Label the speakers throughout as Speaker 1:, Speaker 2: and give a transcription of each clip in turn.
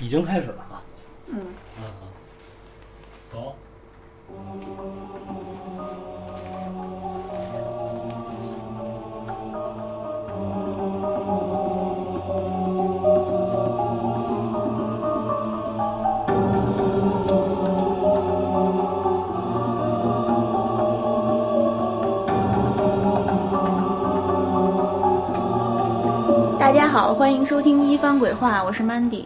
Speaker 1: 已经开始了啊！
Speaker 2: 嗯，
Speaker 1: 啊啊，走。
Speaker 2: 大家好，欢迎收听《一番鬼话》，我是 Mandy。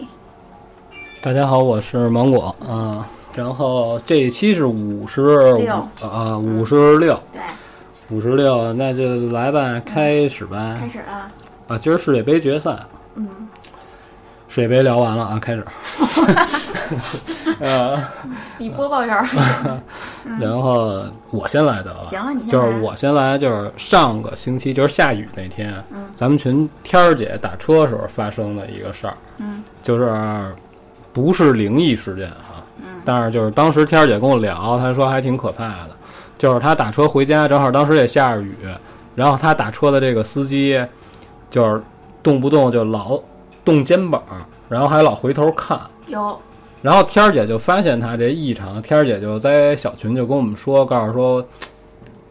Speaker 1: 大家好，我是芒果啊。然后这一期是五十五
Speaker 2: 六
Speaker 1: 啊，五十六，
Speaker 2: 对，
Speaker 1: 五十六，那就来吧，开始吧
Speaker 2: 开。始啊，
Speaker 1: 啊，今儿世界杯决赛，
Speaker 2: 嗯，
Speaker 1: 世界杯聊完了啊，开始。呃，
Speaker 2: 你播报一下。
Speaker 1: 然后我先来得了。
Speaker 2: 嗯行啊，你先
Speaker 1: 就
Speaker 2: 来
Speaker 1: 是我先来，就是上个星期，就是下雨那天，
Speaker 2: 嗯
Speaker 1: 咱们群天儿姐打车时候发生的一个事儿，
Speaker 2: 嗯
Speaker 1: 就是不是灵异事件啊，
Speaker 2: 嗯
Speaker 1: 但是就是当时天儿姐跟我聊，她说还挺可怕的，就是她打车回家，正好当时也下着雨，然后她打车的这个司机，就是动不动就老动肩膀，然后还老回头看，
Speaker 2: 有
Speaker 1: 然后天儿姐就发现他这异常，天儿姐就在小群就跟我们说，告诉说，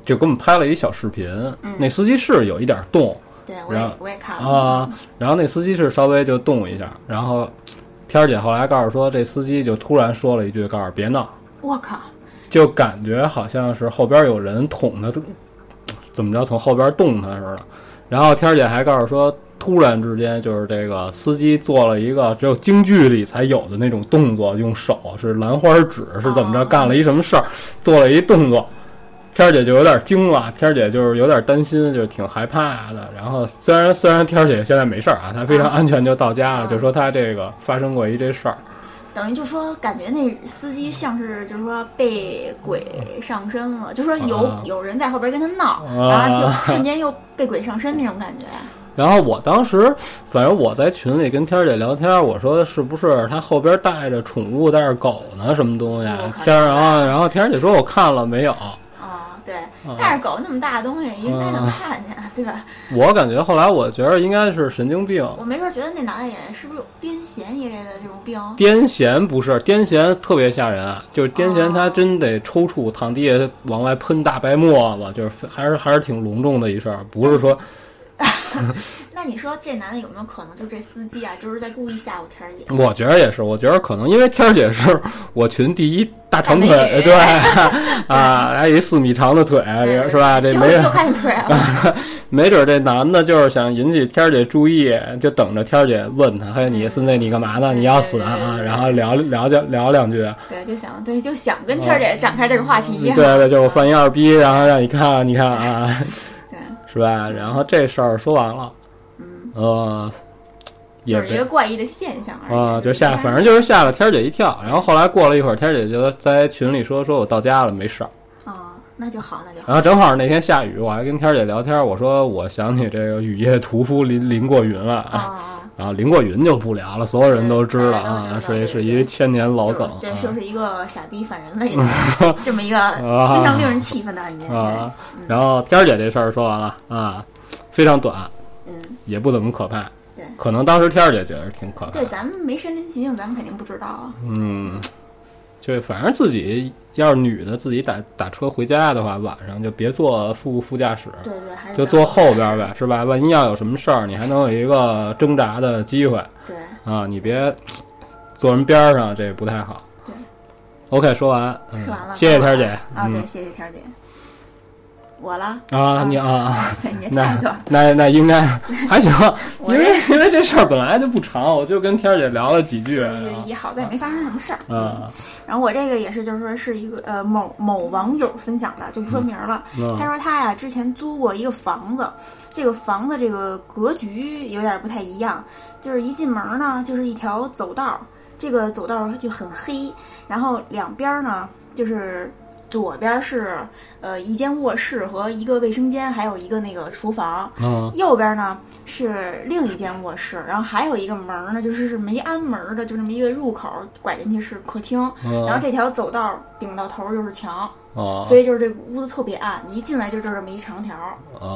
Speaker 1: 就给我们拍了一小视频。
Speaker 2: 嗯
Speaker 1: 那司机是有一点动
Speaker 2: 对，我
Speaker 1: 然后
Speaker 2: 也我也看了
Speaker 1: 啊，然后那司机是稍微就动一下，然后天儿姐后来告诉说，这司机就突然说了一句，告诉别闹，
Speaker 2: 我靠，
Speaker 1: 就感觉好像是后边有人捅他，怎么着从后边动他似的。然后天儿姐还告诉说，突然之间就是这个司机做了一个只有京剧里才有的那种动作，用手是兰花指是怎么着
Speaker 2: 哦
Speaker 1: 干了一什么事儿，做了一动作。天儿姐就有点惊了，天儿姐就是有点担心，就是挺害怕的。然后虽然虽然天儿姐现在没事儿啊，她非常
Speaker 2: 啊
Speaker 1: 安全就到家了，
Speaker 2: 啊
Speaker 1: 就说她这个发生过一这事儿。
Speaker 2: 等于就说感觉那司机像是就是说被鬼上身了，就说有、
Speaker 1: 啊
Speaker 2: 有人在后边跟他闹，
Speaker 1: 啊
Speaker 2: 然后就瞬间又被鬼上身那种 感觉。
Speaker 1: 然后我当时，反正我在群里跟天儿姐聊天，我说是不是他后边带着宠物，带着狗呢，什么东西
Speaker 2: 我？看
Speaker 1: 天儿啊，然后天儿姐说我看了没有，
Speaker 2: 啊、对，带着狗那么大的东西应该
Speaker 1: 啊
Speaker 2: 能看见，对吧？
Speaker 1: 我感觉后来我觉得应该是神经病，
Speaker 2: 我没准觉得那男的也是不是有癫痫一类的这种病？
Speaker 1: 癫痫不是癫痫特别吓人啊，就是癫痫
Speaker 2: 哦
Speaker 1: 他真得抽搐，躺地下往外喷大白沫子，就是还是还是挺隆重的一事儿，不是说
Speaker 2: 那你说这男的有没有可能就是这司机啊，就是在故意吓唬天儿姐？
Speaker 1: 我觉得也是，我觉得可能因为天儿姐是我群第一大长腿
Speaker 2: 大美，女
Speaker 1: 对啊，还有一四米长的腿，
Speaker 2: 对
Speaker 1: 是吧？这
Speaker 2: 嗯就
Speaker 1: 没
Speaker 2: 就看腿 了，
Speaker 1: 没准这男的就是想引起天儿姐注意，就等着天儿姐问他：“嘿，你孙子你干嘛呢？
Speaker 2: 对
Speaker 1: 你要死啊
Speaker 2: 对对？”对
Speaker 1: 然后聊聊聊聊两句，
Speaker 2: 对，就想对就想跟天儿姐展开这个话题。
Speaker 1: 对对，就是我犯一二逼，然后让你看，你看啊，
Speaker 2: 对，
Speaker 1: 是吧？然后这事儿说完了，
Speaker 2: 嗯，
Speaker 1: 呃，也
Speaker 2: 就是
Speaker 1: 没
Speaker 2: 一个怪异的现象而已
Speaker 1: 啊，就吓，反
Speaker 2: 正
Speaker 1: 正就是吓了天儿姐一跳。然后后来过了一会儿，天儿姐就在群里说：“说我到家了，没事儿。”
Speaker 2: 啊，那就好，那就好。
Speaker 1: 然后正好那天下雨，我还跟天儿姐聊天，我说我想起这个雨夜屠夫林林过云了啊。
Speaker 2: 啊，
Speaker 1: 然后林过云就不聊了，所有人都知道
Speaker 2: 对大
Speaker 1: 啊，
Speaker 2: 家都知道
Speaker 1: 是
Speaker 2: 对
Speaker 1: 是一千年老梗啊
Speaker 2: 就是对，就是一个傻逼反人类的 这么一个非常令人气愤的案件。
Speaker 1: 啊啊。然后天儿姐这事儿说完了啊，非常短，
Speaker 2: 对嗯，
Speaker 1: 也不怎么可怕
Speaker 2: 对。
Speaker 1: 可能当时天儿姐觉得挺可怕
Speaker 2: 对，，咱们没身临其境，咱们肯定不知道啊。
Speaker 1: 嗯，就反正自己要是女的自己打打车回家的话，晚上就别坐副副驾驶，
Speaker 2: 对对，还是
Speaker 1: 就
Speaker 2: 不
Speaker 1: 坐
Speaker 2: 要
Speaker 1: 后边儿呗，是吧？万一要有什么事儿，你还能有一个挣扎的机会。
Speaker 2: 对
Speaker 1: 啊，你别坐人边儿上，这不太好。
Speaker 2: 对
Speaker 1: OK，说完，嗯、
Speaker 2: 说完了
Speaker 1: 谢谢天儿姐。
Speaker 2: 啊，对，
Speaker 1: 嗯
Speaker 2: 谢谢天儿姐。我了，
Speaker 1: 啊，你啊啊，
Speaker 2: 哇塞，你这态
Speaker 1: 那
Speaker 2: 度，
Speaker 1: 那那应 该还行，
Speaker 2: 我
Speaker 1: 因为因为这事儿本来就不长，我就跟天儿姐聊了几句。
Speaker 2: 也也好在没发生什么事儿。
Speaker 1: 啊，
Speaker 2: 然后我这个也是，就是说是一个呃某某网友分享的，就不说名儿了。
Speaker 1: 嗯
Speaker 2: 他说他呀之前租过一个房子，这个房子这个格局有点不太一样，就是一进门儿呢就是一条走道儿，这个走道儿就很黑，然后两边儿呢就是左边儿是呃一间卧室和一个卫生间，还有一个那个厨房，
Speaker 1: 嗯
Speaker 2: 右边呢是另一间卧室，然后还有一个门儿呢，就是是没安门儿的，就这么一个入口，拐进去是客厅，然后
Speaker 1: 嗯
Speaker 2: 这条走道顶到头儿就是墙，
Speaker 1: 啊
Speaker 2: 所以就是这个屋子特别暗，你一进来就这这么一长条，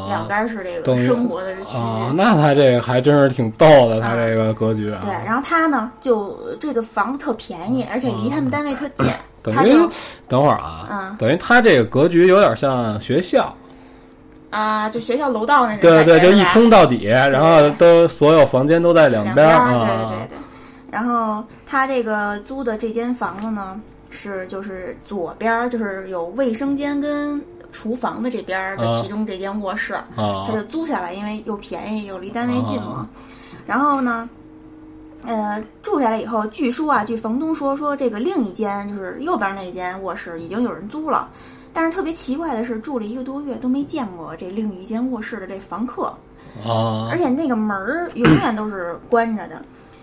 Speaker 2: 两
Speaker 1: 啊
Speaker 2: 边是这
Speaker 1: 等
Speaker 2: 个
Speaker 1: 于
Speaker 2: 生活的区域。
Speaker 1: 啊！那他这个还真是挺逗的，他这个格局啊，
Speaker 2: 对，然后他呢，就这个房子特便宜，而且
Speaker 1: 嗯
Speaker 2: 离他们单位特近，
Speaker 1: 等
Speaker 2: 他
Speaker 1: 于
Speaker 2: 就
Speaker 1: 等会儿啊
Speaker 2: 嗯，
Speaker 1: 等于他这个格局有点像学校，
Speaker 2: 啊、就学校楼道那种
Speaker 1: 对
Speaker 2: 感
Speaker 1: 对，
Speaker 2: 觉，
Speaker 1: 就一
Speaker 2: 是吧
Speaker 1: 通到底，然后都所有房间都在两
Speaker 2: 两
Speaker 1: 边
Speaker 2: 边
Speaker 1: 儿
Speaker 2: 儿，对对
Speaker 1: 啊
Speaker 2: 对对。然后他这个租的这间房子呢，是就是左边儿就是有卫生间跟厨房的这边儿的
Speaker 1: 啊
Speaker 2: 其中这间卧室，
Speaker 1: 啊
Speaker 2: 他就租下来，因为又便宜又离单位近嘛。然后呢，呃，住下来以后，据说啊，据房东说，说这个另一间就是右边那一间卧室已经有人租了，但是特别奇怪的是，住了一个多月都没见过这另一间卧室的这房客，
Speaker 1: 啊
Speaker 2: 而，且那个门儿永远都是关着的。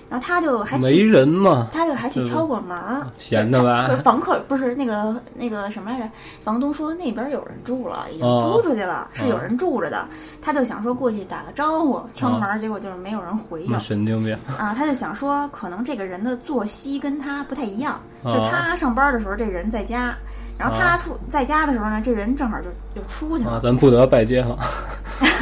Speaker 2: 然后他就还
Speaker 1: 没
Speaker 2: 去，
Speaker 1: 人嘛，
Speaker 2: 他就还去敲过门儿，
Speaker 1: 闲的
Speaker 2: 就
Speaker 1: 吧？
Speaker 2: 房客不是那个那个什么来着？房东说那边有人住了，已经
Speaker 1: 哦
Speaker 2: 租出去了，是有人住着的。他就想说过去打个招呼，敲门，
Speaker 1: 哦
Speaker 2: 结果就是没有人回应
Speaker 1: 那神经病
Speaker 2: 啊。他就想说，可能这个人的作息跟他不太一样，
Speaker 1: 哦
Speaker 2: 就是他上班的时候这人在家，然后他出在家的时候呢，这人正好就就出去
Speaker 1: 啊！
Speaker 2: 了。
Speaker 1: 咱不得拜街坊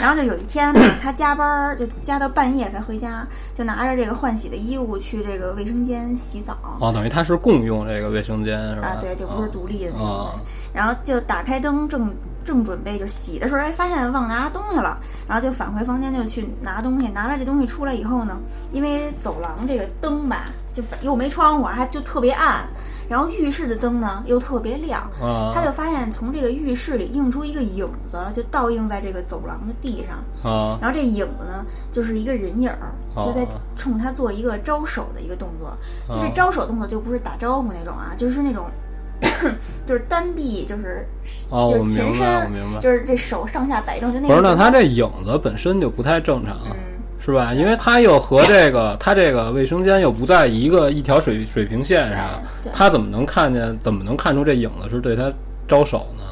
Speaker 2: 然后就有一天 呢，他加班儿就加到半夜才回家，就拿着这个换洗的衣物去这个卫生间洗澡。
Speaker 1: 哦，等于他是共用这个卫生间是吧？
Speaker 2: 啊，对，就不是独立的那种。
Speaker 1: 啊
Speaker 2: 然后就打开灯，正正准备就洗的时候，哎，发现忘拿东西了，然后就返回房间就去拿东西。拿了这东西出来以后呢，因为走廊这个灯吧，就反又没窗户啊，还就特别暗。然后浴室的灯呢又特别亮，他
Speaker 1: 啊
Speaker 2: 就发现从这个浴室里映出一个影子，就倒映在这个走廊的地上。
Speaker 1: 啊！
Speaker 2: 然后这影子呢，就是一个人影儿，就在
Speaker 1: 哦
Speaker 2: 冲他做一个招手的一个动作。就这招手动作就不是打招呼那种啊，就是那种，就是单臂，就是
Speaker 1: 哦，
Speaker 2: 就
Speaker 1: 我
Speaker 2: 是前
Speaker 1: 明白，我
Speaker 2: 伸，
Speaker 1: 明白。
Speaker 2: 就是这手上下摆动，就那
Speaker 1: 不
Speaker 2: 个
Speaker 1: 是，
Speaker 2: 动作。
Speaker 1: 那他这影子本身就不太正常，
Speaker 2: 嗯，
Speaker 1: 是吧？因为他又和这个他这个卫生间又不在一个一条水水平线上，
Speaker 2: 对，
Speaker 1: 他怎么能看见？怎么能看出这影子是对他招手呢？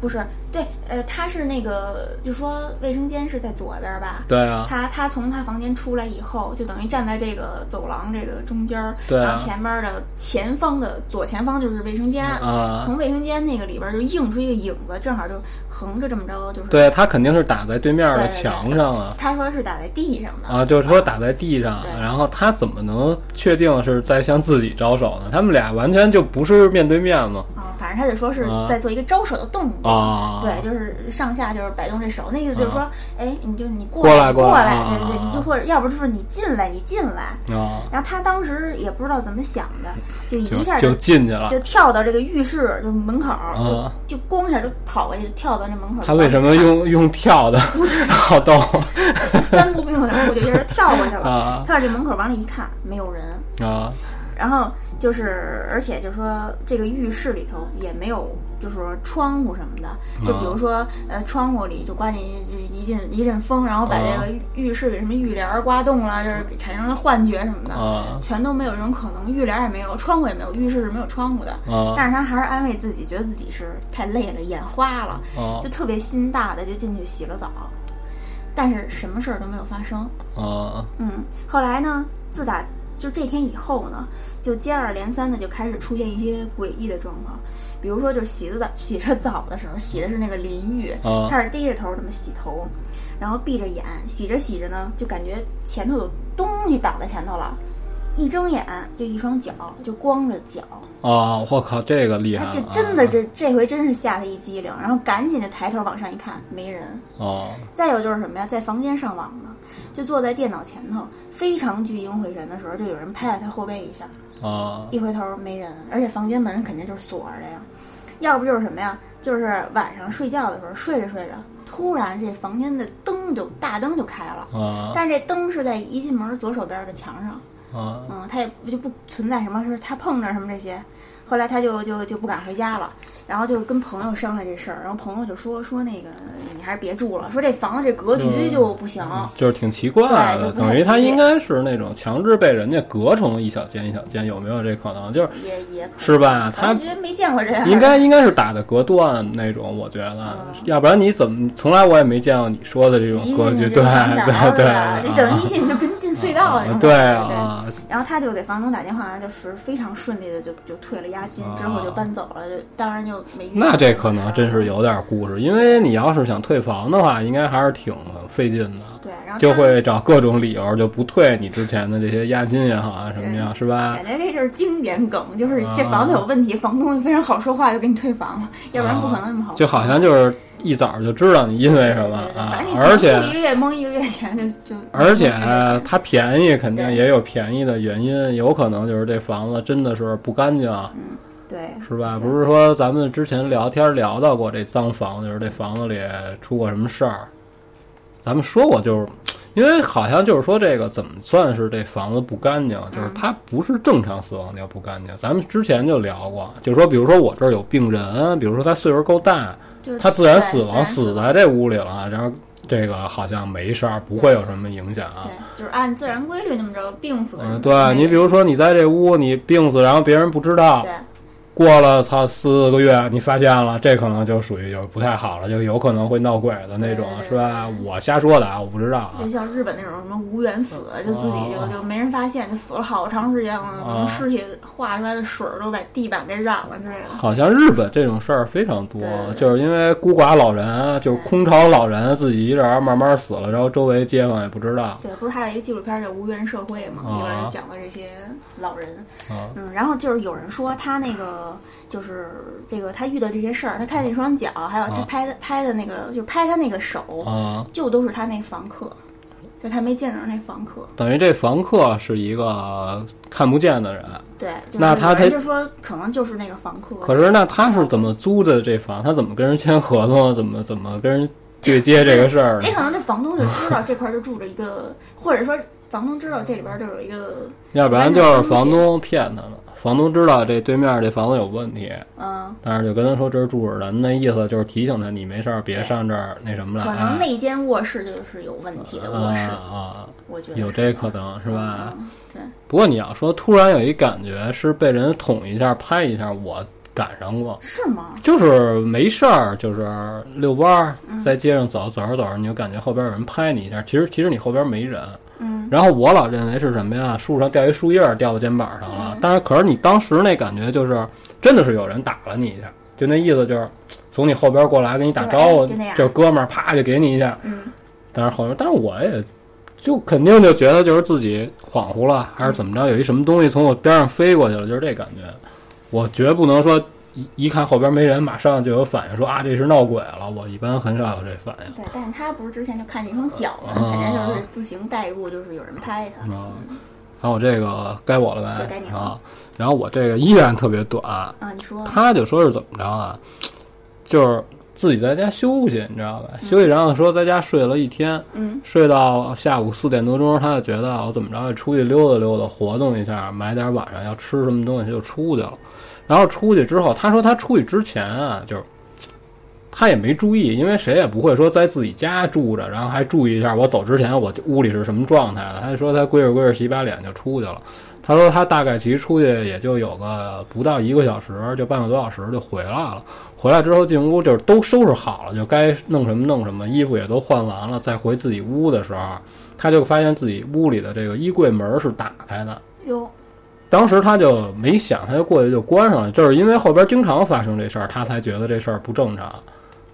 Speaker 2: 不是对，呃，他是那个，就说卫生间是在左边儿吧。
Speaker 1: 对啊，
Speaker 2: 他他从他房间出来以后，就等于站在这个走廊这个中间儿，
Speaker 1: 对啊
Speaker 2: 然后前面的前方的左前方就是卫生间，
Speaker 1: 啊，
Speaker 2: 从卫生间那个里边儿就映出一个影子，正好就横着这么着，就是
Speaker 1: 对他肯定是打在对面的
Speaker 2: 对对对
Speaker 1: 墙上啊。
Speaker 2: 他说是打在地上的，
Speaker 1: 啊，就是说打在地上，
Speaker 2: 对
Speaker 1: 然后他怎么能确定是在向自己招手呢？他们俩完全就不是面对面嘛。
Speaker 2: 啊，反正他就说是
Speaker 1: 啊
Speaker 2: 在做一个招手的动作。
Speaker 1: 啊，
Speaker 2: 对，就是上下就是摆动这手，那意思就是说，哎、你就你过
Speaker 1: 过来
Speaker 2: 来，
Speaker 1: 过
Speaker 2: 过
Speaker 1: 来啊
Speaker 2: 对对对，你就或者要不就是你进来，你进来。
Speaker 1: 啊，
Speaker 2: 然后他当时也不知道怎么想的，就一下
Speaker 1: 就
Speaker 2: 就
Speaker 1: 就进去了。
Speaker 2: 就跳到这个浴室就门口，
Speaker 1: 啊
Speaker 2: 就就咣一下就跑过去，就跳到这门口。
Speaker 1: 他为什么用用跳的？
Speaker 2: 不是
Speaker 1: 好逗
Speaker 2: 三步并作两步就一下跳过去 了？
Speaker 1: 啊
Speaker 2: 跳到这门口往里一看，没有人。
Speaker 1: 啊！
Speaker 2: 然后就是，而且就说这个浴室里头也没有，就是说窗户什么的，就比如说呃窗户里就刮进一一阵一阵风，然后把这
Speaker 1: 啊
Speaker 2: 个浴浴室里什么浴帘儿刮动了，就是产生了幻觉什么的，
Speaker 1: 啊
Speaker 2: 全都没有这种可能，浴帘儿也没有，窗户也没有，浴室是没有窗户的。
Speaker 1: 啊
Speaker 2: 但是他还是安慰自己，觉得自己是太累了，眼花了，
Speaker 1: 啊
Speaker 2: 就特别心大的就进去洗了澡，但是什么事儿都没有发生。
Speaker 1: 啊！
Speaker 2: 嗯，后来呢，自打就这天以后呢，就接二连三的就开始出现一些诡异的状况，比如说就是洗着澡洗着澡的时候，洗的是那个淋浴，
Speaker 1: 啊
Speaker 2: 开始低着头这么洗头，然后闭着眼洗着洗着呢，就感觉前头有东西挡在前头了。一睁眼就一双脚，就光着脚，
Speaker 1: 啊！我靠，这个厉害
Speaker 2: 他
Speaker 1: 了！
Speaker 2: 就真的这这回真是吓他一激灵，然后赶紧就抬头往上一看，没人。
Speaker 1: 啊
Speaker 2: 再有就是什么呀，在房间上网呢，就坐在电脑前头，非常聚精会神的时候，就有人拍了他后背一下，
Speaker 1: 啊
Speaker 2: 一回头没人，而且房间门肯定就是锁着的呀。要不就是什么呀，就是晚上睡觉的时候，睡着睡着，突然这房间的灯就大灯就开了，
Speaker 1: 啊
Speaker 2: 但是这灯是在一进门左手边的墙上，
Speaker 1: 啊！
Speaker 2: 嗯，他也不就不存在什么是他碰着什么这些，后来他就就就不敢回家了，然后就跟朋友商量这事儿，然后朋友就说说那个你还是别住了，说这房子这格
Speaker 1: 嗯
Speaker 2: 局就不行，
Speaker 1: 就是挺奇怪
Speaker 2: 对
Speaker 1: 的，
Speaker 2: 就不太
Speaker 1: 等于他
Speaker 2: 吉利
Speaker 1: 应该是那种强制被人家隔成一小间一小间，有没有这可能？就是
Speaker 2: 也也可
Speaker 1: 是吧？他
Speaker 2: 能，觉得没见过这样，
Speaker 1: 应该应该是打的隔断那种，我觉得，要不然你怎么从来我也没见过你说的这种
Speaker 2: 一
Speaker 1: 格
Speaker 2: 进
Speaker 1: 局，
Speaker 2: 去
Speaker 1: 对
Speaker 2: 就想
Speaker 1: 对
Speaker 2: 着
Speaker 1: 对
Speaker 2: 吧？就等于一进去就跟进隧道那种
Speaker 1: 对
Speaker 2: 感觉，
Speaker 1: 啊，
Speaker 2: 然后他就给房东打电话，就是非常顺利的就就退了押金，之后就搬走了，就当然就没遇到
Speaker 1: 啊那这
Speaker 2: 个
Speaker 1: 可
Speaker 2: 事
Speaker 1: 能
Speaker 2: 儿
Speaker 1: 真是有点故事，因为你要是想退房的话，应该还是挺费劲的，
Speaker 2: 对，然后
Speaker 1: 就
Speaker 2: 啊他
Speaker 1: 会找各种理由就不退你之前的这些押金也好啊什么呀，是吧？
Speaker 2: 感觉这就是经典梗，就是
Speaker 1: 啊啊
Speaker 2: 这房子有问题，房东非常好说话就给你退房了，要不然不可能那么好。
Speaker 1: 就好像就是一早就知道你因为什么
Speaker 2: 对对对
Speaker 1: 啊
Speaker 2: 反正，你
Speaker 1: 而且
Speaker 2: 付一个月蒙一个月钱就就
Speaker 1: 而且
Speaker 2: 蒙一个月钱
Speaker 1: 它便宜肯定
Speaker 2: 对
Speaker 1: 也有便宜的原因，有可能就是这房子真的是不干净，
Speaker 2: 对
Speaker 1: 是吧？不是说咱们之前聊天聊到过这脏房，就是这房子里出过什么事儿，咱们说过，就是因为好像就是说这个怎么算是这房子不干净，就是它不是正常死亡叫不干净。咱们之前就聊过，就是说比如说我这儿有病人，比如说他岁数够大，
Speaker 2: 就是
Speaker 1: 他自然死亡
Speaker 2: 对
Speaker 1: 死在这屋里了，然后这个好像没事儿，不会有什么影响啊
Speaker 2: 对。，就是按自然规律那么着，病死的人
Speaker 1: 嗯，
Speaker 2: 没。
Speaker 1: 对你比如说你在这屋你病死，然后别人不知道，
Speaker 2: 对
Speaker 1: 过了操四个月，你发现了，这可能就属于就是不太好了，就有可能会闹鬼的那种，
Speaker 2: 对对嗯
Speaker 1: 是吧？我瞎说的啊，我不知道啊
Speaker 2: 就。像日本那种什么无缘死，就自己就
Speaker 1: 哦
Speaker 2: 就没人发现，就死了好长时间了，可
Speaker 1: 啊
Speaker 2: 能尸体化出来的水儿都把地板给染了之类的。
Speaker 1: 好像日本这种事儿非常多
Speaker 2: 对对，对
Speaker 1: 就是因为孤寡老人啊，就是空巢老人自己一人慢慢死了，然后周围街坊也不知道
Speaker 2: 对，不是还有一个纪录片叫《无缘社会》嘛，
Speaker 1: 啊
Speaker 2: 里边就讲了这些老人。
Speaker 1: 啊。
Speaker 2: 嗯，然后就是有人说他那个就是这个他遇到这些事儿，他看那双脚，还有他
Speaker 1: 啊
Speaker 2: 拍的、拍的那个，就是拍他那个手，
Speaker 1: 啊，
Speaker 2: 就都是他那房客，就他没见着那房客。
Speaker 1: 等于这房客是一个看不见的人，
Speaker 2: 对，就是
Speaker 1: 那他
Speaker 2: 有人
Speaker 1: 他
Speaker 2: 就说可能就是那个房客。
Speaker 1: 可是那他是怎么租的这房？他怎么跟人签合同？怎么怎么跟人对接这个事儿呢
Speaker 2: 也？可能这房东就 知道这块儿就住着一个，或者说房东知道这里边儿就有一个，
Speaker 1: 要不然就是房东骗他了。房东知道这对面这房子有问题，
Speaker 2: 嗯，
Speaker 1: 但是就跟他说这是住着的，那意思就是提醒他你没事儿别上这儿那什么了。
Speaker 2: 可能那间卧室就是有问题的卧
Speaker 1: 啊
Speaker 2: 室，
Speaker 1: 啊，
Speaker 2: 我觉得
Speaker 1: 有
Speaker 2: 是
Speaker 1: 这可能是吧？
Speaker 2: 嗯对，
Speaker 1: 不过你要说突然有一感觉是被人捅一下、拍一下，我赶上过，
Speaker 2: 是吗？
Speaker 1: 就是没事儿，就是遛弯儿，
Speaker 2: 嗯
Speaker 1: 在街上走，走着走着你就感觉后边有人拍你一下，其实其实你后边没人。
Speaker 2: 嗯，
Speaker 1: 然后我老认为是什么呀？树上掉一树叶儿掉我肩膀上
Speaker 2: 嗯
Speaker 1: 了，但是可是你当时那感觉就是真的是有人打了你一下，就那意思就是从你后边过来跟你打招呼，
Speaker 2: 就是哎就那样
Speaker 1: 就是哥们儿啪就给你一下，
Speaker 2: 嗯，
Speaker 1: 但是后边，但是我也就肯定就觉得就是自己恍惚了，还是怎么着，有一什么东西从我边上飞过去了，就是这感觉。我绝不能说一一看后边没人，马上就有反应说啊这是闹鬼了，我一般很少有这反应。
Speaker 2: 对，但是他不是之前就看见一双脚吗？
Speaker 1: 啊
Speaker 2: 肯定就是自行代入，就是有人拍他。
Speaker 1: 啊，然后这个该我了呗
Speaker 2: 对该你，了
Speaker 1: 啊，然后我这个依然特别短，
Speaker 2: 啊，你说
Speaker 1: 他就说是怎么着啊，就是自己在家休息，你知道吧？休息，然后说在家睡了一天，
Speaker 2: 嗯，
Speaker 1: 睡到下午四点多钟，他就觉得我怎么着也出去溜达溜达，活动一下，买点晚上要吃什么东西就出去了。然后出去之后，他说他出去之前啊，就是他也没注意，因为谁也不会说在自己家住着，然后还注意一下我走之前我屋里是什么状态的。他就说他归着归着洗把脸就出去了。他说他大概其实出去也就有个不到一个小时，就半个多小时就回来了。回来之后进屋就是都收拾好了，就该弄什么弄什么，衣服也都换完了，再回自己屋的时候，啊他就发现自己屋里的这个衣柜门是打开的。
Speaker 2: 哟，
Speaker 1: 当时他就没想，他就过去就关上了，就是因为后边经常发生这事儿，他才觉得这事儿不正常，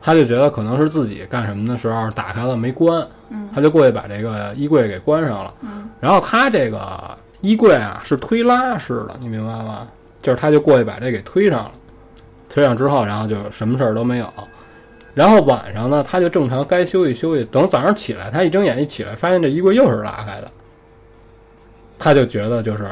Speaker 1: 他就觉得可能是自己干什么的时候打开了没关，
Speaker 2: 嗯
Speaker 1: 他就过去把这个衣柜给关上了。
Speaker 2: 嗯
Speaker 1: 然后他这个衣柜啊是推拉式的，你明白吗？就是他就过去把这给推上了，推上之后，然后就什么事儿都没有。然后晚上呢，他就正常该休息休息。等早上起来，他一睁眼一起来，发现这衣柜又是拉开的，他就觉得就是，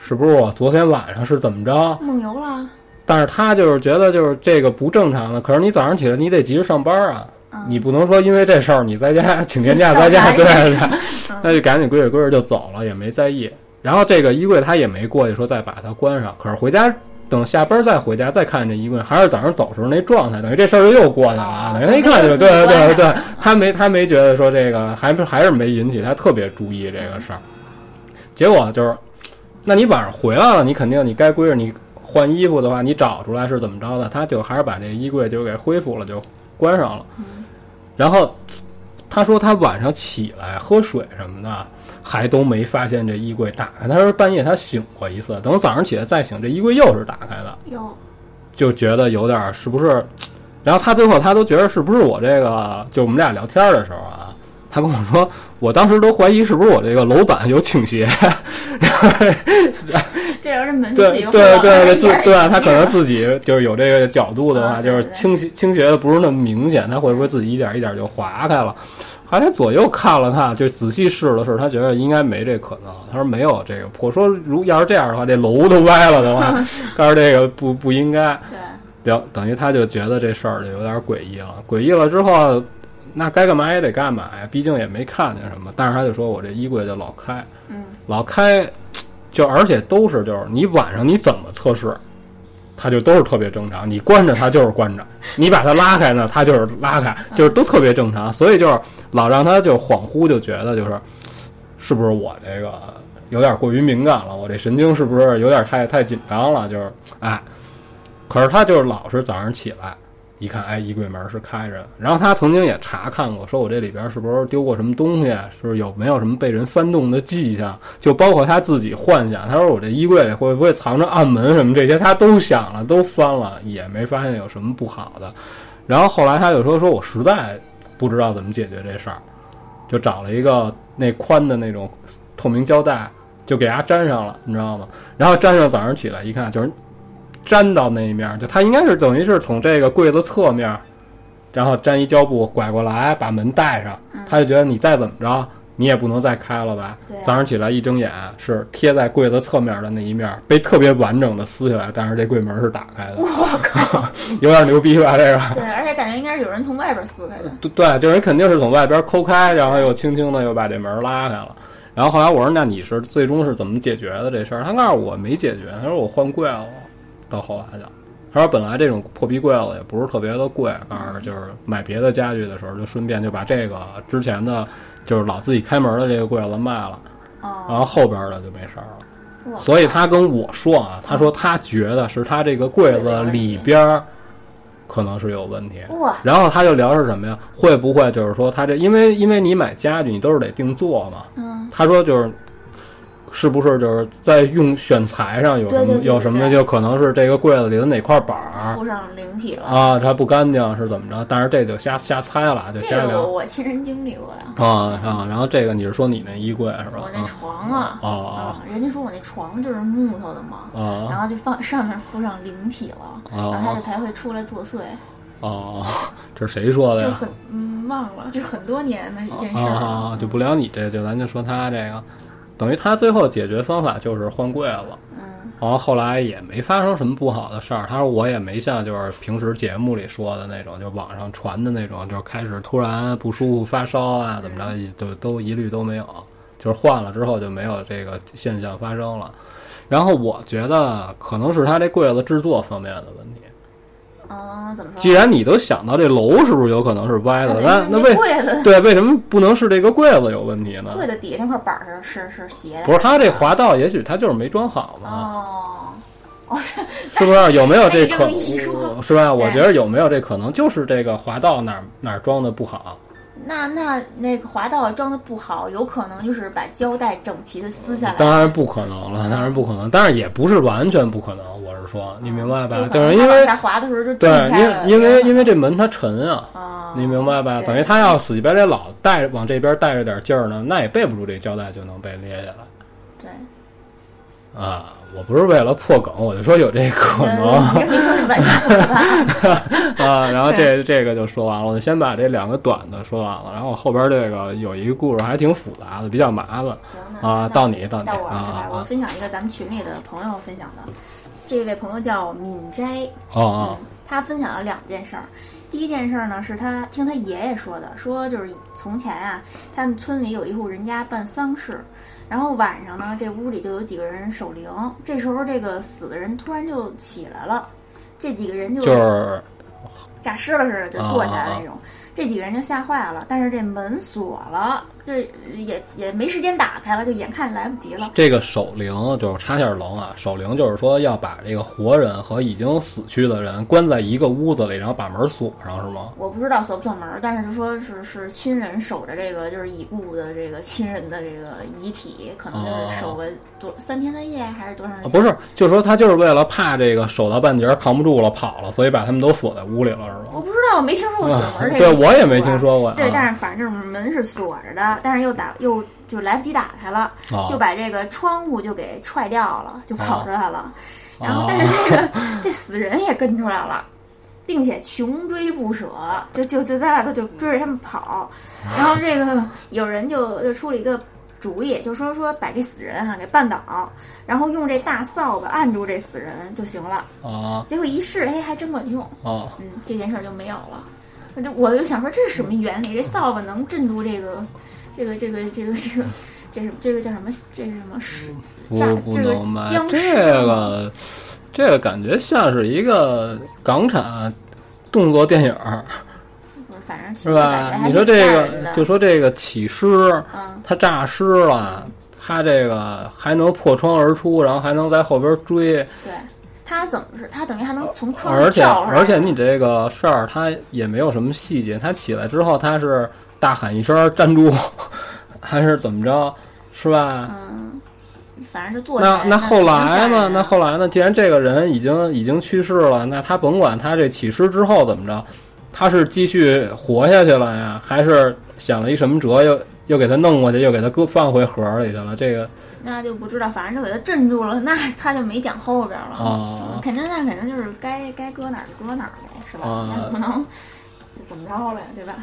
Speaker 1: 是不是我昨天晚上是怎么着？
Speaker 2: 梦游了。
Speaker 1: 但是他就是觉得就是这个不正常的。可是你早上起来，你得急着上班啊，
Speaker 2: 嗯、
Speaker 1: 你不能说因为这事儿你在家请年假在家，对对。
Speaker 2: 嗯
Speaker 1: 他就赶紧归着归着就走了，也没在意。然后这个衣柜他也没过去说再把它关上，可是回家等下班再回家再看这衣柜，还是早上走时候那状态，等于这事儿就又过去了啊。
Speaker 2: 哦
Speaker 1: 等于他一看就
Speaker 2: 就
Speaker 1: 对
Speaker 2: 自
Speaker 1: 对对
Speaker 2: 己关
Speaker 1: 对
Speaker 2: 上了，
Speaker 1: 他没他没觉得说这个还不还是没引起他特别注意这个事儿。结果就是，那你晚上回来了，你肯定你该归着你换衣服的话，你找出来是怎么着的，他就还是把这衣柜就给恢复了，就关上
Speaker 2: 嗯
Speaker 1: 了。然后他说他晚上起来喝水什么的，还都没发现这衣柜打开。他说半夜他醒过一次，等早上起来再醒，这衣柜又是打开的，
Speaker 2: 有
Speaker 1: 就觉得有点儿是不是？然后他最后他都觉得是不是我这个？就我们俩聊天的时候啊，他跟我说，我当时都怀疑是不是我这个楼板有倾斜。
Speaker 2: 这人这门自
Speaker 1: 对
Speaker 2: 己
Speaker 1: 对
Speaker 2: 晃
Speaker 1: 对
Speaker 2: 哎
Speaker 1: 对，
Speaker 2: 一
Speaker 1: 自
Speaker 2: 点儿
Speaker 1: 对啊
Speaker 2: 一
Speaker 1: 他
Speaker 2: 点
Speaker 1: 可能
Speaker 2: 儿
Speaker 1: 自己就是有这个角度的话，
Speaker 2: 啊
Speaker 1: 就
Speaker 2: 对
Speaker 1: 是
Speaker 2: 对对
Speaker 1: 倾斜倾斜的不是那么明显，他会不会自己一点一点就滑开了？后来他左右看了看，就仔细试了试，他觉得应该没这可能。他说没有这个，我说如要是这样的话，这楼都歪了的 话，告诉这个不不应该。
Speaker 2: 对
Speaker 1: 等等于他就觉得这事儿就有点诡异了，诡异了之后，那该干嘛也得干嘛呀，毕竟也没看见什么。但是他就说我这衣柜就老开，
Speaker 2: 嗯，
Speaker 1: 老开，就而且都是就是你晚上你怎么测试，它就都是特别正常。你关着它就是关着，你把它拉开呢，它就是拉开，就是都特别正常。所以就是老让他就恍惚就觉得就是是不是我这个有点过于敏感了，我这神经是不是有点太太紧张了？就是哎，可是他就是老是早上起来。一看，哎，衣柜门是开着的。然后他曾经也查看过，说我这里边是不是丢过什么东西，啊是不是有没有什么被人翻动的迹象？就包括他自己幻想，他说我这衣柜里会不会藏着暗门什么这些，他都想了，都翻了，也没发现有什么不好的。然后后来他就说，说我实在不知道怎么解决这事儿，就找了一个那宽的那种透明胶带，就给它粘上了，你知道吗？然后粘上，早上起来一看，就是粘到那一面儿，就它应该是等于是从这个柜子侧面儿，然后粘一胶布拐过来，把门带上
Speaker 2: 嗯。
Speaker 1: 他就觉得你再怎么着，你也不能再开了吧？
Speaker 2: 对啊
Speaker 1: 早上起来一睁眼，是贴在柜子侧面的那一面儿被特别完整的撕下来，但是这柜门是打开的。 有点牛逼吧？这个。
Speaker 2: 对，而且感觉应该是有人从外边撕开的。
Speaker 1: 对对，就是人肯定是从外边抠开，然后又轻轻的又把这门拉开了。然后后来我说：“那你是最终是怎么解决的这事儿？”他告诉我没解决，他说我换柜了。到后来就，他说本来这种破壁柜子也不是特别的贵，告诉就是买别的家具的时候，就顺便就把这个之前的就是老自己开门的这个柜子卖了，然
Speaker 2: 哦，
Speaker 1: 后后边的就没事儿了。啊
Speaker 2: 哇
Speaker 1: 所以他跟我说啊，他说他觉得是他这个柜子里边儿可能是有问题。
Speaker 2: 哇，
Speaker 1: 然后他就聊是什么呀？会不会就是说他这，因为因为你买家具你都是得定做嘛。
Speaker 2: 嗯，
Speaker 1: 他说就是，是不是就是在用选材上有什么
Speaker 2: 对对对
Speaker 1: 有什么的，
Speaker 2: 对
Speaker 1: 就可能是这个柜子里的哪块板儿
Speaker 2: 附上灵体了。
Speaker 1: 啊，它不干净是怎么着？但是这就瞎瞎猜了，就
Speaker 2: 这
Speaker 1: 瞎
Speaker 2: 个
Speaker 1: 聊
Speaker 2: 我我亲身经历过呀，
Speaker 1: 啊啊。然后这个你是说你那衣柜是吧
Speaker 2: 我？那床啊，
Speaker 1: 啊啊
Speaker 2: 啊，人家说我那床就是木头的嘛，
Speaker 1: 啊啊
Speaker 2: 然后就放上面附上灵体了，
Speaker 1: 哦
Speaker 2: 然后它就才会出来作祟，
Speaker 1: 哦，这是谁说的
Speaker 2: 就
Speaker 1: 呀？
Speaker 2: 很嗯忘了，就是很多年的一件事
Speaker 1: 啊
Speaker 2: 儿
Speaker 1: 啊
Speaker 2: 了
Speaker 1: 啊！就不聊你这，就咱就说他这个，等于他最后解决方法就是换柜子。
Speaker 2: 嗯
Speaker 1: 然后后来也没发生什么不好的事儿。他说我也没像就是平时节目里说的那种，就网上传的那种，就开始突然不舒服、发烧啊，怎么着，就都一律都没有。就是换了之后就没有这个现象发生了。然后我觉得可能是他这柜子制作方面的问题。
Speaker 2: 哦啊，怎么
Speaker 1: 既
Speaker 2: 说？哎
Speaker 1: 然你都想到这楼是不是有可能是歪的，那那为
Speaker 2: 柜子
Speaker 1: 对为什么不能是这个柜子有问题呢？
Speaker 2: 柜子底下那块板儿是是斜
Speaker 1: 不
Speaker 2: 的
Speaker 1: 是他这滑道，也许他就是没装好嘛。
Speaker 2: 哦，
Speaker 1: 是不是有没有这可
Speaker 2: 哎这么一说
Speaker 1: 是吧？
Speaker 2: 对
Speaker 1: 我觉得有没有这可能，就是这个滑道哪儿哪儿装的不好，
Speaker 2: 那那那个滑道装的不好，有可能就是把胶带整齐的撕下来。
Speaker 1: 当然不可能了，当然不可能，但是也不是完全不可能，我是说，你明白
Speaker 2: 哦
Speaker 1: 吧？就是因
Speaker 2: 往
Speaker 1: 为
Speaker 2: 下滑的时候就
Speaker 1: 对
Speaker 2: 震开了，，
Speaker 1: 因因为因
Speaker 2: 为
Speaker 1: 为这门它沉啊，
Speaker 2: 啊，
Speaker 1: 你明白吧？
Speaker 2: 对
Speaker 1: 等于他要死乞白赖老带往这边带着点劲儿呢，那也背不住这胶带就能被裂下
Speaker 2: 对，
Speaker 1: 来啊！我不是为了破梗，我就说有这可能。
Speaker 2: 嗯你说是完全不可能
Speaker 1: 啊，然后这这个就说完了，我就先把这两个短的说完了，然后后边这个有一个故事还挺复杂的，比较麻烦
Speaker 2: 行 那
Speaker 1: 啊。
Speaker 2: 那
Speaker 1: 到你，到你
Speaker 2: 到我了是
Speaker 1: 啊
Speaker 2: 吧？我分享一个咱们群里的朋友分享的，这位朋友叫敏斋，
Speaker 1: 啊啊
Speaker 2: 嗯，他分享了两件事儿。第一件事儿呢，是他听他爷爷说的，说就是从前啊，他们村里有一户人家办丧事，然后晚上呢，这屋里就有几个人守灵。这时候，这个死的人突然就起来了，这几个人就
Speaker 1: 就是
Speaker 2: 诈尸了似的就坐起来那种。这几个人就吓坏了，但是这门锁了，就也也没时间打开了，就眼看来不及了。
Speaker 1: 这个守灵就是插线龙啊，守灵就是说要把这个活人和已经死去的人关在一个屋子里，然后把门锁上，是吗？
Speaker 2: 我不知道锁不锁门儿，但是就说是是亲人守着这个就是已故的这个亲人的这个遗体，可能就是守个多、三天三夜还是多长
Speaker 1: 啊，
Speaker 2: 时间？
Speaker 1: 不是，就是说他就是为了怕这个守到半截儿扛不住了跑了，所以把他们都锁在屋里了，是
Speaker 2: 我不知道，我没听说过锁
Speaker 1: 吗啊
Speaker 2: 门？儿这个、
Speaker 1: 对，我也没听。说过。
Speaker 2: 对，但
Speaker 1: 啊
Speaker 2: 是反正门是锁着的，但是又打又就来不及打开了，
Speaker 1: 啊
Speaker 2: 就把这个窗户就给踹掉了，就跑出来了。然后
Speaker 1: 啊，
Speaker 2: 但是这个、这死人也跟出来了，并且穷追不舍，就就就在外头就追着他们跑。然后这个有人就就出了一个主意，就说说把这死人啊哈、给绊倒，然后用这大扫把按住这死人就行了。
Speaker 1: 啊
Speaker 2: 结果一试，哎，还真管用。
Speaker 1: 啊，
Speaker 2: 嗯，这件事儿就没有了。那就我就想说，这是什么原理？这扫把能镇住这个，这个，这个，这个，这个，这是这个叫什么？这是什么？是
Speaker 1: 我
Speaker 2: 炸
Speaker 1: 不
Speaker 2: 这个
Speaker 1: 能买
Speaker 2: 僵尸
Speaker 1: 这个，这个感觉像是一个港产动作电影儿，
Speaker 2: 不是反正挺
Speaker 1: 是
Speaker 2: 感觉
Speaker 1: 吧？
Speaker 2: 还
Speaker 1: 你说
Speaker 2: 挺
Speaker 1: 这
Speaker 2: 吓人
Speaker 1: 个，
Speaker 2: 的
Speaker 1: 就说这个起尸，
Speaker 2: 嗯，
Speaker 1: 他诈尸了，他这个还能破窗而出，然后还能在后边追，
Speaker 2: 对，他怎么是？他等于还能从窗户
Speaker 1: 呃而且
Speaker 2: 跳上来
Speaker 1: 而且你这个事儿他也没有什么细节，他起来之后他是大喊一声站住， 还是怎么着，是吧？
Speaker 2: 嗯，反正就坐起
Speaker 1: 那
Speaker 2: 来。
Speaker 1: 那后来
Speaker 2: 挺吓
Speaker 1: 呢？
Speaker 2: 人的
Speaker 1: 那后来呢？既然这个人已经已经去世了，那他甭管他这起尸之后怎么着，他是继续活下去了呀，还是想了一什么辙又又给他弄过去，又给他搁放回盒里去了？这个
Speaker 2: 那就不知道，反正就给他镇住了，那他就没讲后边了。
Speaker 1: 哦
Speaker 2: 嗯肯定那肯定就是该该搁哪儿就搁哪儿呗，是吧？
Speaker 1: 哦
Speaker 2: 那不能就怎么着了，对吧？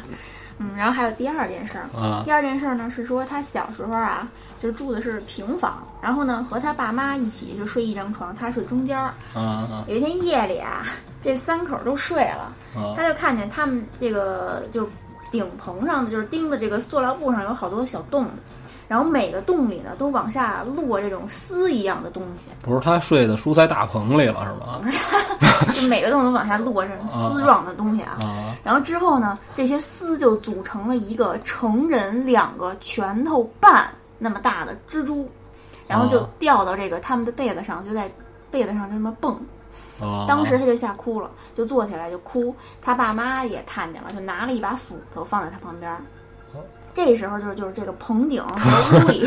Speaker 2: 嗯，然后还有第二件事儿，
Speaker 1: 啊
Speaker 2: 第二件事儿呢是说他小时候啊，就住的是平房，然后呢和他爸妈一起就睡一张床，他睡中间儿。
Speaker 1: 啊啊
Speaker 2: 有一天夜里啊，这三口儿都睡了，
Speaker 1: 啊！
Speaker 2: 他就看见他们这个就是顶棚上的就是钉的这个塑料布上有好多小洞，然后每个洞里呢都往下落这种丝一样的东 西，
Speaker 1: 不是他睡在蔬菜大棚里了是吗？
Speaker 2: 就每个洞都往下落这种丝状的东西啊。
Speaker 1: 啊
Speaker 2: 然后之后呢，这些丝就组成了一个成人两个拳头半那么大的蜘蛛，然后就
Speaker 1: 哦
Speaker 2: 掉到这个他们的被子上，就在被子上就这么蹦。
Speaker 1: 啊！
Speaker 2: 当时他就吓哭了，就坐起来就哭。他爸妈也看见了，就拿了一把斧头放在他旁边儿
Speaker 1: 哦。
Speaker 2: 这时候就是就是这个棚 顶和屋里，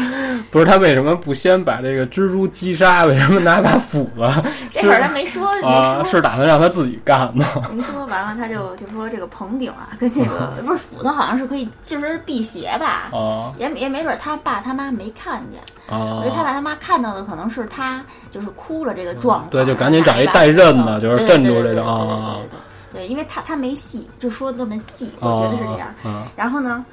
Speaker 1: 不是他为什么不先把这个蜘蛛击杀？为什么拿把斧子
Speaker 2: 这会儿他没说
Speaker 1: 啊？
Speaker 2: 没说，
Speaker 1: 是打算让他自己干吗？
Speaker 2: 您说完了他就就说这个棚顶啊，跟这 个不是斧头好像是可以就是辟邪吧，
Speaker 1: 啊
Speaker 2: 也也没准他爸他妈没看见，我
Speaker 1: 啊
Speaker 2: 觉！得他爸他妈看到的可能是他就是哭了这个
Speaker 1: 嗯
Speaker 2: 状况，啊
Speaker 1: 对，就赶紧找一
Speaker 2: 把
Speaker 1: 带刃的，就是
Speaker 2: 对
Speaker 1: 镇住这
Speaker 2: 对对
Speaker 1: 个
Speaker 2: 对
Speaker 1: 啊
Speaker 2: 对
Speaker 1: 啊
Speaker 2: 对对对，因为他他没细，就说得那么细，
Speaker 1: 啊！
Speaker 2: 我觉得是这样。
Speaker 1: 啊
Speaker 2: 然后呢，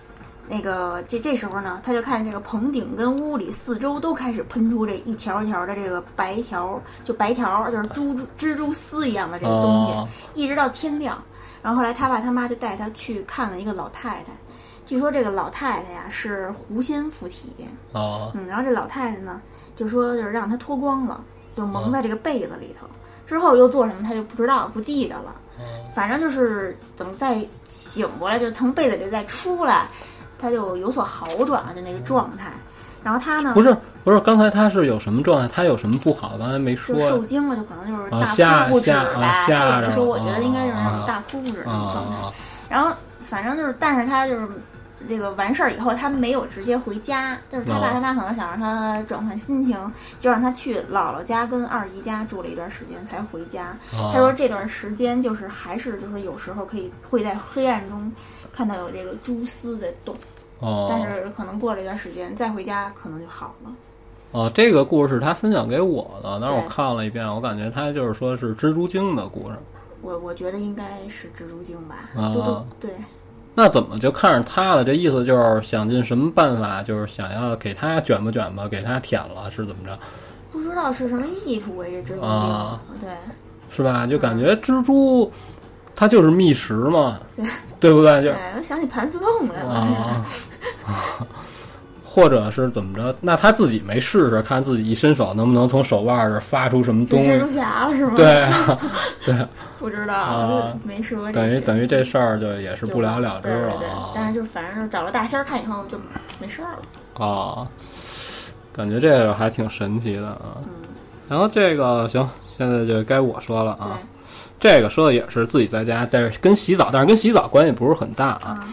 Speaker 2: 那个这这时候呢，他就看这个棚顶跟屋里四周都开始喷出这一条一条的这个白条，就白条就是蜘蛛蜘蛛丝一样的这个东西，
Speaker 1: 啊
Speaker 2: 一直到天亮。然后后来他爸他妈就带他去看了一个老太太，据说这个老太太呀是狐仙附体，
Speaker 1: 啊！
Speaker 2: 嗯，然后这老太太呢就说就是让他脱光了，就
Speaker 1: 嗯
Speaker 2: 蒙在这个被子里头。之后又做什么他就不知道不记得了，
Speaker 1: 嗯
Speaker 2: 反正就是等再醒过来，就从被子里再出来，他就有所好转了，就那个状态。然后他呢，
Speaker 1: 不是不是，刚才他是有什么状态？他有什么不好？刚才没说
Speaker 2: 就受惊了，就可能就是
Speaker 1: 啊
Speaker 2: 大
Speaker 1: 吓
Speaker 2: 哭不止
Speaker 1: 吓
Speaker 2: 呗。
Speaker 1: 啊吓
Speaker 2: 他也
Speaker 1: 着
Speaker 2: 没说，
Speaker 1: 了
Speaker 2: 我觉得应该就是那
Speaker 1: 啊
Speaker 2: 种大哭不止那种状态。
Speaker 1: 啊
Speaker 2: 然后反正就是，但是他就是这个完事儿以后，他没有直接回家，就是他
Speaker 1: 哦
Speaker 2: 爸他妈可能想让他转换心情，就让他去姥姥家跟二姨家住了一段时间才回家。
Speaker 1: 啊！
Speaker 2: 他说这段时间就是还是就是有时候可以会在黑暗中看到有这个蛛丝在动，
Speaker 1: 哦，
Speaker 2: 但是可能过了一段时间再回家可能就好了。
Speaker 1: 哦，这个故事是他分享给我的，但是我
Speaker 2: 对
Speaker 1: 看了一遍，我感觉他就是说是蜘蛛精的故事。
Speaker 2: 我我觉得应该是蜘蛛精吧，
Speaker 1: 哦
Speaker 2: 都都对，
Speaker 1: 那怎么就看上他了？这意思就是想尽什么办法，就是想要给他卷吧卷吧，给他舔了，是怎么着？
Speaker 2: 不知道是什么意图哎，这蜘蛛精，
Speaker 1: 哦
Speaker 2: 对，
Speaker 1: 是吧？就感觉蜘蛛它就是觅食嘛，对不对？就
Speaker 2: 哎，我想起盘丝洞来了。
Speaker 1: 啊，或者是怎么着？那他自己没试试，看自己一伸手能不能从手腕这儿发出什么
Speaker 2: 这
Speaker 1: 东
Speaker 2: 蜘
Speaker 1: 西？
Speaker 2: 蛛侠了是吗？
Speaker 1: 对，啊，
Speaker 2: 不知道，
Speaker 1: 啊
Speaker 2: 没说过这
Speaker 1: 等于
Speaker 2: 些
Speaker 1: 等于这事儿就也是
Speaker 2: 就
Speaker 1: 不了了之
Speaker 2: 对对对
Speaker 1: 了，
Speaker 2: 但
Speaker 1: 啊
Speaker 2: 是就是反正就找了大仙儿看以后就没事儿了。
Speaker 1: 啊！感觉这个还挺神奇的啊。
Speaker 2: 嗯，
Speaker 1: 然后这个行，现在就该我说了
Speaker 2: 对
Speaker 1: 啊。这个说的也是自己在家，但是跟洗澡，但是跟洗澡关系不是很大啊。
Speaker 2: 啊，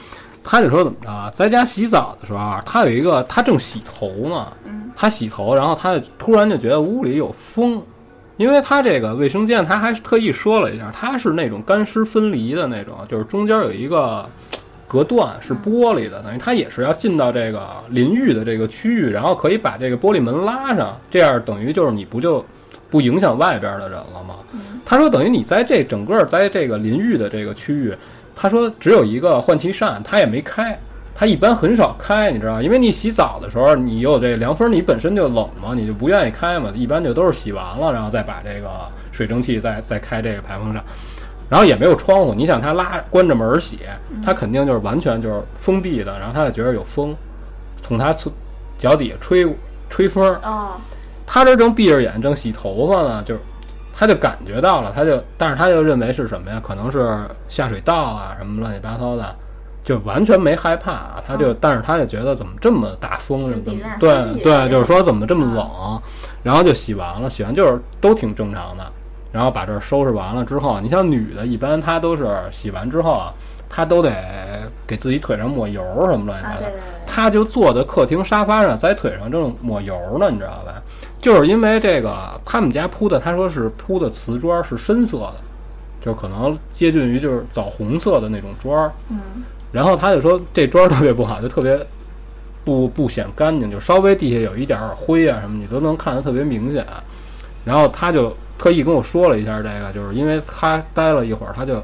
Speaker 1: 他就说怎么着啊，在家洗澡的时候啊，他有一个，他正洗头呢，
Speaker 2: 嗯
Speaker 1: 他洗头，然后他就突然就觉得屋里有风，因为他这个卫生间他还特意说了一下，他是那种干湿分离的那种，就是中间有一个隔断是玻璃的，等于他也是要进到这个淋浴的这个区域，然后可以把这个玻璃门拉上，这样等于就是你不就不影响外边的人了吗？
Speaker 2: 嗯
Speaker 1: 他说等于你在这整个在这个淋浴的这个区域，他说只有一个换气扇，他也没开。他一般很少开，你知道吗，因为你洗澡的时候，你有这凉风，你本身就冷嘛，你就不愿意开嘛，一般就都是洗完了，然后再把这个水蒸气再再开这个排风扇，然后也没有窗户，你想他拉关着门儿洗，他肯定就是完全就是封闭的，然后他就觉得有风从他从脚底下吹吹风儿，
Speaker 2: 哦，
Speaker 1: 他这正闭着眼正洗头发呢，就是他就感觉到了，他就但是他就认为是什么呀？可能是下水道啊什么乱七八糟的，就完全没害怕啊。他就、但是他就觉得怎么这么大风，
Speaker 2: 就
Speaker 1: 怎么
Speaker 2: 嗯自己在那儿分
Speaker 1: 对
Speaker 2: 析
Speaker 1: 对，
Speaker 2: 是
Speaker 1: 就是说怎么这么冷，然后就洗完了，洗完就是都挺正常的。然后把这儿收拾完了之后，你像女的，一般她都是洗完之后啊，她都得给自己腿上抹油什么乱七八
Speaker 2: 啊
Speaker 1: 糟
Speaker 2: 对
Speaker 1: 的
Speaker 2: 对。对，
Speaker 1: 他就坐在客厅沙发上，在腿上正抹油呢，你知道吧？就是因为这个，他们家铺的，他说是铺的瓷砖，是深色的，就可能接近于就是枣红色的那种砖儿。
Speaker 2: 嗯
Speaker 1: 然后他就说这砖儿特别不好，就特别不不显干净，就稍微地下有一点儿灰啊什么，你都能看得特别明显。然后他就特意跟我说了一下这个，就是因为他待了一会儿，他就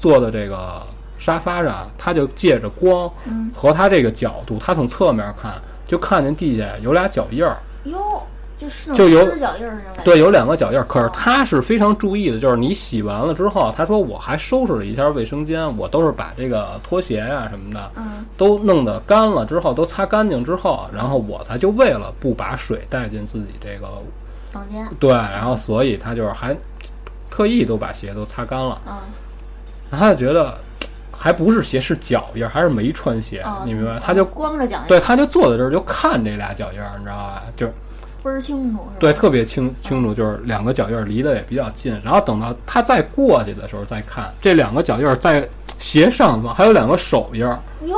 Speaker 1: 坐在这个沙发上，他就借着光
Speaker 2: 嗯，
Speaker 1: 和他这个角度，他从侧面看就看见地下有俩脚印儿，
Speaker 2: 哟，就是那
Speaker 1: 就
Speaker 2: 种
Speaker 1: 有
Speaker 2: 湿脚印儿那种感觉。
Speaker 1: 对，有两个脚印儿。可是他是非常注意的，就是你洗完了之后，他说我还收拾了一下卫生间，我都是把这个拖鞋啊什么的
Speaker 2: 嗯
Speaker 1: 都弄得干了之后，都擦干净之后，然后我才就为了不把水带进自己这个
Speaker 2: 房间，
Speaker 1: 对，然后所以他就是还特意都把鞋都擦干了，
Speaker 2: 嗯
Speaker 1: 然后他就觉得还不是鞋是脚印儿，还是没穿鞋，
Speaker 2: 哦，
Speaker 1: 哎你明白吗？他就
Speaker 2: 光着脚印，
Speaker 1: 对，，他就坐在这儿就看这俩脚印儿，你知道吧？就
Speaker 2: 倍儿清楚，是吧？
Speaker 1: 对，特别清清楚，就是两个脚印儿离得也比较近。然后等到他再过去的时候再看，这两个脚印儿在斜上方还有两个手印儿，
Speaker 2: 哟，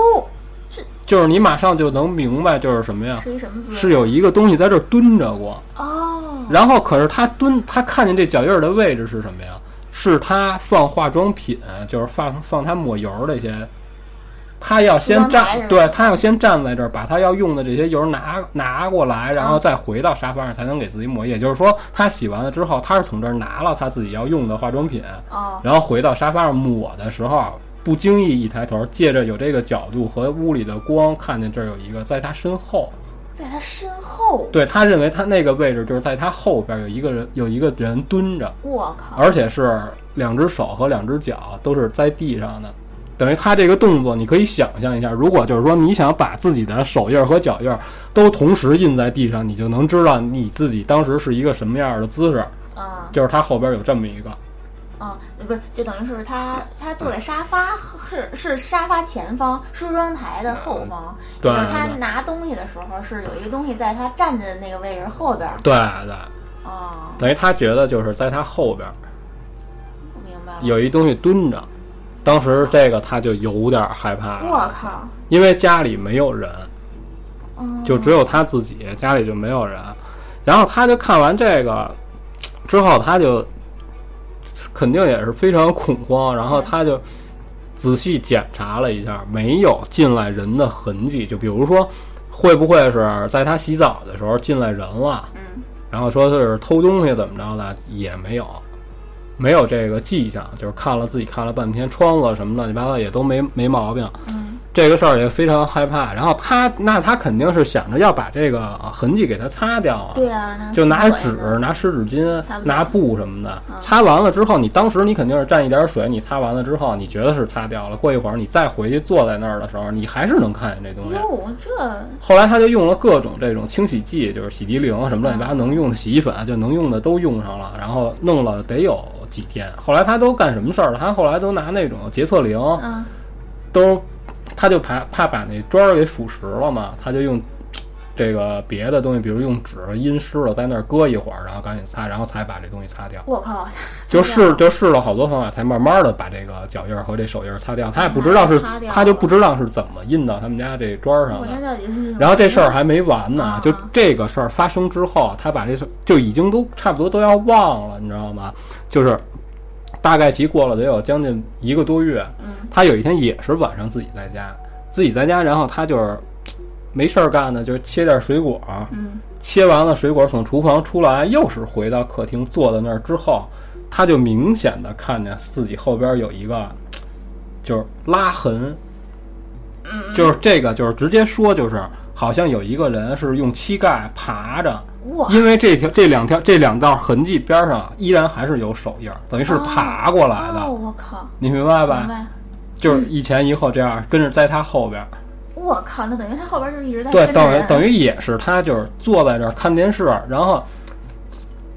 Speaker 1: 就是你马上就能明白就是什么呀？
Speaker 2: 是一什么姿势？
Speaker 1: 啊是有一个东西在这儿蹲着过，
Speaker 2: 哦，
Speaker 1: 然后可是他蹲，他看见这脚印儿的位置是什么呀？是他放化妆品，就是放放他抹油这些，他要先
Speaker 2: 涂装台
Speaker 1: 站
Speaker 2: 是，吧
Speaker 1: 对他要先站在这儿，把他要用的这些油拿拿过来，然后再回到沙发上才能给自己抹。也就是说，他洗完了之后，他是从这儿拿了他自己要用的化妆品，
Speaker 2: 哦，
Speaker 1: 然后回到沙发上抹的时候，不经意一抬头，借着有这个角度和屋里的光，看见这儿有一个在他身后。
Speaker 2: 在他身后，
Speaker 1: 对他认为他那个位置就是在他后边有一个人有一个人蹲着，
Speaker 2: 我靠，
Speaker 1: 而且是两只手和两只脚都是在地上的，等于他这个动作，你可以想象一下，如果就是说你想把自己的手印儿和脚印儿都同时印在地上，你就能知道你自己当时是一个什么样的姿势。
Speaker 2: 啊
Speaker 1: 就是他后边有这么一个，
Speaker 2: 啊，不是，就等于是他他坐在沙发是是沙发前方梳妆台的后方，
Speaker 1: 嗯对
Speaker 2: 就是他
Speaker 1: 对
Speaker 2: 拿东西的时候是有一个东西在他站着的那个位置后边儿
Speaker 1: 对对，
Speaker 2: 啊，
Speaker 1: 等于他觉得就是在他后边
Speaker 2: 我明白了，
Speaker 1: 有一东西蹲着，当时这个他就有点害怕了，
Speaker 2: 我靠，
Speaker 1: 因为家里没有人。
Speaker 2: 嗯，
Speaker 1: 就只有他自己，家里就没有人。然后他就看完这个之后，他就肯定也是非常恐慌，然后他就仔细检查了一下，没有进来人的痕迹。就比如说，会不会是在他洗澡的时候进来人了，
Speaker 2: 嗯
Speaker 1: 然后说是偷东西怎么着的，也没有。没有这个迹象，就是看了自己看了半天，窗子什么乱七八糟也都没没毛病。
Speaker 2: 嗯
Speaker 1: 这个事儿也非常害怕。然后他那他肯定是想着要把这个痕迹给它擦掉啊，
Speaker 2: 对啊，那
Speaker 1: 就拿
Speaker 2: 很恶
Speaker 1: 纸
Speaker 2: 心的、
Speaker 1: 拿湿纸巾
Speaker 2: 擦、不掉
Speaker 1: 拿布什么的
Speaker 2: 嗯，
Speaker 1: 擦完了之后，你当时你肯定是蘸一点水，你擦完了之后，你觉得是擦掉了，过一会儿你再回去坐在那儿的时候，你还是能看见这东西。
Speaker 2: 哟，这
Speaker 1: 后来他就用了各种这种清洗剂，就是洗涤灵啊什么乱七八糟能用的洗衣粉啊，就能用的都用上了，然后弄了得有几天。后来他都干什么事儿了？他后来都拿那种洁厕灵，
Speaker 2: 嗯，
Speaker 1: 都他就怕怕把那砖儿给腐蚀了嘛，他就用这个别的东西，比如用纸阴湿了，在那儿搁一会儿，然后赶紧擦，然后才把这东西擦掉。
Speaker 2: 我靠，
Speaker 1: 就
Speaker 2: 这样
Speaker 1: 试就试了好多方法，才慢慢的把这个脚印儿和这手印儿擦掉。他也不知道是
Speaker 2: 擦掉了
Speaker 1: 他就不知道是怎么印到他们家这砖儿上
Speaker 2: 我
Speaker 1: 的
Speaker 2: 这。到底是
Speaker 1: 然后这事儿还没完呢
Speaker 2: 嗯啊，
Speaker 1: 就这个事儿发生之后，他把这事就已经都差不多都要忘了，你知道吗？就是大概其过了得有将近一个多月，
Speaker 2: 嗯
Speaker 1: 他有一天也是晚上自己在家，自己在家，然后他就是没事儿干呢，就是切点水果，
Speaker 2: 嗯
Speaker 1: 切完了水果从厨房出来，又是回到客厅坐在那儿之后，他就明显的看见自己后边有一个就是拉痕，
Speaker 2: 嗯，
Speaker 1: 就是这个就是直接说就是好像有一个人是用膝盖爬着，
Speaker 2: 哇，
Speaker 1: 因为这条这两条这两道痕迹边上依然还是有手印儿，等于是
Speaker 2: 哦
Speaker 1: 爬过来
Speaker 2: 哦
Speaker 1: 的，
Speaker 2: 我靠，
Speaker 1: 你明白吧
Speaker 2: 明？白。嗯
Speaker 1: 就是一前一后这样跟着在他后边儿，
Speaker 2: 我靠，那等于他后边就是一直在
Speaker 1: 对，
Speaker 2: 跟着
Speaker 1: 等于
Speaker 2: 人
Speaker 1: 等于也是他就是坐在这儿看电视，然后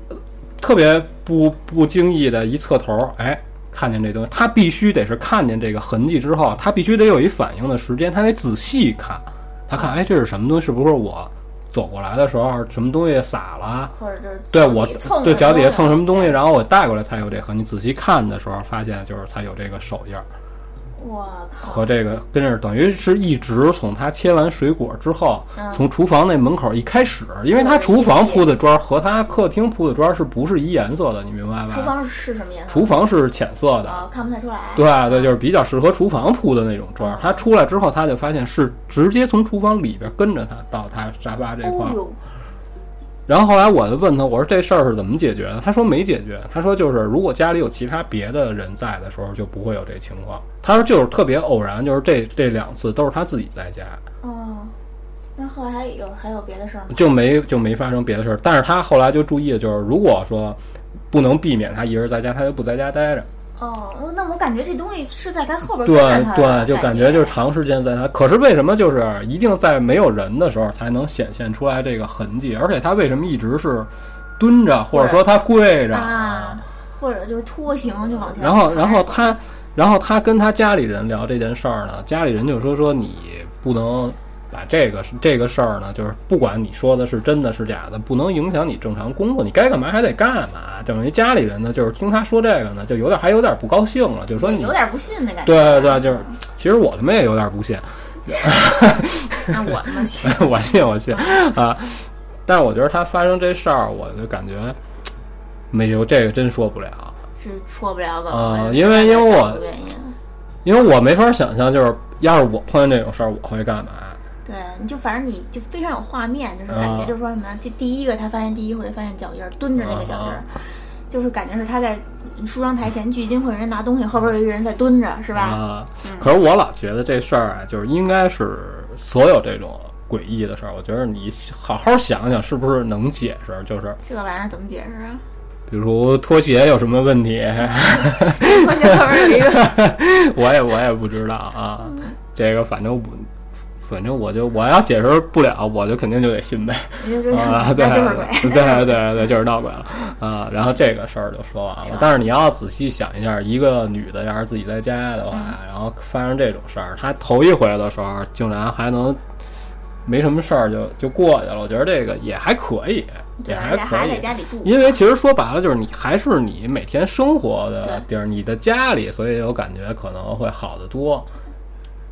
Speaker 1: 呃特别不不经意的一侧头，哎，看见这东西，他必须得是看见这个痕迹之后，他必须得有一反应的时间，他得仔细看，他看哎这是什么东西，是不是我走过来的时候什么东西洒了？
Speaker 2: 或者就是
Speaker 1: 对
Speaker 2: 脚
Speaker 1: 我
Speaker 2: 底蹭
Speaker 1: 对
Speaker 2: 着
Speaker 1: 脚底下
Speaker 2: 走
Speaker 1: 蹭什么东西，然后我带过来才有这痕。你仔细看的时候，发现就是才有这个手印儿。
Speaker 2: 我靠，
Speaker 1: 和这个跟着，等于是一直从他切完水果之后，
Speaker 2: 嗯
Speaker 1: 从厨房那门口一开始，因为他厨房铺的砖儿和他客厅铺的砖儿是不是一颜色的？你明白吧？
Speaker 2: 厨房是什么颜色？
Speaker 1: 厨房是浅色的，
Speaker 2: 啊，看不太出来。
Speaker 1: 对对，就是比较适合厨房铺的那种砖儿。他出来之后，他就发现是直接从厨房里边跟着他到他沙发这块儿
Speaker 2: 哦。呦，
Speaker 1: 然后后来我就问他，我说这事儿是怎么解决的？他说没解决，他说就是如果家里有其他别的人在的时候，就不会有这情况。他说就是特别偶然，就是这这两次都是他自己在家，
Speaker 2: 哦，那后来还有还有别的事儿吗？
Speaker 1: 就没就没发生别的事儿。但是他后来就注意，就是如果说不能避免他一人在家，他就不在家待着。
Speaker 2: 哦，哦那我感觉这东西是在他后边
Speaker 1: 对
Speaker 2: 跟着他
Speaker 1: 对，
Speaker 2: 的
Speaker 1: 就
Speaker 2: 感
Speaker 1: 感觉就是长时间在他。可是为什么就是一定在没有人的时候才能显现出来这个痕迹？而且他为什么一直是蹲着，或者说他跪着
Speaker 2: 啊，或者就是拖行就往前。
Speaker 1: 然后，然后他，然后他跟他家里人聊这件事儿呢，家里人就说说你不能把这个这个事儿呢，就是不管你说的是真的是假的，不能影响你正常工作，你该干嘛还得干嘛。等于家里人呢，就是听他说这个呢，就有点还有点不高兴了，就说
Speaker 2: 也
Speaker 1: 你
Speaker 2: 有点不信的感觉。
Speaker 1: 对对对，就是其实我他妈也有点不信，
Speaker 2: 那我们信
Speaker 1: 我信我信啊，但是我觉得他发生这事儿，我就感觉没有这个真说不了。
Speaker 2: 是戳不了梗
Speaker 1: 啊
Speaker 2: 我也
Speaker 1: 因为
Speaker 2: 实在
Speaker 1: 因为
Speaker 2: 找
Speaker 1: 我
Speaker 2: 不原因。
Speaker 1: 因为我没法想象，就是要是我碰见这种事儿，我会干嘛？
Speaker 2: 对，你就反正你就非常有画面，就是感觉
Speaker 1: 啊
Speaker 2: 就是说什么，这第一个他发现第一回发现脚印儿，蹲着那个脚印儿
Speaker 1: 啊，
Speaker 2: 就是感觉是他在梳妆台前聚精会神拿东西，后边有一个人在蹲着，是吧？
Speaker 1: 啊，可是我老觉得这事儿啊，就是应该是所有这种诡异的事儿，我觉得你好好想想，是不是能解释？就是
Speaker 2: 这个玩意儿怎么解释啊？
Speaker 1: 比如拖鞋有什么问题，
Speaker 2: 我现在后边有一个，
Speaker 1: 我也我也不知道啊。
Speaker 2: 嗯
Speaker 1: 这个反正我反正我就我要解释不了，我就肯定就得信呗。
Speaker 2: 你就知
Speaker 1: 啊，
Speaker 2: 道，
Speaker 1: 对
Speaker 2: 那就是鬼。
Speaker 1: 对对对对，就是闹鬼了啊。然后这个事儿就说完了，但是你要仔细想一下，一个女的要是自己在家的话，
Speaker 2: 嗯
Speaker 1: 然后发生这种事儿，她头一回的时候竟然还能没什么事儿就就过去了，我觉得这个也还可以，
Speaker 2: 对，
Speaker 1: 也
Speaker 2: 人家
Speaker 1: 可
Speaker 2: 还在
Speaker 1: 以。
Speaker 2: 家里住，
Speaker 1: 因为其实说白了，就是你还是你每天生活的地儿，你的家里，所以我感觉可能会好得多。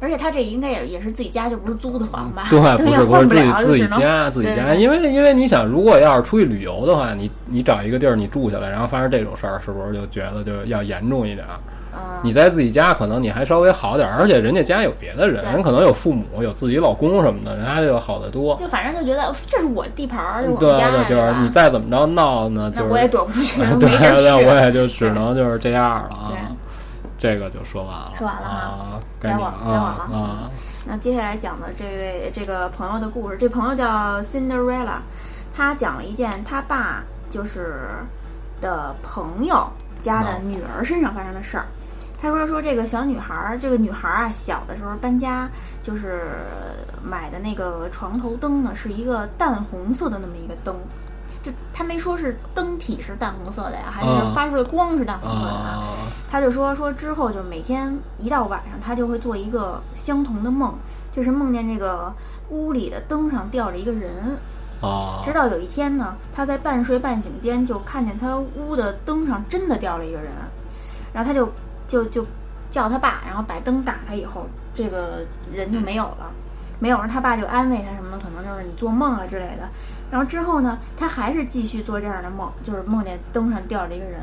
Speaker 2: 而且他这应该也也是自己家，就不是租的房 吧？
Speaker 1: 对，
Speaker 2: 对
Speaker 1: 不是
Speaker 2: 也
Speaker 1: 不是
Speaker 2: 混
Speaker 1: 自己
Speaker 2: 了，就
Speaker 1: 自己
Speaker 2: 只能
Speaker 1: 家自己
Speaker 2: 对
Speaker 1: 家，
Speaker 2: 对
Speaker 1: 因为因为你想，如果要是出去旅游的话，你你找一个地儿你住下来，然后发生这种事儿，是不是就觉得就要严重一点儿？
Speaker 2: 嗯，
Speaker 1: 你在自己家可能你还稍微好点儿，而且人家家有别的人，
Speaker 2: 对
Speaker 1: 人可能有父母、有自己老公什么的，人家就好得多。
Speaker 2: 就反正就觉得哦这是我地盘儿，就
Speaker 1: 对
Speaker 2: 我们家
Speaker 1: 对，就是你
Speaker 2: 吧？
Speaker 1: 再怎么着闹呢，就是
Speaker 2: 那我也躲不出去，
Speaker 1: 对
Speaker 2: 没地
Speaker 1: 对，
Speaker 2: 儿去。
Speaker 1: 我也就只能就是这样了
Speaker 2: 对
Speaker 1: 啊。这个就说完了，
Speaker 2: 说完了哈
Speaker 1: 啊，
Speaker 2: 该
Speaker 1: 该你
Speaker 2: 我
Speaker 1: 了
Speaker 2: 该我
Speaker 1: 啊
Speaker 2: 了
Speaker 1: 啊，
Speaker 2: 那接下来讲的这位这个朋友的故事，这朋友叫 Cinderella，他讲了一件他爸就是的朋友家的女儿身上发生的事儿。他说说这个小女孩儿，这个女孩儿啊，小的时候搬家就是买的那个床头灯呢，是一个淡红色的那么一个灯。这他没说是灯体是淡红色的呀，还
Speaker 1: 啊
Speaker 2: 是发出的光是淡红色的啊？
Speaker 1: 啊，
Speaker 2: 他就说说之后就每天一到晚上，他就会做一个相同的梦，就是梦见这个屋里的灯上吊着一个人。
Speaker 1: 啊
Speaker 2: 直到有一天呢，他在半睡半醒间就看见他屋的灯上真的吊了一个人，然后他就就就叫他爸，然后把灯打开以后，这个人就没有了。没有，然后他爸就安慰他什么的，可能就是你做梦啊之类的。然后之后呢，他还是继续做这样的梦，就是梦见灯上吊着一个人，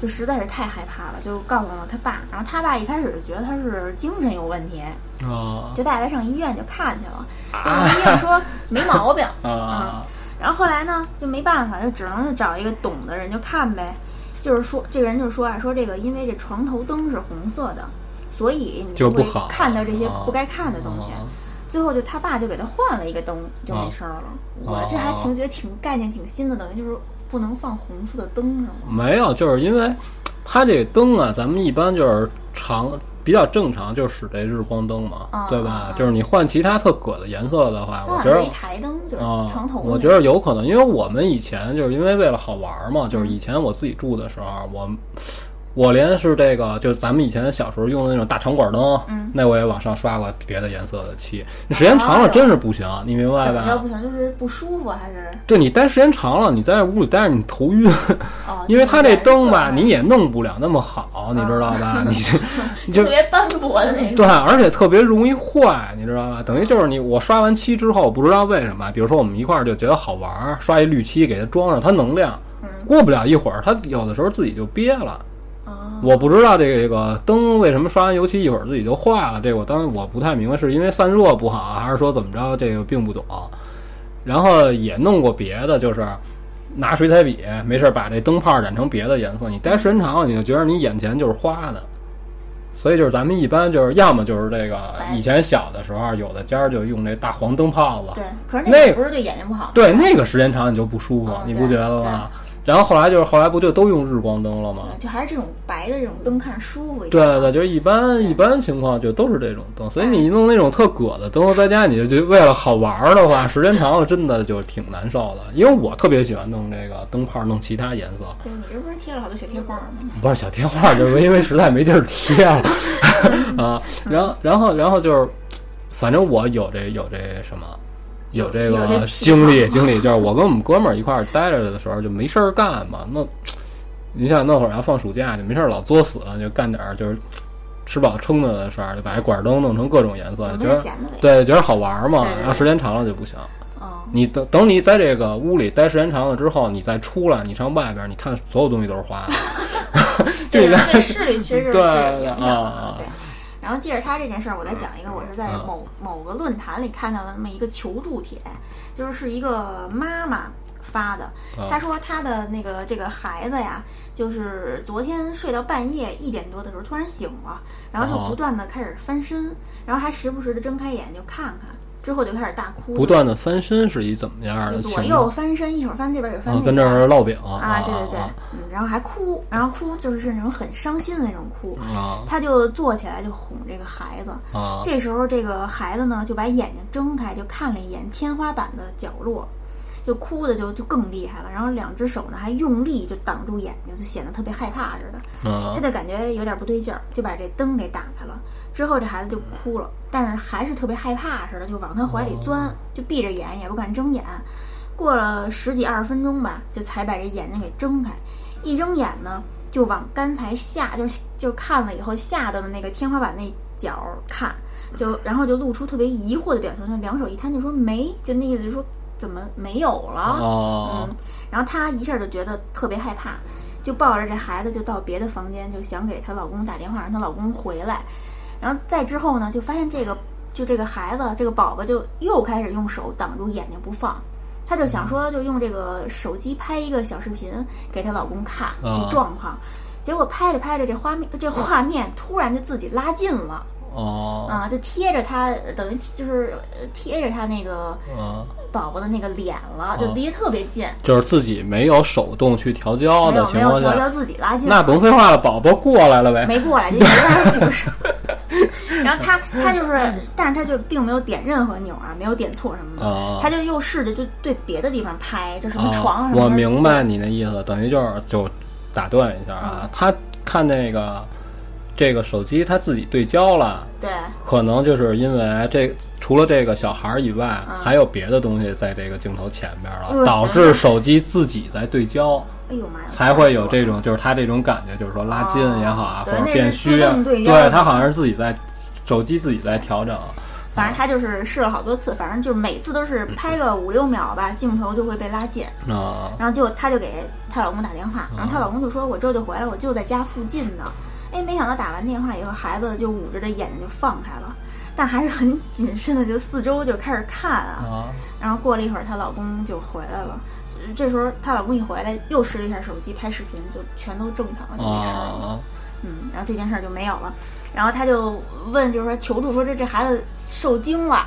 Speaker 2: 就实在是太害怕了，就告诉了他爸。然后他爸一开始就觉得他是精神有问题，
Speaker 1: 啊
Speaker 2: 就带他上医院就看去了。结果医院说没毛病，
Speaker 1: 啊
Speaker 2: 然后后来呢，就没办法，就只能是找一个懂的人就看呗。就是说，这个人就说啊，说这个因为这床头灯是红色的，所以你
Speaker 1: 就不
Speaker 2: 会
Speaker 1: 好
Speaker 2: 看到这些
Speaker 1: 啊啊
Speaker 2: 不该看的东西。最后就他爸就给他换了一个灯，就没声儿了。我这还挺觉得挺概念挺新的，等于就是不能放红色的灯是吗？
Speaker 1: 没有，就是因为它这灯啊，咱们一般就是常比较正常，就使这日光灯嘛，
Speaker 2: 啊
Speaker 1: 对
Speaker 2: 啊
Speaker 1: 吧
Speaker 2: 啊？
Speaker 1: 就是你换其他特葛的颜色的话，
Speaker 2: 它
Speaker 1: 我
Speaker 2: 好
Speaker 1: 觉
Speaker 2: 像
Speaker 1: 得
Speaker 2: 是一台灯，就是
Speaker 1: 啊，
Speaker 2: 床头的那个。
Speaker 1: 我觉得有可能，因为我们以前就是因为为了好玩嘛，
Speaker 2: 嗯
Speaker 1: 就是以前我自己住的时候，啊我我连是这个，就是咱们以前小时候用的那种大长管灯，
Speaker 2: 嗯
Speaker 1: 那我也往上刷过别的颜色的漆，你时间长了
Speaker 2: 啊
Speaker 1: 真是不行，你明白
Speaker 2: 怎么着
Speaker 1: 吧
Speaker 2: 不？行，就是不舒服还是
Speaker 1: 对你待时间长了，你在屋里待着你头晕，
Speaker 2: 哦？
Speaker 1: 因为它这灯吧，
Speaker 2: 就是颜色啊嗯
Speaker 1: 你也弄不了那么好，你知道吧？你就你 就
Speaker 2: 特别斑驳的那种。
Speaker 1: 对，而且特别容易坏，你知道吧？等于就是你我刷完漆之后，不知道为什么，比如说我们一块儿就觉得好玩儿，刷一绿漆给它装上，它能量。
Speaker 2: 嗯
Speaker 1: 过不了一会儿，它有的时候自己就憋了。
Speaker 2: 啊，
Speaker 1: 我不知道这个这个灯为什么刷完油漆一会儿自己就坏了，这个我当然我不太明白，是因为散热不好啊，还是说怎么着？这个并不懂。然后也弄过别的，就是拿水彩笔没事儿把这灯泡染成别的颜色，你待时间长了，你就觉得你眼前就是花的。所以就是咱们一般就是要么就是这个
Speaker 2: 白
Speaker 1: 以前小的时候，啊有的家儿就用这大黄灯泡子，
Speaker 2: 对，可是那
Speaker 1: 那
Speaker 2: 个不是对眼睛不好吗？
Speaker 1: 对，那个时间长你就不舒服，
Speaker 2: 嗯
Speaker 1: 你
Speaker 2: 对
Speaker 1: 不觉得吗？然后后来就是后来不就都用日光灯了吗？
Speaker 2: 嗯对，就还是这种白的这种灯看着舒服一点。
Speaker 1: 对对，就是一般一般情况就都是这种灯，所以你弄那种特葛的灯，在家你就就为了好玩儿的话，时间长了真的就挺难受的。因为我特别喜欢弄这个灯泡，弄其他颜色，
Speaker 2: 对你这不是贴了好多小贴画吗？
Speaker 1: 不是小贴画，就是因为实在没地儿贴了啊。然后然后然后就是，反正我有这有这什么。有这
Speaker 2: 有这
Speaker 1: 个
Speaker 2: 癖
Speaker 1: 经历，
Speaker 2: 好
Speaker 1: 经历就是我跟我们哥们儿一块儿待着的时候就没事儿干嘛，那，你想那会儿要放暑假就没事儿老作死，就干点儿就是吃饱撑的的事儿，就把这管灯弄成各种颜色，
Speaker 2: 怎
Speaker 1: 觉
Speaker 2: 么
Speaker 1: 得
Speaker 2: 是闲的呗？
Speaker 1: 对觉得好玩儿嘛
Speaker 2: 对对，对
Speaker 1: 然后时间长了就不行。
Speaker 2: 嗯，
Speaker 1: 你等等你在这个屋里待时间长了之后，你再出来，你上外边儿，你看所有东西都是花的，就
Speaker 2: 这
Speaker 1: 你
Speaker 2: 个
Speaker 1: 在
Speaker 2: 对视力其实就是
Speaker 1: 对
Speaker 2: 有影响
Speaker 1: 啊
Speaker 2: 的。对。然后借着他这件事儿，我再讲一个，我是在
Speaker 1: 嗯
Speaker 2: 某某个论坛里看到的那么一个求助帖，就是是一个妈妈发的，
Speaker 1: 嗯
Speaker 2: 她说她的那个这个孩子呀，就是昨天睡到半夜一点多的时候突然醒了，然后就
Speaker 1: 哦
Speaker 2: 不断的开始翻身，然后还时不时的睁开眼就看看，之后就开始大哭，
Speaker 1: 不断的翻身是一怎么样的
Speaker 2: 就
Speaker 1: 情
Speaker 2: 嗯左右
Speaker 1: 况？
Speaker 2: 翻身，一会儿翻这边，一会儿翻
Speaker 1: 啊
Speaker 2: 那，
Speaker 1: 跟
Speaker 2: 边，
Speaker 1: 这儿烙饼啊
Speaker 2: 啊，对对对，嗯，然后还哭，然后哭就是是那种很伤心的那种哭，
Speaker 1: 啊
Speaker 2: 他就坐起来就哄这个孩子。
Speaker 1: 啊
Speaker 2: 这时候这个孩子呢就把眼睛睁开，就看了一眼天花板的角落，就哭的就就更厉害了，然后两只手呢还用力就挡住眼睛，就显得特别害怕似的。
Speaker 1: 啊
Speaker 2: 他就感觉有点不对劲儿，就把这灯给打开了。之后这孩子就哭了，但是还是特别害怕似的，就往他怀里钻，就闭着眼也不敢睁眼。过了十几二十分钟吧，就才把这眼睛给睁开。一睁眼呢，就往刚才下就是就看了以后吓到的那个天花板那角儿看，就然后就露出特别疑惑的表情，就两手一摊就说没，就那意思就说怎么没有了。
Speaker 1: 啊
Speaker 2: 嗯，然后她一下就觉得特别害怕，就抱着这孩子就到别的房间，就想给她老公打电话，让她老公回来。然后再之后呢，就发现这个就这个孩子这个宝宝就又开始用手挡住眼睛不放，她
Speaker 1: 嗯
Speaker 2: 就想说就用这个手机拍一个小视频给她老公看
Speaker 1: 啊
Speaker 2: 这状况。结果拍着拍着，这画面这画面突然就自己拉近了
Speaker 1: 哦，
Speaker 2: 啊，就贴着他，等于就是呃贴着他那个
Speaker 1: 嗯，
Speaker 2: 宝宝的那个脸了，就
Speaker 1: 哦
Speaker 2: 离得特别近，
Speaker 1: 就是自己没有手动去调焦
Speaker 2: 没
Speaker 1: 的
Speaker 2: 有
Speaker 1: 情
Speaker 2: 没有
Speaker 1: 况
Speaker 2: 调
Speaker 1: 下，
Speaker 2: 教自己拉近了
Speaker 1: 那甭废话了，宝宝过来了呗。
Speaker 2: 没过来，就有点不是。然后他他就是，但是他就并没有点任何钮啊，没有点错什么的，
Speaker 1: 啊
Speaker 2: 他就又试着就对别的地方拍，就什么
Speaker 1: 啊
Speaker 2: 床什么的。
Speaker 1: 我明白你的意思，等于就是就打断一下
Speaker 2: 嗯
Speaker 1: 啊，他看那个这个手机他自己对焦了。
Speaker 2: 对，哎
Speaker 1: 可能就是因为这除了这个小孩儿以外，
Speaker 2: 嗯
Speaker 1: 还有别的东西在这个镜头前面了，
Speaker 2: 嗯
Speaker 1: 导致手机自己在对焦，
Speaker 2: 哎呦妈呀，
Speaker 1: 才会有
Speaker 2: 吓死我了
Speaker 1: 这种就是他这种感觉，就是说拉近也好啊，
Speaker 2: 哦
Speaker 1: 或者
Speaker 2: 对
Speaker 1: 变虚啊
Speaker 2: 那是自，动对焦的
Speaker 1: 对他好像是自己在手机自己在调整。
Speaker 2: 反正他就是试了好多次，反正就是每次都是拍个五六秒吧，镜头就会被拉近。
Speaker 1: 啊
Speaker 2: 然后结果她就给她老公打电话，然后她老公就说：“我之后就回来，我就在家附近呢。”哎，没想到打完电话以后，孩子就捂着这眼睛就放开了，但还是很 谨慎的，就四周就开始看啊。
Speaker 1: 啊
Speaker 2: 然后过了一会儿，她老公就回来了。这时候她老公一回来，又试了一下手机拍视频，就全都正常了，就没事儿了。
Speaker 1: 啊！
Speaker 2: 嗯，然后这件事儿就没有了。然后她就问，就是说求助说这这孩子受惊了，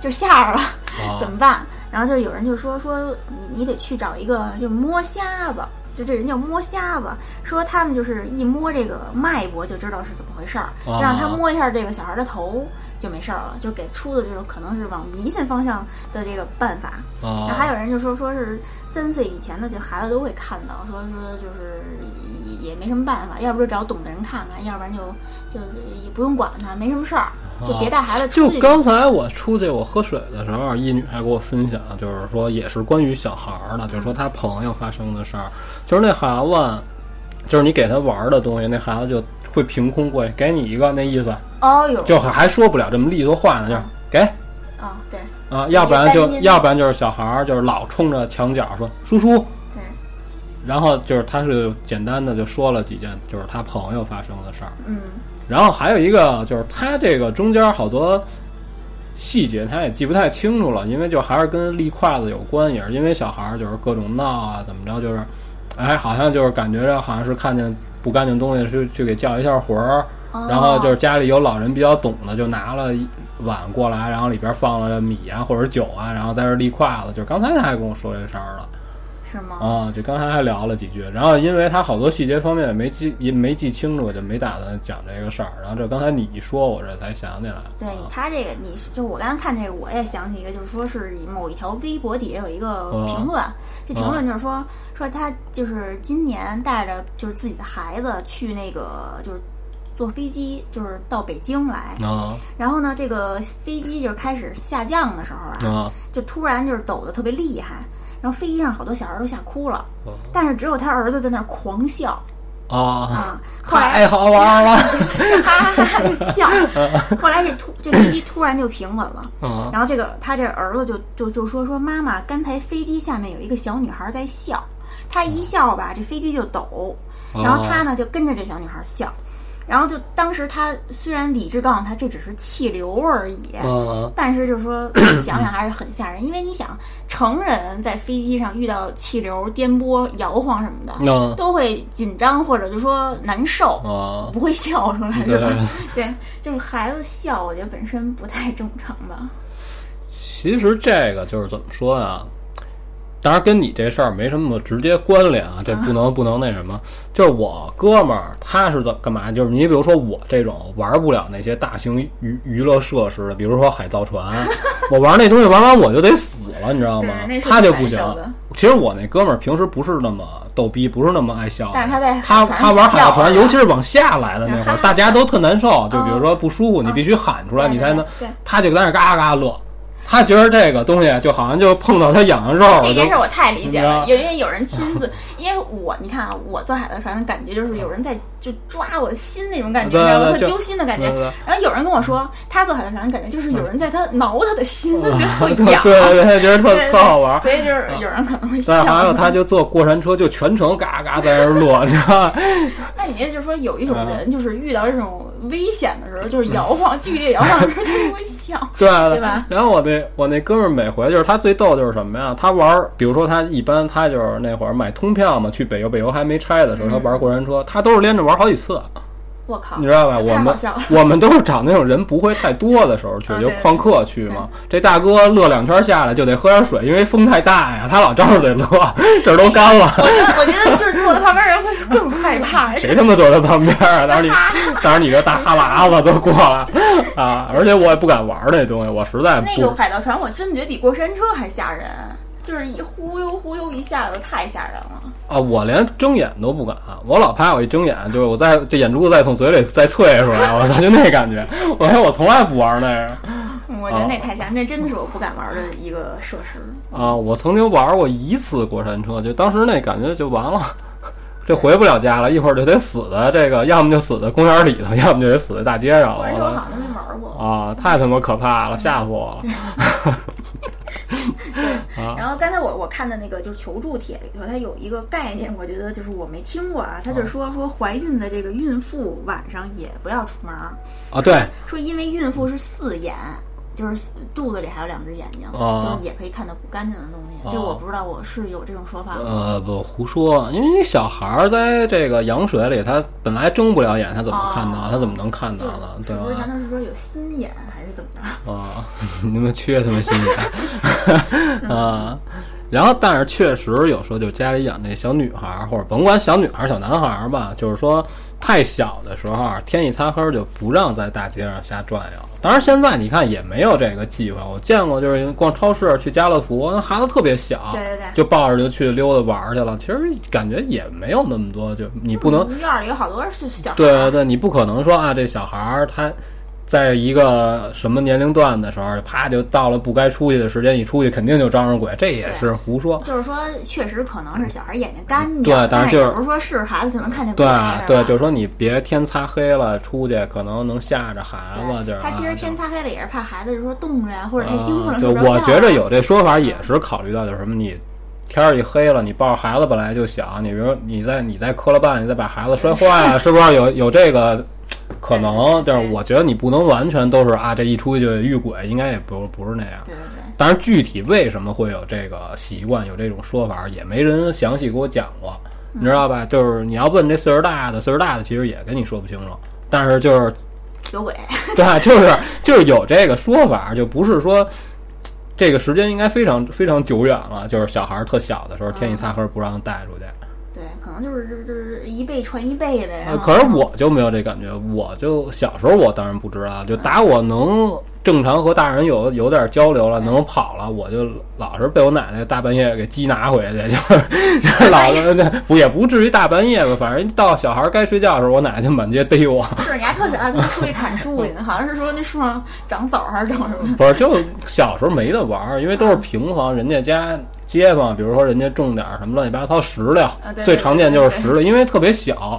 Speaker 2: 就吓着了。
Speaker 1: 啊
Speaker 2: 怎么办？然后就有人就说说你你得去找一个就摸瞎子，就这人叫摸瞎子，说他们就是一摸这个脉搏就知道是怎么回事儿，就
Speaker 1: 啊
Speaker 2: 让他摸一下这个小孩的头就没事儿了，就给出的就是可能是往迷信方向的这个办法。然后还
Speaker 1: 啊！
Speaker 2: 有人就说说是三岁以前的这孩子都会看到，说说就是也也没什么办法，要不就找懂的人看看，要不然就就也不用管他，没什么事儿，就别带孩子出
Speaker 1: 哦就
Speaker 2: 去。
Speaker 1: 刚才我出去我喝水的时候，一女还给我分享，就是说也是关于小孩儿的，就是说她朋友发生的事儿，就是那孩子，就是你给他玩儿的东西，那孩子就会凭空过去给你一个那意思，
Speaker 2: 哦哟，
Speaker 1: 就还还说不了这么利索话呢，就是给。
Speaker 2: 啊、对
Speaker 1: 啊，要不然就
Speaker 2: 单音
Speaker 1: 要不然就是小孩儿，就是老冲着墙角说叔叔，
Speaker 2: 对。
Speaker 1: 然后就是他是简单的就说了几件就是他朋友发生的事儿，
Speaker 2: 嗯，
Speaker 1: 然后还有一个就是他这个中间好多细节他也记不太清楚了，因为就还是跟呃立筷子有关，也是因为小孩儿就是各种闹啊，怎么着就是，哎，好像就是感觉着好像是看见不干净东西是去给叫一下魂儿，
Speaker 2: 哦
Speaker 1: 然后就是家里有老人比较懂的，就拿了一碗过来，然后里边放了米啊或者酒啊，然后在这立筷子。就是刚才他还跟我说这事儿了
Speaker 2: 哦是吗？
Speaker 1: 啊，就刚才还聊了几句。然后因为他好多细节方面也没记也没记清楚，就没打算讲这个事儿。然后这刚才你一说，我这才想起来。
Speaker 2: 对
Speaker 1: 啊
Speaker 2: 他这个，你是就我刚才看这个，我也想起一个，就是说是某一条微博底下有一个
Speaker 1: 哦
Speaker 2: 评论，这评论就是说、说他就是今年带着就是自己的孩子去那个就是坐飞机，就是到北京来，
Speaker 1: 啊
Speaker 2: 然后呢，这个飞机就是开始下降的时候啊，
Speaker 1: 啊
Speaker 2: 就突然就是抖得特别厉害，然后飞机上好多小孩都吓哭了，
Speaker 1: 哦
Speaker 2: 但是只有他儿子在那儿狂笑
Speaker 1: 啊！
Speaker 2: 啊，后来
Speaker 1: 太好玩了！
Speaker 2: 哈哈哈就笑。后来这突这飞机突然就平稳了，
Speaker 1: 啊
Speaker 2: 然后这个他这儿子就就就说说妈妈，刚才飞机下面有一个小女孩在笑，她一笑吧，这飞机就抖，
Speaker 1: 哦
Speaker 2: 然后他呢就跟着这小女孩笑。然后就当时他虽然理智告诉他这只是气流而已，
Speaker 1: 啊
Speaker 2: 但是就是说想想还是很吓人，因为你想成人在飞机上遇到气流、颠簸、摇晃什么的，
Speaker 1: 那
Speaker 2: 都会紧张或者就说难受，
Speaker 1: 啊
Speaker 2: 不会笑出来是
Speaker 1: 对
Speaker 2: 吧？对，就是孩子笑，我觉得本身不太正常吧。
Speaker 1: 其实这个就是怎么说呀、当然跟你这事儿没什么直接关联啊，这不能不能那什么。就是我哥们儿他是怎干嘛？就是你比如说我这种玩不了那些大型娱娱乐设施的，比如说海盗 船，我玩那东西玩完我就得死了，你知道吗
Speaker 2: 对那？是
Speaker 1: 他就
Speaker 2: 很
Speaker 1: 不行
Speaker 2: 难受的。
Speaker 1: 其实我那哥们儿平时不是那么逗逼，不是那么爱笑的，
Speaker 2: 但是他在
Speaker 1: 他
Speaker 2: 海
Speaker 1: 他
Speaker 2: 上
Speaker 1: 玩海盗
Speaker 2: 笑啊啊
Speaker 1: 船，尤其是往下来的那会
Speaker 2: 哈
Speaker 1: 儿
Speaker 2: 哈，
Speaker 1: 大家都特难受。就比如说不舒服，你必须喊出来，
Speaker 2: 对
Speaker 1: 你
Speaker 2: 啊对
Speaker 1: 才能
Speaker 2: 对。
Speaker 1: 他就在那儿嘎嘎乐，他觉得这个东西就好像就碰到他痒痒肉了，
Speaker 2: 这
Speaker 1: 就
Speaker 2: 件事我太理解
Speaker 1: 你知
Speaker 2: 了，
Speaker 1: 道
Speaker 2: 有因为有人亲 自，因为我你看啊，我坐海盗船的感觉就是有人在就抓我的心那种感觉，
Speaker 1: 对
Speaker 2: 你知道吗？
Speaker 1: 对就
Speaker 2: 特
Speaker 1: 嗯
Speaker 2: 揪心的感
Speaker 1: 对
Speaker 2: 觉。
Speaker 1: 对
Speaker 2: 然后有人跟我说，他坐海盗船的感觉就是有人在他挠他的心，他觉得 特
Speaker 1: 对
Speaker 2: 痒，
Speaker 1: 对对，觉得特
Speaker 2: 对
Speaker 1: 特好玩。嗯
Speaker 2: 所以就是有人可能会
Speaker 1: 对，
Speaker 2: 笑。
Speaker 1: 还有他就坐过山车，就全程嘎嘎在那儿乐，你知道吧？
Speaker 2: 那你这就是说有一种
Speaker 1: 嗯
Speaker 2: 人，就是遇到这种危险的时候，就是摇晃、剧烈摇晃的时候，他就会笑。
Speaker 1: 对
Speaker 2: 对吧
Speaker 1: 然后我那我那哥们儿每回就是他最逗就是什么呀？他玩儿，比如说他一般他就是那会儿买通票趟嘛，去北邮，北邮还没拆的时候，他
Speaker 2: 嗯
Speaker 1: 玩过山车，他都是连着玩好几次，
Speaker 2: 我靠
Speaker 1: 你，知道吧？我
Speaker 2: 太
Speaker 1: 们
Speaker 2: 好笑了。
Speaker 1: 我们都是找那种人不会太多的时候去
Speaker 2: 啊，
Speaker 1: 就
Speaker 2: 对
Speaker 1: 旷课去嘛。这大哥乐两圈下来就得喝点水，因为风太大呀，他老张着嘴乐，这儿都干了，
Speaker 2: 我觉得就是坐在旁边人会更害怕。
Speaker 1: 谁他妈坐在旁边啊？当时你，当时你这大哈喇子都过来啊！而且我也不敢玩那东西，我实在
Speaker 2: 那
Speaker 1: 不
Speaker 2: 个海盗船，我真觉得比过山车还吓人，就是一忽悠忽悠一下子，太吓人了。
Speaker 1: 啊，我连睁眼都不敢，我老怕我一睁眼就是我再这眼珠子再从嘴里再啐出来，我操，就那感觉。我说我从来不玩那个。
Speaker 2: 嗯我
Speaker 1: 哦
Speaker 2: 觉得那太吓，人，那真的是我不敢玩的一个设施。
Speaker 1: 啊，我曾经玩过一次过山车，就当时那感觉就完了， 这回不了家了，一会儿就得死在这个，要么就死在公园里头，要么就得死在大街上
Speaker 2: 过山车我
Speaker 1: 了。
Speaker 2: 好像都没玩过。
Speaker 1: 啊，太他妈可怕了，吓死我了！
Speaker 2: 然后刚才我我看的那个就是求助帖里头，它有一个概念，我觉得就是我没听过啊。它
Speaker 1: 哦
Speaker 2: 就是说说怀孕的这个孕妇晚上也不要出门儿，
Speaker 1: 啊，对，
Speaker 2: 说因为孕妇是四眼，就是肚子里还有两只眼睛，
Speaker 1: 哦
Speaker 2: 就是也可以看到不干净的东西。
Speaker 1: 哦
Speaker 2: 这我不知道，我是有这种说法吗。
Speaker 1: 呃，不胡说，因为你小孩儿在这个羊水里，他本来睁不了眼，他怎么看到？
Speaker 2: 哦
Speaker 1: 他怎么能看到
Speaker 2: 就
Speaker 1: 呢？
Speaker 2: 是
Speaker 1: 对
Speaker 2: 不是难
Speaker 1: 吧？
Speaker 2: 道是说有心眼还是怎么着？
Speaker 1: 啊， 你们缺他妈心眼啊！然后，但是确实有时候就家里养这小女孩儿，或者甭管小女孩儿、小男孩儿吧，就是说太小的时候，啊天一擦黑就不让在大街上瞎转悠。当然，现在你看也没有这个忌讳，我见过就是逛超市去家乐福，那孩子特别小，
Speaker 2: 对对对
Speaker 1: 就抱着就去溜达玩儿去了。其实感觉也没有那么多，就你不能
Speaker 2: 我们院儿里有好多是小孩
Speaker 1: 对
Speaker 2: 儿
Speaker 1: 对对，你不可能说啊，这小孩儿他在一个什么年龄段的时候，啪就到了不该出去的时间，一出去肯定就招人鬼，这也是胡说。
Speaker 2: 就是说，确实可能是小孩儿眼睛干净，
Speaker 1: 对当然
Speaker 2: 但
Speaker 1: 就是
Speaker 2: 也不是说是孩子就能看见鬼
Speaker 1: 对啊
Speaker 2: 儿
Speaker 1: 对，就是
Speaker 2: 吧
Speaker 1: 说你别天擦黑了出去，可能能吓着孩子。就是
Speaker 2: 对他其实天
Speaker 1: 啊
Speaker 2: 擦黑了也是怕孩子，就是说冻着呀，或
Speaker 1: 就
Speaker 2: 者太兴奋了
Speaker 1: 啊
Speaker 2: 睡
Speaker 1: 对，
Speaker 2: 不着觉啊。
Speaker 1: 我觉着有这说法也是考虑到就是什么你。天儿一黑了，你抱着孩子本来就小，你比如你在你在磕了绊，你再把孩子摔坏啊 了，是不是有有这个可能？但是我觉得你不能完全都是啊，这一出去就遇鬼，应该也不不是那样。
Speaker 2: 对对对。
Speaker 1: 当然，具体为什么会有这个习惯，有这种说法，也没人详细给我讲过，
Speaker 2: 嗯
Speaker 1: 你知道吧？就是你要问这岁数大的，岁数大的其实也跟你说不清楚，但是就是
Speaker 2: 有鬼，
Speaker 1: 对，啊就是就是有这个说法，就不是说这个时间应该非常非常久远了，就是小孩儿特小的时候，天一擦黑不让带出去。
Speaker 2: 对，可能就是就是就是一辈传一辈呗。然
Speaker 1: 呃，
Speaker 2: 后
Speaker 1: 可是我就没有这感觉，我就小时候我当然不知道，就打我能正常和大人有有点交流了，能跑了，我就老是被我奶奶大半夜给缉拿回去，就是就是 老是不也不至于大半夜吧，反正到小孩该睡觉的时候，我奶奶就满街逮我，
Speaker 2: 是人家特喜欢跟树里砍树去呢，好像是说那树上长枣还是长什么？
Speaker 1: 不是就小时候没得玩儿，因为都是平房，人家家街坊，比如说人家种点儿什么乱七八糟石榴
Speaker 2: 啊对，
Speaker 1: 最常见就是石榴，因为特别小。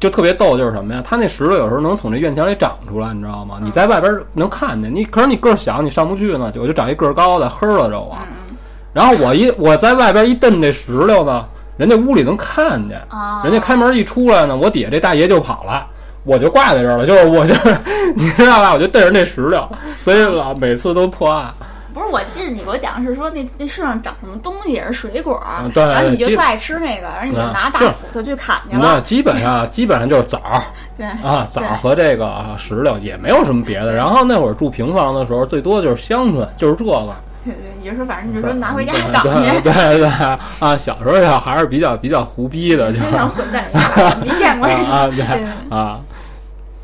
Speaker 1: 就特别逗，就是什么呀？它那石榴有时候能从这院墙里长出来，你知道吗？你
Speaker 2: 嗯
Speaker 1: 在外边儿能看见，你可是你个儿小，你上不去呢。就我就找一个儿高的，呵了着我。
Speaker 2: 嗯
Speaker 1: 然后我一我在外边一蹬这石榴呢，人家屋里能看见，
Speaker 2: 啊，
Speaker 1: 人家开门一出来呢，我底下这大爷就跑了，我就挂在这儿了，就是我就是 你知道吧，我就瞪着那石榴，所以老每次都破案。
Speaker 2: 不是我记得你给我讲的是说那那树上长什么东西也是水果儿，
Speaker 1: 啊对
Speaker 2: 然后你就
Speaker 1: 基
Speaker 2: 特爱吃那个，然后你就
Speaker 1: 啊
Speaker 2: 拿大
Speaker 1: 就是
Speaker 2: 斧头去砍去
Speaker 1: 那
Speaker 2: 了。
Speaker 1: 基本上基本上就是枣儿
Speaker 2: 对，
Speaker 1: 啊，枣
Speaker 2: 对
Speaker 1: 儿和这个啊石榴也没有什么别的。然后那会儿住平房的时候，最多就是香椿，就是这个。
Speaker 2: 对对，你就说反正你就说拿回家
Speaker 1: 对
Speaker 2: 长
Speaker 1: 对
Speaker 2: 去，
Speaker 1: 对对啊，小时候小孩儿比较比较胡逼的，就
Speaker 2: 非
Speaker 1: 是
Speaker 2: 常
Speaker 1: 啊
Speaker 2: 混蛋， 没见过。
Speaker 1: 啊对
Speaker 2: 对
Speaker 1: 啊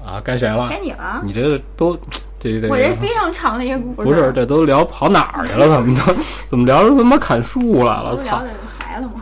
Speaker 1: 啊，该谁了
Speaker 2: 该？你了，
Speaker 1: 你这都这这
Speaker 2: 我这非常长的一个故事，
Speaker 1: 不是，这都聊跑哪儿去了？怎么都怎么聊出他妈砍树来了？
Speaker 2: 不是
Speaker 1: 操
Speaker 2: 聊！的孩子吗？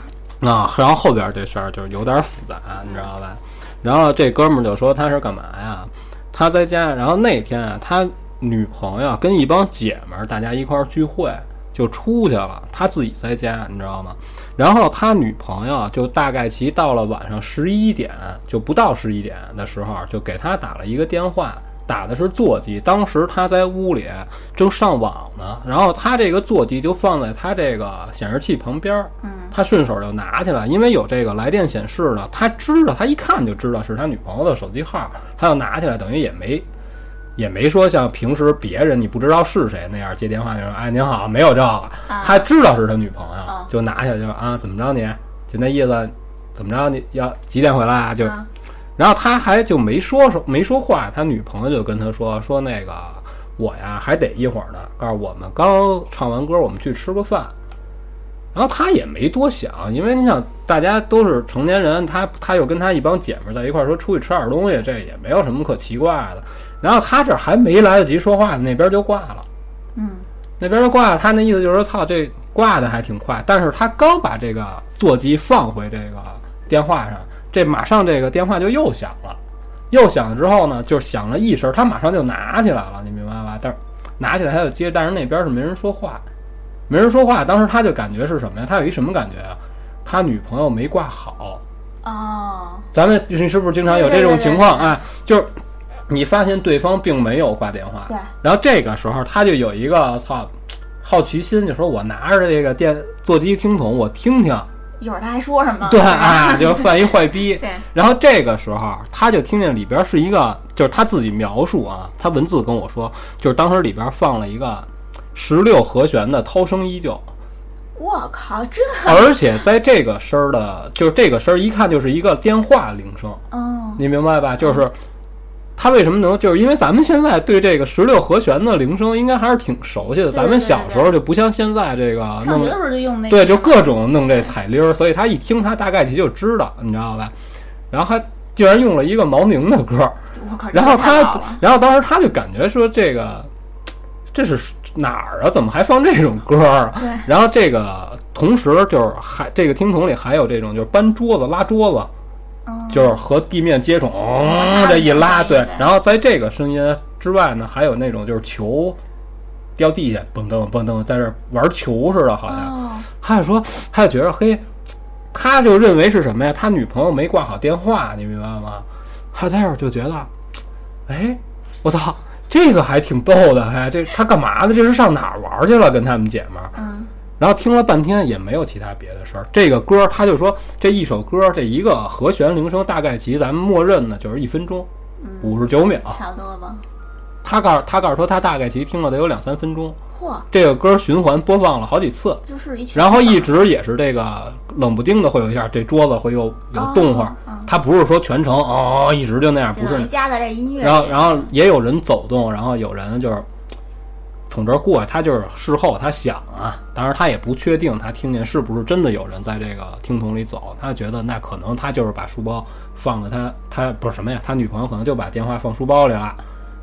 Speaker 1: 啊，然后后边这事儿就是有点复杂，你知道吧？然后这哥们儿就说他是干嘛呀？他在家，然后那天啊，他女朋友跟一帮姐们儿大家一块儿聚会，就出去了，他自己在家，你知道吗？然后他女朋友就大概其到了晚上十一点，就不到十一点的时候，就给他打了一个电话，打的是座机。当时他在屋里正上网呢，然后他这个座机就放在他这个显示器旁边儿，
Speaker 2: 嗯
Speaker 1: 他顺手就拿起来，因为有这个来电显示呢，他知道，他一看就知道是他女朋友的手机号，他就拿起来，等于也没也没说像平时别人你不知道是谁那样接啊电话就说哎您好，没有这个，他知道是他女朋友，
Speaker 2: 啊
Speaker 1: 就拿起来就说啊怎么着你就那意思，怎么着你要几点回来啊？就
Speaker 2: 啊
Speaker 1: 然后他还就没说说没说话，他女朋友就跟他说说那个我呀还得一会儿呢，告诉我们刚唱完歌，我们去吃个饭。然后他也没多想，因为你想大家都是成年人，他他又跟他一帮姐们儿在一块儿说出去吃点东西，这也没有什么可奇怪的。然后他这儿还没来得及说话，那边就挂了。
Speaker 2: 嗯
Speaker 1: 那边就挂了，他那意思就是说，操，这挂的还挺快。但是他刚把这个座机放回这个电话上，这马上这个电话就又响了，又响了之后呢，就响了一声，他马上就拿起来了，你明白吧？但是拿起来他就接，但是那边是没人说话，没人说话。当时他就感觉是什么呀？他有一什么感觉啊？他女朋友没挂好，
Speaker 2: 哦，
Speaker 1: 咱们你是不是经常有这种情况
Speaker 2: 对对对对
Speaker 1: 啊？就是你发现对方并没有挂电话，
Speaker 2: 对，
Speaker 1: 然后这个时候他就有一个操好奇心，就说我拿着这个电座机听筒，我听听，
Speaker 2: 一会儿他还说什么？
Speaker 1: 对
Speaker 2: 是吧
Speaker 1: 啊，就犯一坏逼。
Speaker 2: 对，
Speaker 1: 然后这个时候他就听见里边是一个，就是他自己描述啊，他文字跟我说，就是当时里边放了一个十六和弦的《涛声依旧》，
Speaker 2: 我靠，这
Speaker 1: 而且在这个声儿的，就是这个声儿一看就是一个电话铃声。
Speaker 2: 嗯
Speaker 1: 你明白吧？就是他为什么能，就是因为咱们现在对这个十六和弦的铃声应该还是挺熟悉的，
Speaker 2: 对
Speaker 1: 咱们小时候就不像现在这个
Speaker 2: 上
Speaker 1: 弄
Speaker 2: 学的时候就用那个，
Speaker 1: 对，就各种弄这彩铃儿，所以他一听他大概其就知道，你知道吧？然后他竟然用了一个毛宁的歌儿，
Speaker 2: 我靠，这
Speaker 1: 然后
Speaker 2: 太好
Speaker 1: 他
Speaker 2: 了，
Speaker 1: 然后当时他就感觉说这个这是哪儿啊？怎么还放这种歌儿啊？
Speaker 2: 对
Speaker 1: 然后这个同时就是还这个听筒里还有这种就是搬桌子拉桌子。
Speaker 2: 嗯
Speaker 1: 就是和地面接触，
Speaker 2: 嗯
Speaker 1: 这一拉，对
Speaker 2: 对。
Speaker 1: 然后在这个声音之外呢，还有那种就是球掉地下，蹦噔蹦噔，在这玩球似的，好像。
Speaker 2: 哦，
Speaker 1: 他就说，他就觉得，嘿，他就认为是什么呀？他女朋友没挂好电话，你明白吗？他在这儿就觉得，哎，我操，这个还挺逗的，哎，这他干嘛呢？这是上哪儿玩去了？跟他们姐们儿。
Speaker 2: 嗯
Speaker 1: 然后听了半天也没有其他别的事儿。这个歌儿他就说这一首歌儿这一个和弦铃声大概其咱们默认呢就是一分钟
Speaker 2: 嗯，
Speaker 1: 五十九秒。
Speaker 2: 差不多吧。
Speaker 1: 他告他告诉说他大概其听了得有两三分钟，
Speaker 2: 嚯，
Speaker 1: 这个歌儿循环播放了好几次，
Speaker 2: 就是一群
Speaker 1: 然后一直也是这个冷不丁的会有一下这桌子会又有动会儿
Speaker 2: 哦。嗯
Speaker 1: 他不是说全程哦一直就那样，
Speaker 2: 就
Speaker 1: 不是
Speaker 2: 等于加在这音乐里，
Speaker 1: 然后，然后也有人走动，然后有人就是从这儿过，他就是事后他想啊，当然他也不确定他听见是不是真的有人在这个听筒里走，他觉得那可能他就是把书包放在他他不是什么呀，他女朋友可能就把电话放书包里了，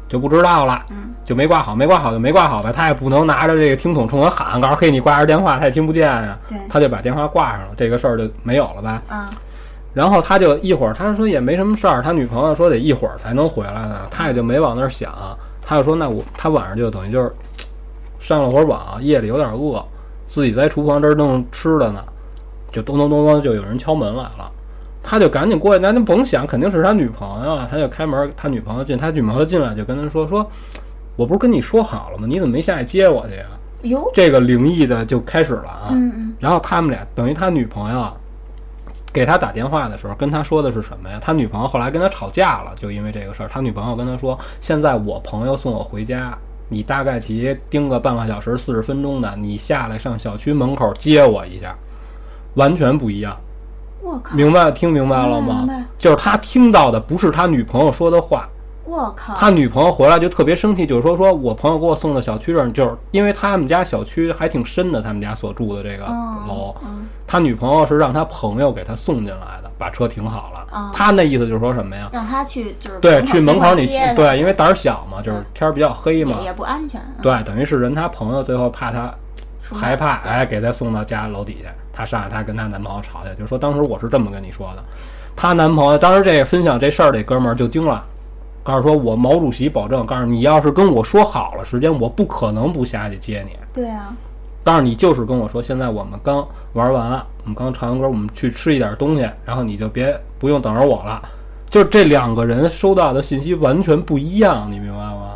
Speaker 1: 就不知道了，
Speaker 2: 嗯
Speaker 1: 就没挂好，没挂好就没挂好呗，他也不能拿着这个听筒冲我喊，告诉嘿你挂着电话，他也听不见呀、
Speaker 2: 对
Speaker 1: 他就把电话挂上了，这个事儿就没有了吧。
Speaker 2: 啊，
Speaker 1: 然后他就一会儿，他说也没什么事儿，他女朋友说得一会儿才能回来呢，他也就没往那儿想，他就说那我他晚上就等于就是上了会儿网，夜里有点饿，自己在厨房这儿弄吃的呢，就咚咚咚咚就有人敲门来了，他就赶紧过去，那就甭想，肯定是他女朋友啊，他就开门，他女朋友进，他女朋友进来就跟他说说，我不是跟你说好了吗？你怎么没下去接我去呀？啊
Speaker 2: 哟，
Speaker 1: 这个灵异的就开始了啊，
Speaker 2: 嗯嗯，
Speaker 1: 然后他们俩等于他女朋友啊给他打电话的时候，跟他说的是什么呀？他女朋友后来跟他吵架了，就因为这个事儿。他女朋友跟他说：“现在我朋友送我回家，你大概其盯个半个小时、四十分钟的，你下来上小区门口接我一下。”完全不一样，
Speaker 2: 我靠，
Speaker 1: 明白听明白了吗
Speaker 2: 明白明白？
Speaker 1: 就是他听到的不是他女朋友说的话，
Speaker 2: 我靠，
Speaker 1: 他女朋友回来就特别生气，就是说说我朋友给我送到小区这儿，就是因为他们家小区还挺深的，他们家所住的这个
Speaker 2: 嗯
Speaker 1: 楼，
Speaker 2: 嗯
Speaker 1: 他女朋友是让他朋友给他送进来的，把车停好了。
Speaker 2: 啊
Speaker 1: 他那意思就是说什么呀？
Speaker 2: 让他去就是
Speaker 1: 对，去门口你
Speaker 2: 接的
Speaker 1: 对，因为胆儿小嘛，就是天儿比较黑嘛
Speaker 2: 嗯也，也不安全，嗯
Speaker 1: 对，等于是人他朋友最后怕他
Speaker 2: 出门
Speaker 1: 害怕，哎，给他送到家楼底下，她上来她跟她男朋友吵架，就说当时我是这么跟你说的，她男朋友当时这个分享这事儿，这哥们儿就惊了，告诉说我毛主席保证，告诉你要是跟我说好了时间，我不可能不下去接你，
Speaker 2: 对啊，
Speaker 1: 但是你就是跟我说，现在我们刚玩完，我们刚唱完歌，我们去吃一点东西，然后你就别不用等着我了。就是这两个人收到的信息完全不一样，你明白吗？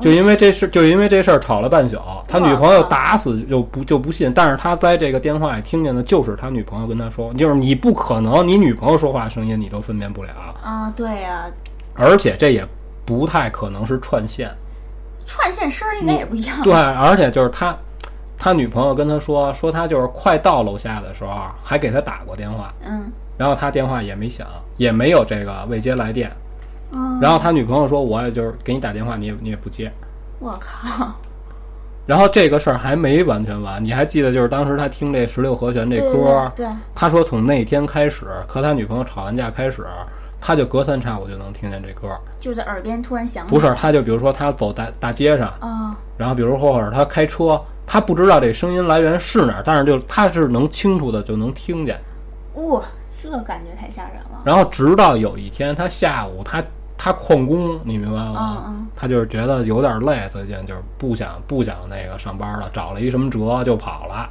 Speaker 1: 就因为这事，就因为这事儿吵了半宿。他女朋友打死就不就不信，但是他在这个电话里听见的就是他女朋友跟他说，就是你不可能，你女朋友说话声音你都分辨不了，
Speaker 2: 啊对啊，
Speaker 1: 而且这也不太可能是串线。
Speaker 2: 串线声儿应该也不一样，
Speaker 1: 啊对，而且就是他，他女朋友跟他说，说他就是快到楼下的时候，还给他打过电话，
Speaker 2: 嗯，
Speaker 1: 然后他电话也没响，也没有这个未接来电。
Speaker 2: 嗯，
Speaker 1: 然后他女朋友说，我也就是给你打电话，你也你也不接。
Speaker 2: 我靠，
Speaker 1: 然后这个事儿还没完全完，你还记得就是当时他听这十六和弦这
Speaker 2: 对
Speaker 1: 歌儿，
Speaker 2: 对对，
Speaker 1: 他说从那天开始和他女朋友吵完架开始，他就隔三差五就能听见这歌儿。
Speaker 2: 就在耳边突然响起，
Speaker 1: 不是，他就比如说他走大大街上，
Speaker 2: 啊，
Speaker 1: 然后比如或者他开车，他不知道这声音来源是哪儿，但是就他是能清楚的就能听见。
Speaker 2: 哇、这感觉太吓人了，
Speaker 1: 然后直到有一天，他下午他他旷工，你明白吗？
Speaker 2: 嗯嗯
Speaker 1: 他就是觉得有点累，最近就是不想不想那个上班了，找了一什么辙就跑了，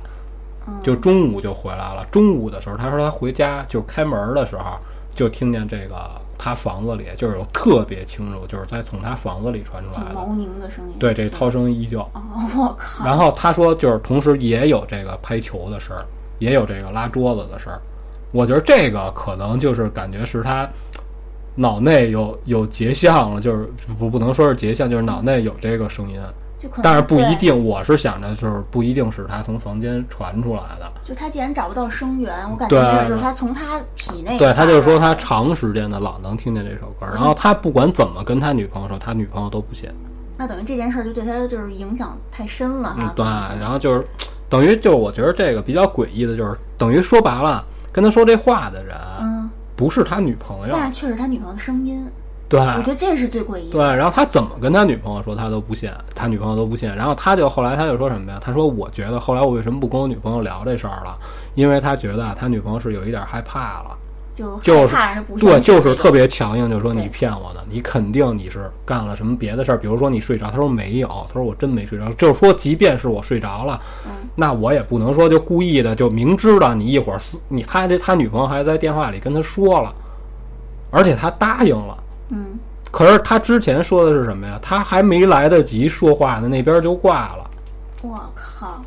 Speaker 2: 嗯
Speaker 1: 就中午就回来了。中午的时候，他说他回家就开门的时候，就听见这个他房子里就是有特别清楚，就是在从他房子里传出
Speaker 2: 挺
Speaker 1: 来的，
Speaker 2: 毛宁的声音，
Speaker 1: 对这涛声依旧。
Speaker 2: 哦， 我靠，
Speaker 1: 然后他说，就是同时也有这个拍球的事儿，也有这个拉桌子的事儿。我觉得这个可能就是感觉是他脑内有有结项了，就是不不能说是结项，就是脑内有这个声音，
Speaker 2: 就可能
Speaker 1: 但是不一
Speaker 2: 对
Speaker 1: 定。我是想着就是不一定是他从房间传出来的。
Speaker 2: 就他既然找不到声源，我感
Speaker 1: 对
Speaker 2: 觉就是他从他体内
Speaker 1: 对他就是说他
Speaker 2: 发
Speaker 1: 长时间的老能听见这首歌，然后他不管怎么跟他女朋友说，他女朋友都不信。
Speaker 2: 出来的，那等于这件事儿就对他就是影响太深了
Speaker 1: 嗯
Speaker 2: 哈，。
Speaker 1: 对，然后就是等于就是我觉得这个比较诡异的，就是等于说白了，跟他说这话的人
Speaker 2: 嗯，
Speaker 1: 不是他女朋友，
Speaker 2: 但是确实他女朋友的声音，
Speaker 1: 对
Speaker 2: 我觉得这是最诡异
Speaker 1: 哎对，
Speaker 2: 的。
Speaker 1: 然后他怎么跟他女朋友说，他都不信，他女朋友都不信，然后他就后来他就说什么呀？他说我觉得后来我为什么不跟我女朋友聊这事儿了？因为他觉得啊他女朋友是有一点害怕了，
Speaker 2: 就
Speaker 1: 就
Speaker 2: 害
Speaker 1: 是
Speaker 2: 怕人家不信
Speaker 1: 对，就是特别强硬，就说
Speaker 2: 对
Speaker 1: 你骗我的，你肯定你是干了什么别的事儿，比如说你睡着，他说没有，他说我真没睡着，就是说即便是我睡着了，
Speaker 2: 嗯
Speaker 1: 那我也不能说就故意的，就明知道你一会儿死你他这他女朋友还在电话里跟他说了，而且他答应了。
Speaker 2: 嗯，
Speaker 1: 可是他之前说的是什么呀？他还没来得及说话呢，那边就挂了。
Speaker 2: 我靠，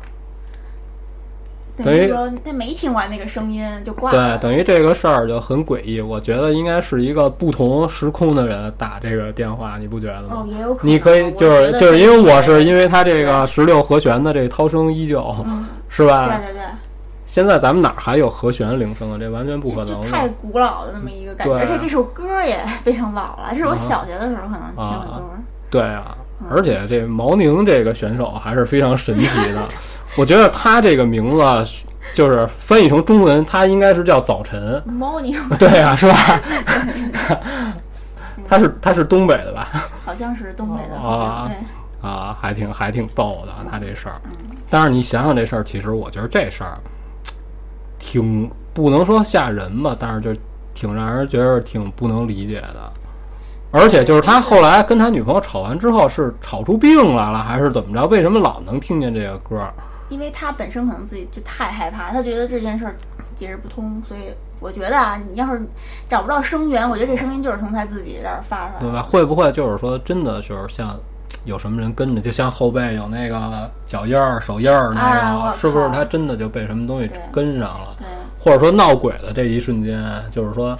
Speaker 1: 等于
Speaker 2: 说他没听完那个声音就挂
Speaker 1: 对，
Speaker 2: 了。
Speaker 1: 等于这个事儿就很诡异。我觉得应该是一个不同时空的人打这个电话，你不觉得吗？
Speaker 2: 哦，也有可能。
Speaker 1: 你可以
Speaker 2: 我
Speaker 1: 就
Speaker 2: 觉
Speaker 1: 是
Speaker 2: 得
Speaker 1: 就是
Speaker 2: 这
Speaker 1: 因为我
Speaker 2: 个
Speaker 1: 是因为他这个十六和弦的这涛声依旧，
Speaker 2: 嗯，
Speaker 1: 是
Speaker 2: 对
Speaker 1: 吧？
Speaker 2: 对对，
Speaker 1: 现在咱们哪儿还有和弦铃声啊？这完全不可
Speaker 2: 这这
Speaker 1: 能
Speaker 2: 太
Speaker 1: 的
Speaker 2: 古老的那么一个感觉，
Speaker 1: 对
Speaker 2: 而且这首歌也 非常老了，这是我
Speaker 1: 嗯
Speaker 2: 小学的时候可能听的
Speaker 1: 啊
Speaker 2: 歌。
Speaker 1: 对啊，
Speaker 2: 嗯
Speaker 1: 而且这毛宁这个选手还是非常神奇 的。我觉得他这个名字是就是翻译成中文，他应该是叫早 晨。
Speaker 2: 猫你
Speaker 1: 对啊，是吧？ 他是他是东北的吧？
Speaker 2: 好像是东北的，
Speaker 1: 啊
Speaker 2: 对，
Speaker 1: 啊，还挺还挺逗的，他这事儿。但是你想想这事儿，其实我觉得这事儿挺不能说吓人吧，但是就挺让人觉得挺不能理解的。而且就是他后来跟他女朋友吵完之后，是吵出病来了，还是怎么着？为什么老能听见这个歌儿？
Speaker 2: 因为他本身可能自己就太害怕，他觉得这件事儿解释不通，所以我觉得啊，你要是找不到声源，我觉得这声音就是从他自己这儿发出来
Speaker 1: 对
Speaker 2: 的。
Speaker 1: 吧？会不会就是说真的就是像有什么人跟着，就像后背有那个脚印儿、手印儿那个，
Speaker 2: 啊我靠
Speaker 1: 是不是他真的就被什么东西
Speaker 2: 对
Speaker 1: 跟上了？
Speaker 2: 对，
Speaker 1: 或者说闹鬼的这一瞬间，就是说，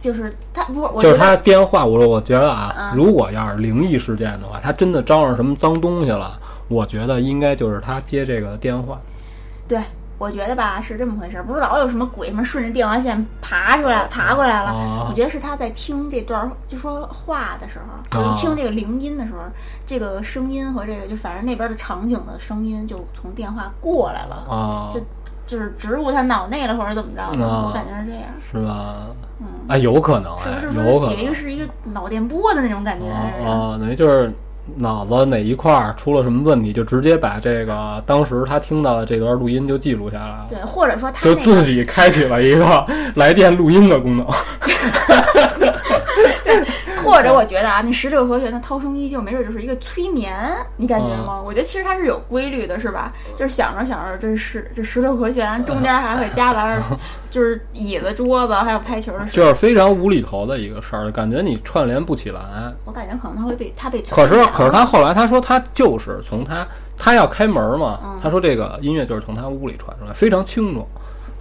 Speaker 2: 就是他不是，我
Speaker 1: 就
Speaker 2: 觉
Speaker 1: 是他
Speaker 2: 得
Speaker 1: 电话，我说我觉得啊，
Speaker 2: 嗯
Speaker 1: 如果要是灵异事件的话，他真的招上什么脏东西了，我觉得应该就是他接这个电话，
Speaker 2: 对。我觉得吧是这么回事儿，不是老有什么鬼什么顺着电话线爬出来、爬过来了。
Speaker 1: 哦
Speaker 2: 我觉得是他在听这段儿就说话的时候，
Speaker 1: 哦
Speaker 2: 就是听这个铃音的时候，这个声音和这个就反正那边的场景的声音就从电话过来了。
Speaker 1: 啊，
Speaker 2: 就是植入他脑内了，或者怎么着的，
Speaker 1: 啊
Speaker 2: 我感觉是这样，
Speaker 1: 是吧？
Speaker 2: 嗯
Speaker 1: 啊，有可能，哎，
Speaker 2: 是不是
Speaker 1: 有可
Speaker 2: 说有一
Speaker 1: 能
Speaker 2: 个。是一个脑电波的那种感觉？是吧
Speaker 1: 哦哦，等于就是脑子哪一块儿出了什么问题，就直接把这个当时他听到的这段录音就记录下来了，
Speaker 2: 对，或者说他
Speaker 1: 就
Speaker 2: 那
Speaker 1: 自
Speaker 2: 个
Speaker 1: 己开启了一个 来电录音的功能。
Speaker 2: 或者我觉得啊，那十六和弦的涛声依旧，没准就是一个催眠，你感觉吗？
Speaker 1: 嗯
Speaker 2: 我觉得其实它是有规律的，是吧？就是想着想着，这是这十六和弦中间还会加 完了，就是椅子、桌子还有拍球的事
Speaker 1: 就
Speaker 2: 儿。
Speaker 1: 是非常无厘头的一个事儿，感觉你串联不起来。
Speaker 2: 我感觉可能他会被他被催
Speaker 1: 可是
Speaker 2: 眠，
Speaker 1: 可是他后来他说他就是从他他要开门嘛
Speaker 2: 嗯，
Speaker 1: 他说这个音乐就是从他屋里传出来，非常清楚。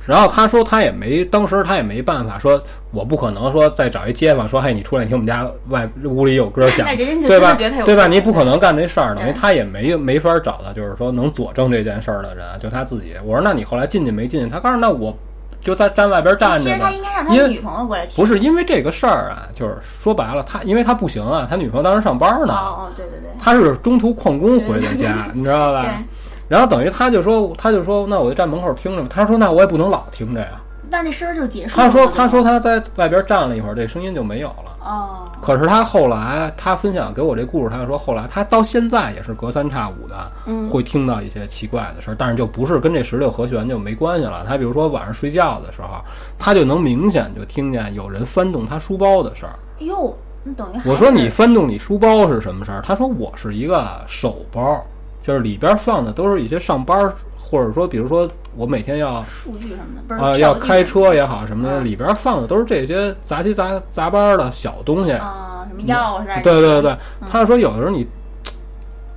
Speaker 1: 然后他说他也没，当时他也没办法，说我不可能说再找一街坊说，嘿，你出来，你听我们家外屋里有歌响
Speaker 2: 那，人家就
Speaker 1: 对
Speaker 2: 真的
Speaker 1: 吧
Speaker 2: 觉得他有？
Speaker 1: 对吧？
Speaker 2: 病
Speaker 1: 你不可能干这事儿，等于
Speaker 2: 对
Speaker 1: 他也没没法找到，就是说能佐证这件事儿的人，啊就他自己。我说那你后来进去没进去？他告诉那我就在站外边站
Speaker 2: 其
Speaker 1: 着
Speaker 2: 实他
Speaker 1: 呢。
Speaker 2: 应该让
Speaker 1: 因
Speaker 2: 他
Speaker 1: 为
Speaker 2: 女朋友过来听。
Speaker 1: 不是因为这个事儿啊，就是说白了，他因为他不行啊，他女朋友当时上班
Speaker 2: 哦
Speaker 1: 呢，
Speaker 2: 哦，对对对，
Speaker 1: 他是中途旷工回的家，你知道吧？
Speaker 2: 对。
Speaker 1: 然后等于他就说，他就说，那我就站门口听着吧。他说，那我也不能老听着呀。
Speaker 2: 那那声儿就结束了。
Speaker 1: 他说，
Speaker 2: 对吧
Speaker 1: 他说他在外边站了一会儿，这声音就没有了。
Speaker 2: 哦，
Speaker 1: 可是他后来，他分享给我这故事，他说后来他到现在也是隔三差五的
Speaker 2: 嗯
Speaker 1: 会听到一些奇怪的事儿，但是就不是跟这十六和弦就没关系了。他比如说晚上睡觉的时候，他就能明显就听见有人翻动他书包的事儿。
Speaker 2: 哟，那等于 还
Speaker 1: 我说
Speaker 2: 是
Speaker 1: 你翻动你书包是什么事儿？他说我是一个手包，就是里边放的都是一些上班儿，或者说比如说我每天要
Speaker 2: 数据什么的，不是
Speaker 1: 啊、
Speaker 2: 跳
Speaker 1: 要
Speaker 2: 进去
Speaker 1: 开车也好什么的，
Speaker 2: 嗯
Speaker 1: 里边放的都是这些杂七杂杂八儿的小东西。
Speaker 2: 啊，什么钥匙啊？
Speaker 1: 对对对，
Speaker 2: 嗯
Speaker 1: 他说有的时候你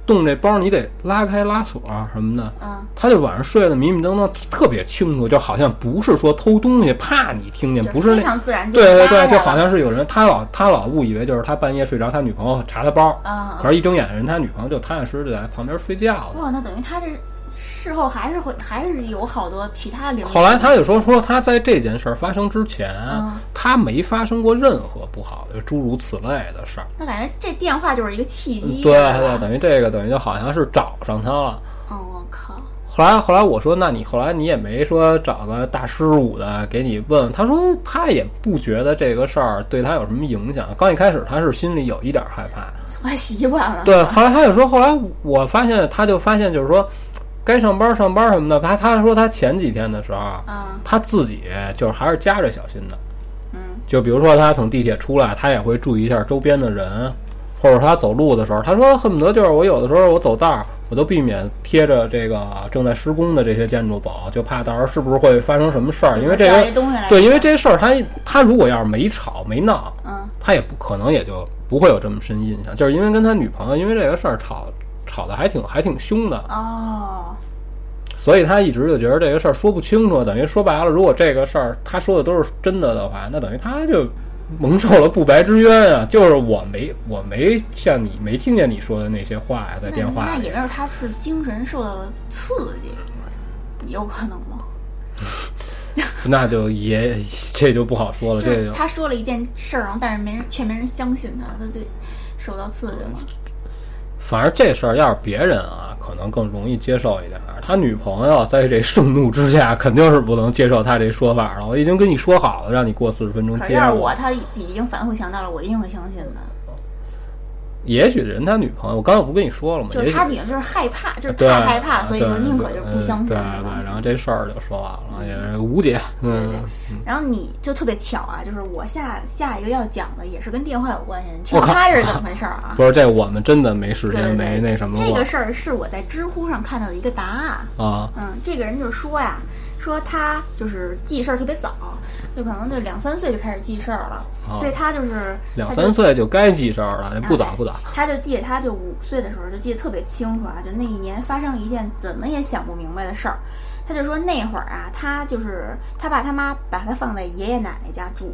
Speaker 1: 动这包，你得拉开拉锁啊什么的。
Speaker 2: 嗯，
Speaker 1: 他就晚上睡得迷迷瞪瞪，特别清楚，就好像不是说偷东西，怕你听见，
Speaker 2: 就
Speaker 1: 不是
Speaker 2: 非
Speaker 1: 那。
Speaker 2: 常自然，
Speaker 1: 对对
Speaker 2: 拉
Speaker 1: 对，
Speaker 2: 下
Speaker 1: 就
Speaker 2: 来
Speaker 1: 好
Speaker 2: 了
Speaker 1: 像是有人，他老他老误以为就是他半夜睡着，他女朋友查他包，
Speaker 2: 啊，
Speaker 1: 可是一睁眼人他女朋友就踏踏实实地在旁边睡觉了。
Speaker 2: 哇，那等于他这事后还是会还是有好多其他领域。
Speaker 1: 后来他就说说他在这件事儿发生之前，啊
Speaker 2: 嗯
Speaker 1: 他没发生过任何不好的诸如此类的事儿。
Speaker 2: 那感觉这电话就是一个契
Speaker 1: 嗯
Speaker 2: 机，
Speaker 1: 对
Speaker 2: 是吧
Speaker 1: 对，等于这个等于就好像是找上他了。
Speaker 2: 嗯，我靠，
Speaker 1: 后来后来我说，那你后来你也没说找个大师傅的给你问，他说他也不觉得这个事儿对他有什么影响。刚一开始他是心里有一点儿害怕，
Speaker 2: 坏习惯了。
Speaker 1: 对，后来他就说，后来我发现他就发现就是说，该上班上班什么的，他他说他前几天的时候，啊
Speaker 2: 嗯
Speaker 1: 他自己就是还是夹着小心的，
Speaker 2: 嗯
Speaker 1: 就比如说他从地铁出来，他也会注意一下周边的人，或者他走路的时候，他说恨不得就是我有的时候我走道儿，我都避免贴着这个正在施工的这些建筑走，就怕到时候是不是会发生什么事儿，因为这
Speaker 2: 掉
Speaker 1: 个
Speaker 2: 一东西来，
Speaker 1: 对，因为这事儿他他如果要是没吵没闹，
Speaker 2: 嗯
Speaker 1: 他也不可能也就不会有这么深印象，就是因为跟他女朋友因为这个事儿吵吵得还挺还挺凶的，
Speaker 2: 哦，
Speaker 1: 所以他一直就觉得这个事儿说不清楚，等于说白了，如果这个事儿他说的都是真的的话，那等于他就蒙受了不白之冤啊！就是我没我没像你没听见你说的那些话呀，在
Speaker 2: 那
Speaker 1: 电话
Speaker 2: 那
Speaker 1: 里
Speaker 2: 也没准他是精神受到了刺激，有可能吗？
Speaker 1: 那就也这就不好说了，
Speaker 2: 就
Speaker 1: 这
Speaker 2: 是
Speaker 1: 就
Speaker 2: 他说了一件事儿，然后但是没人却没人相信他，他就受到刺激了。
Speaker 1: 反正这事儿要是别人啊，可能更容易接受一点儿。他女朋友在这盛怒之下，肯定是不能接受他这说法了。我 已经跟你说好了，让你过四十分钟
Speaker 2: 可是
Speaker 1: 接
Speaker 2: 要
Speaker 1: 着
Speaker 2: 哎是我，他已经反复强调了，我一定会相信的。
Speaker 1: 也许人他女朋友，我刚才不跟你说了吗？
Speaker 2: 就是
Speaker 1: 也许
Speaker 2: 他女儿就是害怕，就是
Speaker 1: 对，啊
Speaker 2: 太害怕，所以就
Speaker 1: 对嗯
Speaker 2: 宁可就是不相信。嗯
Speaker 1: 对啊
Speaker 2: 是
Speaker 1: 对
Speaker 2: 吧
Speaker 1: 对，然后这事儿就说完了，也是无解。嗯，
Speaker 2: 然后你就特别巧啊，就是我下下一个要讲的也是跟电话有关系，你听
Speaker 1: 我靠
Speaker 2: 他这是怎么回事儿 啊？
Speaker 1: 不是这我们真的没时
Speaker 2: 对
Speaker 1: 间，
Speaker 2: 对
Speaker 1: 没
Speaker 2: 对，
Speaker 1: 那什么
Speaker 2: 这
Speaker 1: 过
Speaker 2: 个事儿是我在知乎上看到的一个答案。
Speaker 1: 啊。
Speaker 2: 嗯，这个人就说呀，说他就是记事儿特别早，就可能就两三岁就开始记事儿了，
Speaker 1: 哦
Speaker 2: 所以他就是
Speaker 1: 两
Speaker 2: 他就
Speaker 1: 三岁就该记事儿
Speaker 2: 哎
Speaker 1: 了，不早不早。
Speaker 2: 他就记得他就五岁的时候就记得特别清楚啊，就那一年发生了一件怎么也想不明白的事儿。他就说那会儿啊，他就是他爸他妈把他放在爷爷奶奶家住，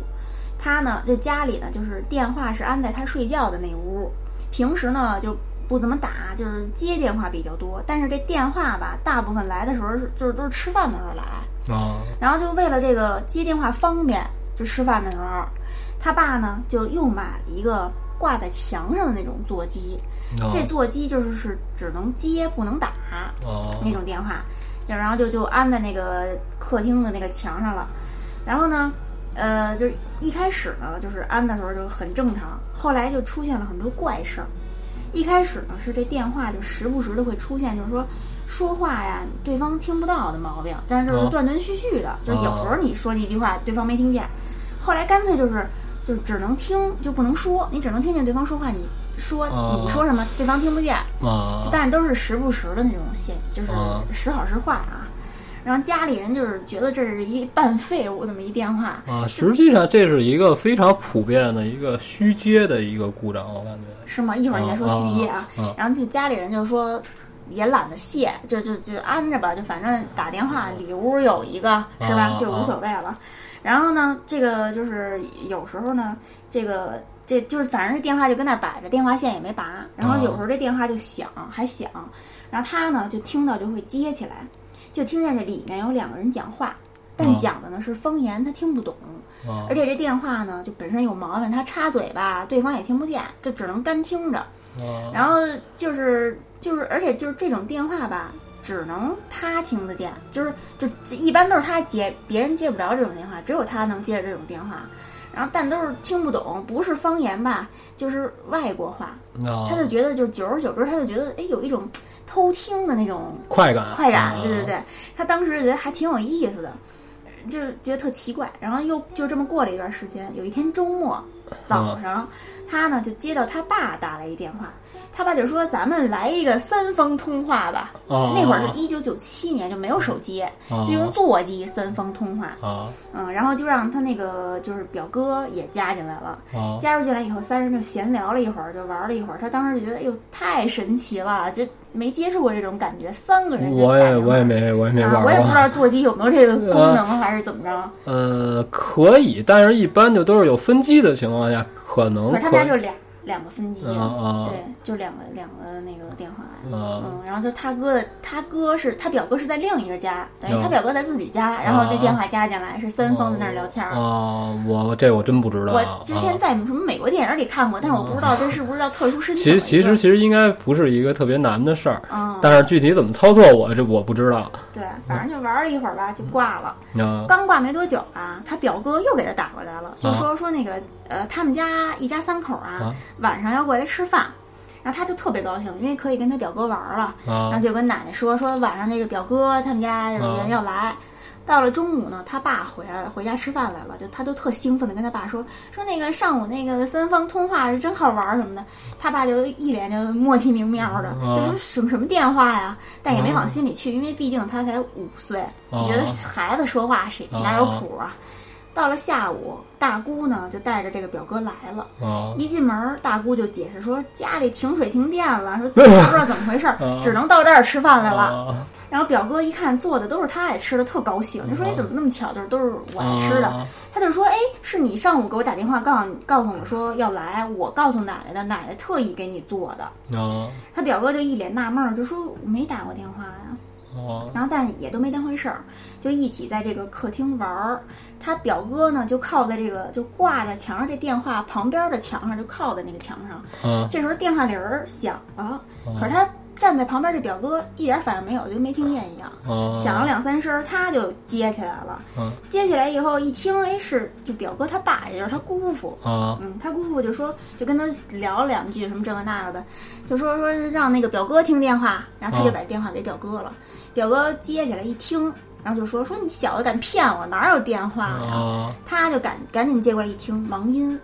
Speaker 2: 他呢就家里呢就是电话是安在他睡觉的那屋，平时呢就不怎么打，就是接电话比较多。但是这电话吧，大部分来的时候是就是都是吃饭的时候来，
Speaker 1: 啊，
Speaker 2: 然后就为了这个接电话方便，就吃饭的时候，他爸呢就又买了一个挂在墙上的那种座机，
Speaker 1: 啊
Speaker 2: 这座机就是是只能接不能打
Speaker 1: 啊
Speaker 2: 那种电话，就然后就就安在那个客厅的那个墙上了。然后呢，呃，就是一开始呢，就是安的时候就很正常，后来就出现了很多怪事儿。一开始呢，是这电话就时不时的会出现，就是说说话呀，对方听不到的毛病，但是就
Speaker 1: 哦
Speaker 2: 是断断续续的，就是有时候
Speaker 1: 哦
Speaker 2: 你说一句话，对方没听见。后来干脆就是，就只能听，就不能说，你只能听见对方说话，你说
Speaker 1: 哦
Speaker 2: 你说什么，对方听不见。
Speaker 1: 啊
Speaker 2: 但是都是时不时的那种现，就是
Speaker 1: 啊
Speaker 2: 时好时坏啊。然后家里人就是觉得这是一半废物，这么一电话，
Speaker 1: 啊！实际上这是一个非常普遍的一个虚接的一个故障，我感觉。
Speaker 2: 是吗？一会儿你再说
Speaker 1: 啊
Speaker 2: 续接啊。
Speaker 1: 啊啊
Speaker 2: 然后就家里人就说，也懒得卸，就就就安着吧，就反正打电话里屋有一个是吧
Speaker 1: 啊，
Speaker 2: 就无所谓了。然后呢，这个就是有时候呢，这个这就是反正是电话就跟那儿摆着，电话线也没拔。然后有时候这电话就响，还响，然后他呢就听到就会接起来，就听见这里面有两个人讲话，
Speaker 1: 啊
Speaker 2: 但讲的呢是方言，他听不懂。
Speaker 1: 啊
Speaker 2: 而且这电话呢，就本身有毛病，他插嘴吧，对方也听不见，就只能干听着。
Speaker 1: 啊
Speaker 2: 然后就是就是，而且就是这种电话吧，只能他听得见，就是就就一般都是他接，别人接不着这种电话，只有他能接着这种电话。然后但都是听不懂，不是方言吧，就是外国话。他就
Speaker 1: 啊，
Speaker 2: 觉得就是久而久之，他就觉得哎有一种偷听的那种
Speaker 1: 快感
Speaker 2: 快感，
Speaker 1: 啊
Speaker 2: 对对对，他当时觉得还挺有意思的，就觉得特奇怪。然后又就这么过了一段时间，有一天周末早上，他呢就接到他爸打来一电话，他爸就说咱们来一个三方通话吧。
Speaker 1: 啊
Speaker 2: 那会儿是一九九七年，就没有手机，
Speaker 1: 啊
Speaker 2: 就用座机三方通话。
Speaker 1: 啊
Speaker 2: 嗯，然后就让他那个就是表哥也加进来了。
Speaker 1: 啊
Speaker 2: 加入进来以后，三人就闲聊了一会儿，就玩了一会儿。他当时就觉得，哎呦，太神奇了，就没接触过这种感觉。三个人就
Speaker 1: 我
Speaker 2: 打
Speaker 1: 也
Speaker 2: 电话
Speaker 1: 我也没我也没
Speaker 2: 啊
Speaker 1: 玩，
Speaker 2: 我也不
Speaker 1: 过
Speaker 2: 知，道座机有没有这个功能，还是怎么着。
Speaker 1: 呃，可以，但是一般就都是有分机的情况下，可能
Speaker 2: 反正他
Speaker 1: 可
Speaker 2: 们家就两两个分机，
Speaker 1: 啊啊
Speaker 2: 对，就两个两个那个电话。
Speaker 1: 啊
Speaker 2: 嗯，然后就他哥的，他哥是他表哥是在另一个家，等于
Speaker 1: 啊哦
Speaker 2: 他表哥在自己家，然后那电话加进来是三方在那儿聊天儿。
Speaker 1: 啊，我这我真不知道。
Speaker 2: 我
Speaker 1: 啊
Speaker 2: 之前在什么美国电影里看过，但是我不知道这是不是叫特殊申请。
Speaker 1: 哦其实其实，其实应该不是一个特别难的事儿，
Speaker 2: 嗯，
Speaker 1: 但是具体怎么操作我这我不知道
Speaker 2: 对，反正就玩了一会儿吧，就挂了。
Speaker 1: 啊
Speaker 2: 刚挂没多久啊，他表哥又给他打过来了，就说说那个呃，他们家一家三口啊
Speaker 1: 啊，
Speaker 2: 晚上要过来吃饭，然后他就特别高兴，因为可以跟他表哥玩了，然后
Speaker 1: 啊
Speaker 2: 就跟奶奶说说晚上那个表哥他们家有人要来。到了中午呢，他爸回来回家吃饭来了，就他都特兴奋的跟他爸说说那个上午那个三方通话是真好玩儿什么的，他爸就一脸就默契明妙的，
Speaker 1: 啊
Speaker 2: 就说什么什么电话呀，但也没
Speaker 1: 啊
Speaker 2: 往心里去，因为毕竟他才五岁，
Speaker 1: 啊
Speaker 2: 就觉得孩子说话谁哪有谱啊？到了下午，大姑呢就带着这个表哥来了。
Speaker 1: 啊
Speaker 2: 一进门儿，大姑就解释说家里停水停电了，说怎么不知道怎么回事儿
Speaker 1: 啊，
Speaker 2: 只能到这儿吃饭来了。
Speaker 1: 啊
Speaker 2: 然后表哥一看做的都是他爱吃的，特高兴，就说：“哎，怎么那么巧，就是都是我爱吃的
Speaker 1: 啊？”
Speaker 2: 他就说：“哎，是你上午给我打电话告诉告诉我说要来，我告诉奶奶的，奶奶特意给你做的。
Speaker 1: 啊”
Speaker 2: 他表哥就一脸纳闷儿，就说：“我没打过电话呀、
Speaker 1: 啊
Speaker 2: 然后但也都没当回事儿，就一起在这个客厅玩儿。他表哥呢就靠在这个就挂在墙上这电话旁边的墙上，就靠在那个墙上。
Speaker 1: 啊
Speaker 2: 这时候电话铃儿响了，可是他站在旁边这表哥一点反应没有，就跟没听见一样。
Speaker 1: 啊
Speaker 2: 响了两三声儿，他就接起来了。
Speaker 1: 嗯
Speaker 2: 接起来以后一听，哎，是就表哥他爸，也就是他姑父。
Speaker 1: 啊
Speaker 2: 嗯，他姑父就说，就跟他聊了两句什么这个那个的，就说说让那个表哥听电话，然后他就
Speaker 1: 啊
Speaker 2: 把电话给表哥了，表哥接起来一听，然后就说说你小子敢骗我，哪有电话呀？
Speaker 1: 啊
Speaker 2: 他就赶赶紧接过来一听，忙音，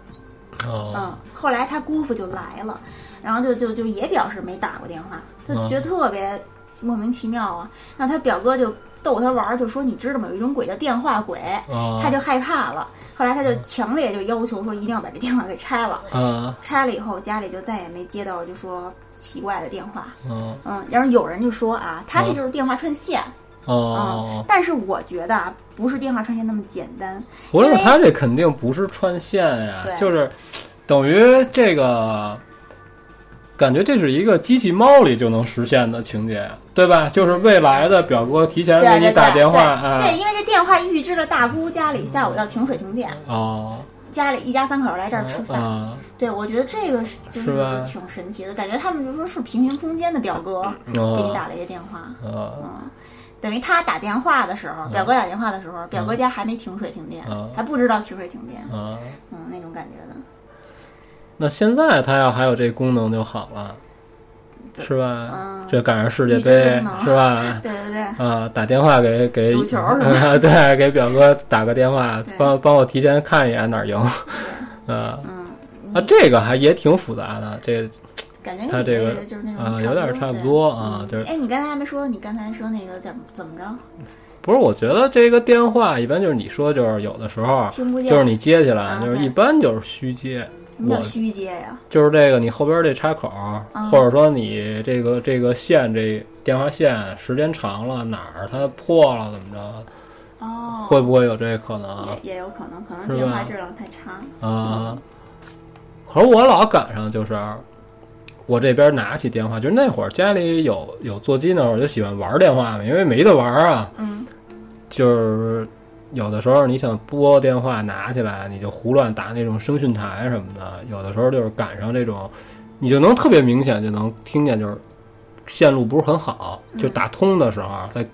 Speaker 1: 啊
Speaker 2: 嗯，后来他姑父就来了，然后就就就也表示没打过电话，他
Speaker 1: 啊
Speaker 2: 觉得特别莫名其妙啊，然后他表哥就逗他玩儿，就说你知道吗？有一种鬼叫电话鬼。
Speaker 1: 啊！
Speaker 2: 他就害怕了，后来他就强烈就要求说一定要把这电话给拆了。
Speaker 1: 啊
Speaker 2: 拆了以后，家里就再也没接到就说奇怪的电话。
Speaker 1: 啊
Speaker 2: 嗯，然后有人就说啊，他这
Speaker 1: 嗯
Speaker 2: 就是电话串线嗯
Speaker 1: 啊！
Speaker 2: 但是我觉得啊，不是电话串线那么简单。
Speaker 1: 不
Speaker 2: 因
Speaker 1: 是
Speaker 2: 为
Speaker 1: 他这肯定不是串线呀
Speaker 2: 对，
Speaker 1: 就是等于这个，感觉这是一个机器猫里就能实现的情节，对吧？就是未来的表哥提前
Speaker 2: 对
Speaker 1: 给
Speaker 2: 对
Speaker 1: 你
Speaker 2: 对，
Speaker 1: 打电话，
Speaker 2: 对对，
Speaker 1: 哎，
Speaker 2: 因为这电话预知了大姑家里下午要停水停电，
Speaker 1: 哦，
Speaker 2: 家里一家三口来这儿吃饭。
Speaker 1: 啊
Speaker 2: 对，我觉得这个是就是
Speaker 1: 吧
Speaker 2: 是挺神奇的，感觉他们就说是平行空间的表哥给你
Speaker 1: 哦
Speaker 2: 打了一个电话。
Speaker 1: 啊
Speaker 2: 嗯，等于他打电话的时
Speaker 1: 哦
Speaker 2: 候，表哥打电话的时候，表哥家还没停水停电
Speaker 1: 嗯，
Speaker 2: 还不知道停水停电，
Speaker 1: 啊！
Speaker 2: 嗯，那种感觉的，
Speaker 1: 那现在他要还有这功能就好了，
Speaker 2: 对
Speaker 1: 是吧
Speaker 2: 嗯？
Speaker 1: 这赶上世界
Speaker 2: 预知
Speaker 1: 杯
Speaker 2: 功能
Speaker 1: 是吧？
Speaker 2: 对对对。
Speaker 1: 啊，打电话给给
Speaker 2: 赌球是吧
Speaker 1: 啊， 对，给表哥打个电话
Speaker 2: 对，
Speaker 1: 帮帮我提前看一眼哪儿赢， 啊
Speaker 2: 嗯
Speaker 1: 啊，这个还也挺复杂的，这
Speaker 2: 感觉
Speaker 1: 他
Speaker 2: 跟你
Speaker 1: 这个
Speaker 2: 那就是那种
Speaker 1: 啊有点差不
Speaker 2: 嗯多
Speaker 1: 多啊，就
Speaker 2: 对。
Speaker 1: 是啊
Speaker 2: 哎，你刚才还没说，你刚才说那个怎么怎么着？
Speaker 1: 不是？我觉得这个电话一般就是你说，就是有的时候
Speaker 2: 听不见
Speaker 1: 就是你接起来，
Speaker 2: 啊
Speaker 1: 就是
Speaker 2: 对
Speaker 1: 一般就是虚接
Speaker 2: 什么叫
Speaker 1: 我
Speaker 2: 虚街呀、
Speaker 1: 就是这个你后边这插口，或者说你这个这个线这电话线时间长了哪儿它破了怎么着，
Speaker 2: 哦，
Speaker 1: 会不会有这可能啊？
Speaker 2: 也也有可能，可能
Speaker 1: 是吧
Speaker 2: 电话质量太差。
Speaker 1: 啊可是我老赶上就是。我这边拿起电话，就是那会儿家里有有座机那会儿，我就喜欢玩电话嘛，因为没得玩啊。
Speaker 2: 嗯，
Speaker 1: 就是有的时候你想拨电话拿起来，你就胡乱打那种声讯台什么的，有的时候就是赶上这种，你就能特别明显就能听见，就是线路不是很好，就打通的时候，在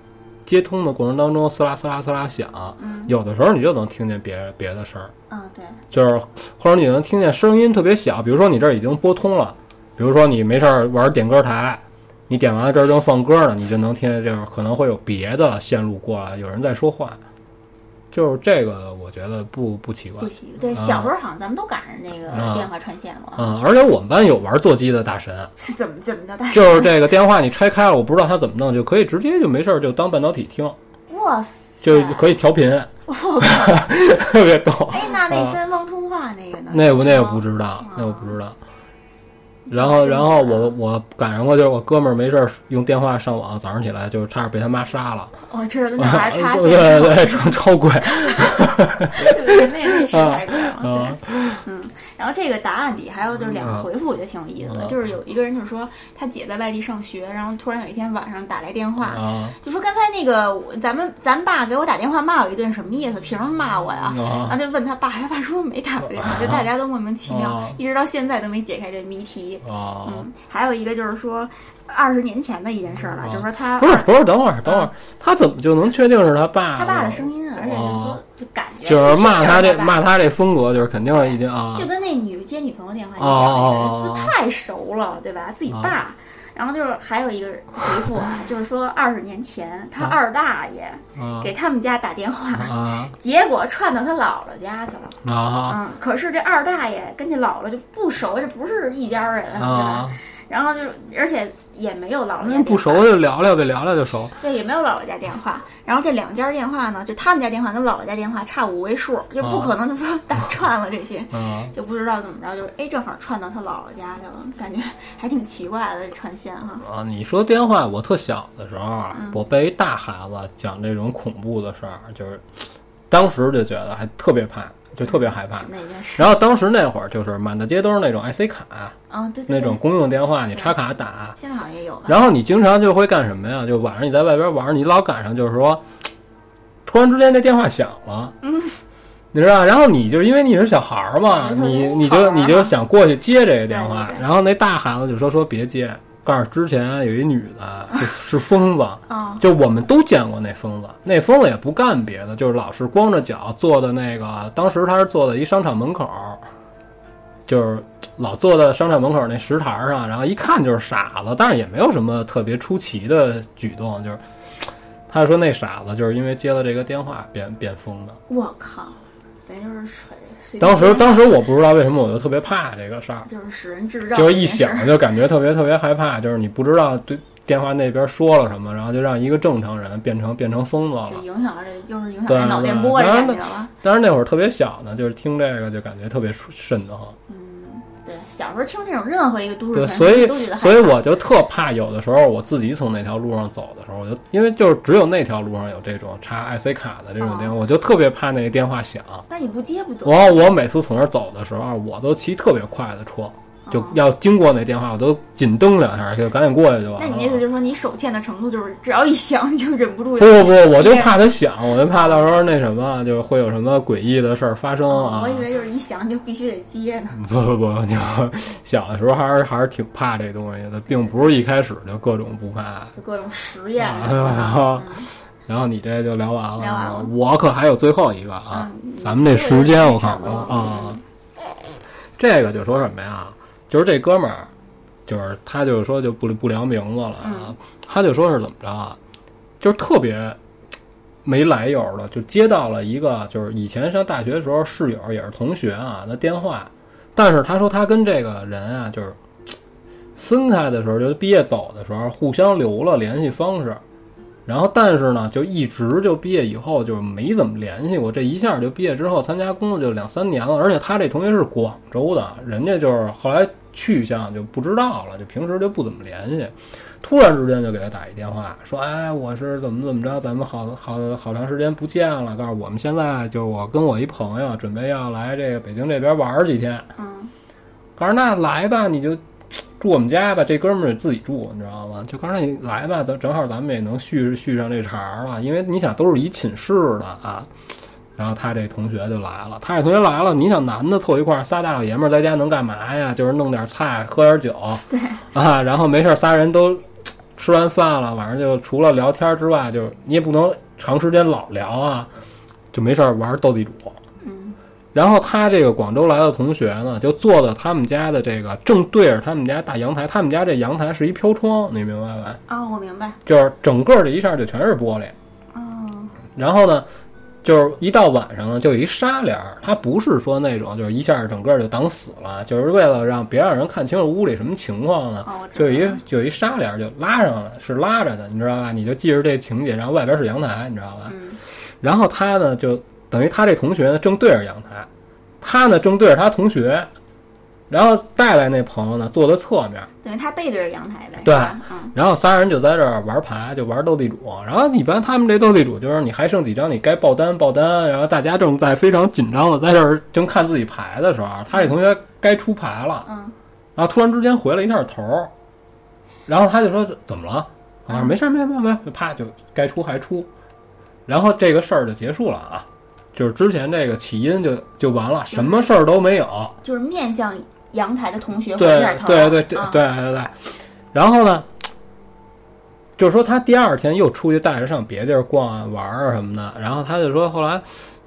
Speaker 1: 接通的过程当中撕拉撕拉撕拉响，
Speaker 2: 嗯
Speaker 1: 有的时候你就能听见别别的声儿，
Speaker 2: 嗯，对，
Speaker 1: 就是或者你能听见声音特别小，比如说你这儿已经拨通了，比如说你没事儿玩点歌台，你点完了这儿正放歌呢，你就能听见这儿可能会有别的线路过来，有人在说话，就是这个我觉得不不奇怪
Speaker 2: 不行。对，
Speaker 1: 啊
Speaker 2: 小时候好像咱们都赶上那个
Speaker 1: 啊
Speaker 2: 电话串线了。
Speaker 1: 啊、嗯而且我们班有玩座机的大神，
Speaker 2: 是怎么怎么着？但
Speaker 1: 就是这个电话你拆开了，我不知道他怎么弄，就可以直接就没事儿就当半导体听，
Speaker 2: 哇塞，
Speaker 1: 就可以调 频， 特别逗。
Speaker 2: 哎，那那
Speaker 1: 啊
Speaker 2: 三方通话那个呢？
Speaker 1: 那我那个不
Speaker 2: 知
Speaker 1: 知道，那我
Speaker 2: 啊
Speaker 1: 不知道。然后，然后我我赶上过，就是我哥们儿没事儿用电话上网，早上起来就差点被他妈杀 了。
Speaker 2: 道，我知道那还插
Speaker 1: 对
Speaker 2: 线，
Speaker 1: 对对，超超贵
Speaker 2: 对，那那是
Speaker 1: 啊
Speaker 2: 太贵了。对嗯
Speaker 1: 啊！
Speaker 2: 然后这个答案底还有就是两
Speaker 1: 嗯
Speaker 2: 个
Speaker 1: 啊
Speaker 2: 回复，我觉得挺有意思的。
Speaker 1: 嗯
Speaker 2: 就是有一个人就说他姐在外地上学，然后突然有一天晚上打来电话，
Speaker 1: 啊
Speaker 2: 就说刚才那个我咱们咱爸给我打电话骂我一顿，什么意思？凭什么骂我呀？然后
Speaker 1: 啊
Speaker 2: 就问他爸，他爸说没打过电话，
Speaker 1: 啊
Speaker 2: 就大家都莫名其妙
Speaker 1: 啊，
Speaker 2: 一直到现在都没解开这谜题。
Speaker 1: 啊！
Speaker 2: 嗯，还有一个就是说二十年前的一件事儿了，
Speaker 1: 啊
Speaker 2: 就是说他
Speaker 1: 不是不是，等会儿等会儿，他怎么就能确定是嗯他爸？
Speaker 2: 他爸的声音，而且就是说
Speaker 1: 哦
Speaker 2: 就感觉
Speaker 1: 就是骂他这
Speaker 2: 爸
Speaker 1: 骂他这风格，就是肯定一定啊
Speaker 2: 就跟那女接女朋友电话，你
Speaker 1: 哦哦
Speaker 2: 讲
Speaker 1: 哦啊
Speaker 2: 的
Speaker 1: 哦
Speaker 2: 这太熟了，对吧？自己爸。然后就是还有一个回复啊，就是说二十年前他二大爷
Speaker 1: 啊
Speaker 2: 给他们家打电话，
Speaker 1: 啊
Speaker 2: 结果串到他姥姥家去了。
Speaker 1: 啊
Speaker 2: 嗯，可是这二大爷跟这姥姥就不熟，这不是一家人，对吧？
Speaker 1: 啊！嗯
Speaker 2: 然后就是而且也没有姥姥家
Speaker 1: 不
Speaker 2: 电话
Speaker 1: 熟就聊聊呗，聊聊就熟
Speaker 2: 对，也没有姥姥家电话。然后这两家电话呢，就他们家电话跟姥姥家电话差五位数，就不
Speaker 1: 啊
Speaker 2: 可能就说 打串了这些。
Speaker 1: 啊
Speaker 2: 就不知道怎么着，就是哎，正好串到他姥姥家去了，感觉还挺奇怪的这串线哈。
Speaker 1: 啊，你说电话，我特小的时候啊，我被一大孩子讲这种恐怖的事儿，就是当时就觉得还特别怕，就特别害怕。
Speaker 2: 那件事
Speaker 1: 然后当时那会儿就是满大街都是那种 IC 卡，
Speaker 2: 啊，对对
Speaker 1: 那
Speaker 2: 对，
Speaker 1: 种公用电话，你插卡打。
Speaker 2: 现在好像也有吧？
Speaker 1: 然后你经常就会干什么呀？就晚上你在外边玩，你老赶上就是说，突然之间这电话响了，嗯，你知道？然后你就因为你是小孩儿嘛，
Speaker 2: 嗯
Speaker 1: 你
Speaker 2: 嗯
Speaker 1: 你
Speaker 2: 好
Speaker 1: 就
Speaker 2: 玩嘛
Speaker 1: 你就想过去接这个电话
Speaker 2: 对对，对
Speaker 1: 然后那大孩子就说说别接，告诉之前有一女的是 是疯子，
Speaker 2: 啊、
Speaker 1: 就我们都见过那疯子，那疯子也不干别的，就是老是光着脚坐在那个，当时他是坐在一商场门口，就是老坐在商场门口那石台上，然后一看就是傻子，但是也没有什么特别出奇的举动，就是他说那傻子就是因为接了这个电话变变疯的。
Speaker 2: 我靠，等于就是水，随便
Speaker 1: 当时
Speaker 2: 编
Speaker 1: 当时我不知道为什么我就特别怕这个事儿，
Speaker 2: 就是使人制造，
Speaker 1: 就是一想就感觉特别特别害怕，就是你不知道对电话那边说了什么，然后就让一个正常人变成变成疯子了
Speaker 2: 就。影响了这，又是影响
Speaker 1: 啊对
Speaker 2: 这脑电
Speaker 1: 对
Speaker 2: 波这
Speaker 1: 当
Speaker 2: 感
Speaker 1: 然
Speaker 2: 觉了。
Speaker 1: 当然那会儿特别小呢，就是听这个就感觉特别瘆得慌，
Speaker 2: 嗯，对，小时候听这种任何一个都市
Speaker 1: 对，
Speaker 2: 传
Speaker 1: 所
Speaker 2: 说
Speaker 1: 以
Speaker 2: 都觉得害
Speaker 1: 所以我就特怕有的时候我自己从那条路上走的时候，我就因为就是只有那条路上有这种插 IC 卡的这种电
Speaker 2: 哦
Speaker 1: 话，我就特别怕那个电话响。
Speaker 2: 那你不接不得
Speaker 1: 然后我每次从那儿走的时候，啊我都骑特别快的车，
Speaker 2: 哦
Speaker 1: 就要经过那电话，我都紧蹬两下，就赶紧过去就
Speaker 2: 那
Speaker 1: 完
Speaker 2: 你那意思
Speaker 1: 了。
Speaker 2: 就是说，你手欠的程度就是，只要一响你就忍不住
Speaker 1: 不不不，我就怕它响，我就怕到时候那什么，就会有什么诡异的事儿发生啊。
Speaker 2: 哦我以为就是一响你就必须得接呢。
Speaker 1: 不不不，就小的时候还是还是挺怕这东西的，并不是一开始就各种不怕。
Speaker 2: 就各种实验
Speaker 1: 啊
Speaker 2: 什么
Speaker 1: 然后
Speaker 2: 的，
Speaker 1: 然后你这就聊完了，
Speaker 2: 聊完了
Speaker 1: 我可还有最后一个啊，
Speaker 2: 嗯
Speaker 1: 咱们这时间我看
Speaker 2: 差不多
Speaker 1: 啊、这个就说什么呀？就是这哥们儿，就是他就是说就不不聊名字了啊，
Speaker 2: 嗯
Speaker 1: 他就说是怎么着啊，就是特别没来由的，就接到了一个就是以前上大学的时候室友也是同学啊的电话，但是他说他跟这个人啊就是分开的时候，就是毕业走的时候，互相留了联系方式。然后，但是呢，就一直就毕业以后就没怎么联系过。这一下就毕业之后参加工作就两三年了，而且他这同学是广州的，人家就是后来去向就不知道了，就平时就不怎么联系。突然之间就给他打一电话，说：“哎，我是怎么怎么着，咱们好 好好长时间不见了。告诉我们现在就是我跟我一朋友准备要来这个北京这边玩儿几天。
Speaker 2: 嗯
Speaker 1: 告诉那来吧，你就住我们家吧。这哥们儿自己住，你知道吗？就告诉那你来吧，咱正好咱们也能续续上这茬儿了，因为你想都是一寝室的啊。然后他这同学就来了，他这同学来了，你想男的凑一块儿，仨大老爷们儿在家能干嘛呀？就是弄点菜，喝点酒，
Speaker 2: 对
Speaker 1: 啊，然后没事儿，仨人都吃完饭了，晚上就除了聊天之外，就是你也不能长时间老聊啊，就没事儿玩斗地主。
Speaker 2: 嗯
Speaker 1: 然后他这个广州来的同学呢，就坐在他们家的这个正对着他们家大阳台，他们家这阳台是一飘窗，你明白吧？
Speaker 2: 啊，我明白。
Speaker 1: 就是整个这一下就全是玻璃。
Speaker 2: 哦，
Speaker 1: 然后呢，就是一到晚上呢，就有一纱帘儿，它不是说那种就是一下整个就挡死了，就是为了让别让人看清楚屋里什么情况呢，
Speaker 2: 哦，我知道
Speaker 1: 就有
Speaker 2: 了
Speaker 1: 一就有一纱帘儿就拉上了，是拉着的，你知道吧？你就记着这情节，然后外边是阳台，你知道吧？
Speaker 2: 嗯
Speaker 1: 然后他呢，就等于他这同学呢正对着阳台，他呢正对着他同学，然后带来那朋友呢坐在侧面，
Speaker 2: 等于他背对着阳台呗。是
Speaker 1: 对
Speaker 2: 吧嗯
Speaker 1: 然后仨人就在这儿玩牌，就玩斗地主。然后一般他们这斗地主就是你还剩几张，你该爆单爆单。然后大家正在非常紧张的在这儿正看自己牌的时候，他这同学该出牌了，
Speaker 2: 嗯，
Speaker 1: 然后突然之间回了一下头儿，然后他就说怎么了？我说
Speaker 2: 嗯
Speaker 1: 没事儿没事儿没事儿，就啪就该出还出，然后这个事儿就结束了啊，就是之前这个起因就就完了，什么事儿都没有。
Speaker 2: 就是面向阳台的同学回
Speaker 1: 对
Speaker 2: 点头。
Speaker 1: 对对对
Speaker 2: 啊
Speaker 1: 对对对。然后呢，就是说他第二天又出去带着上别地儿逛啊、玩儿啊什么的，然后他就说后来。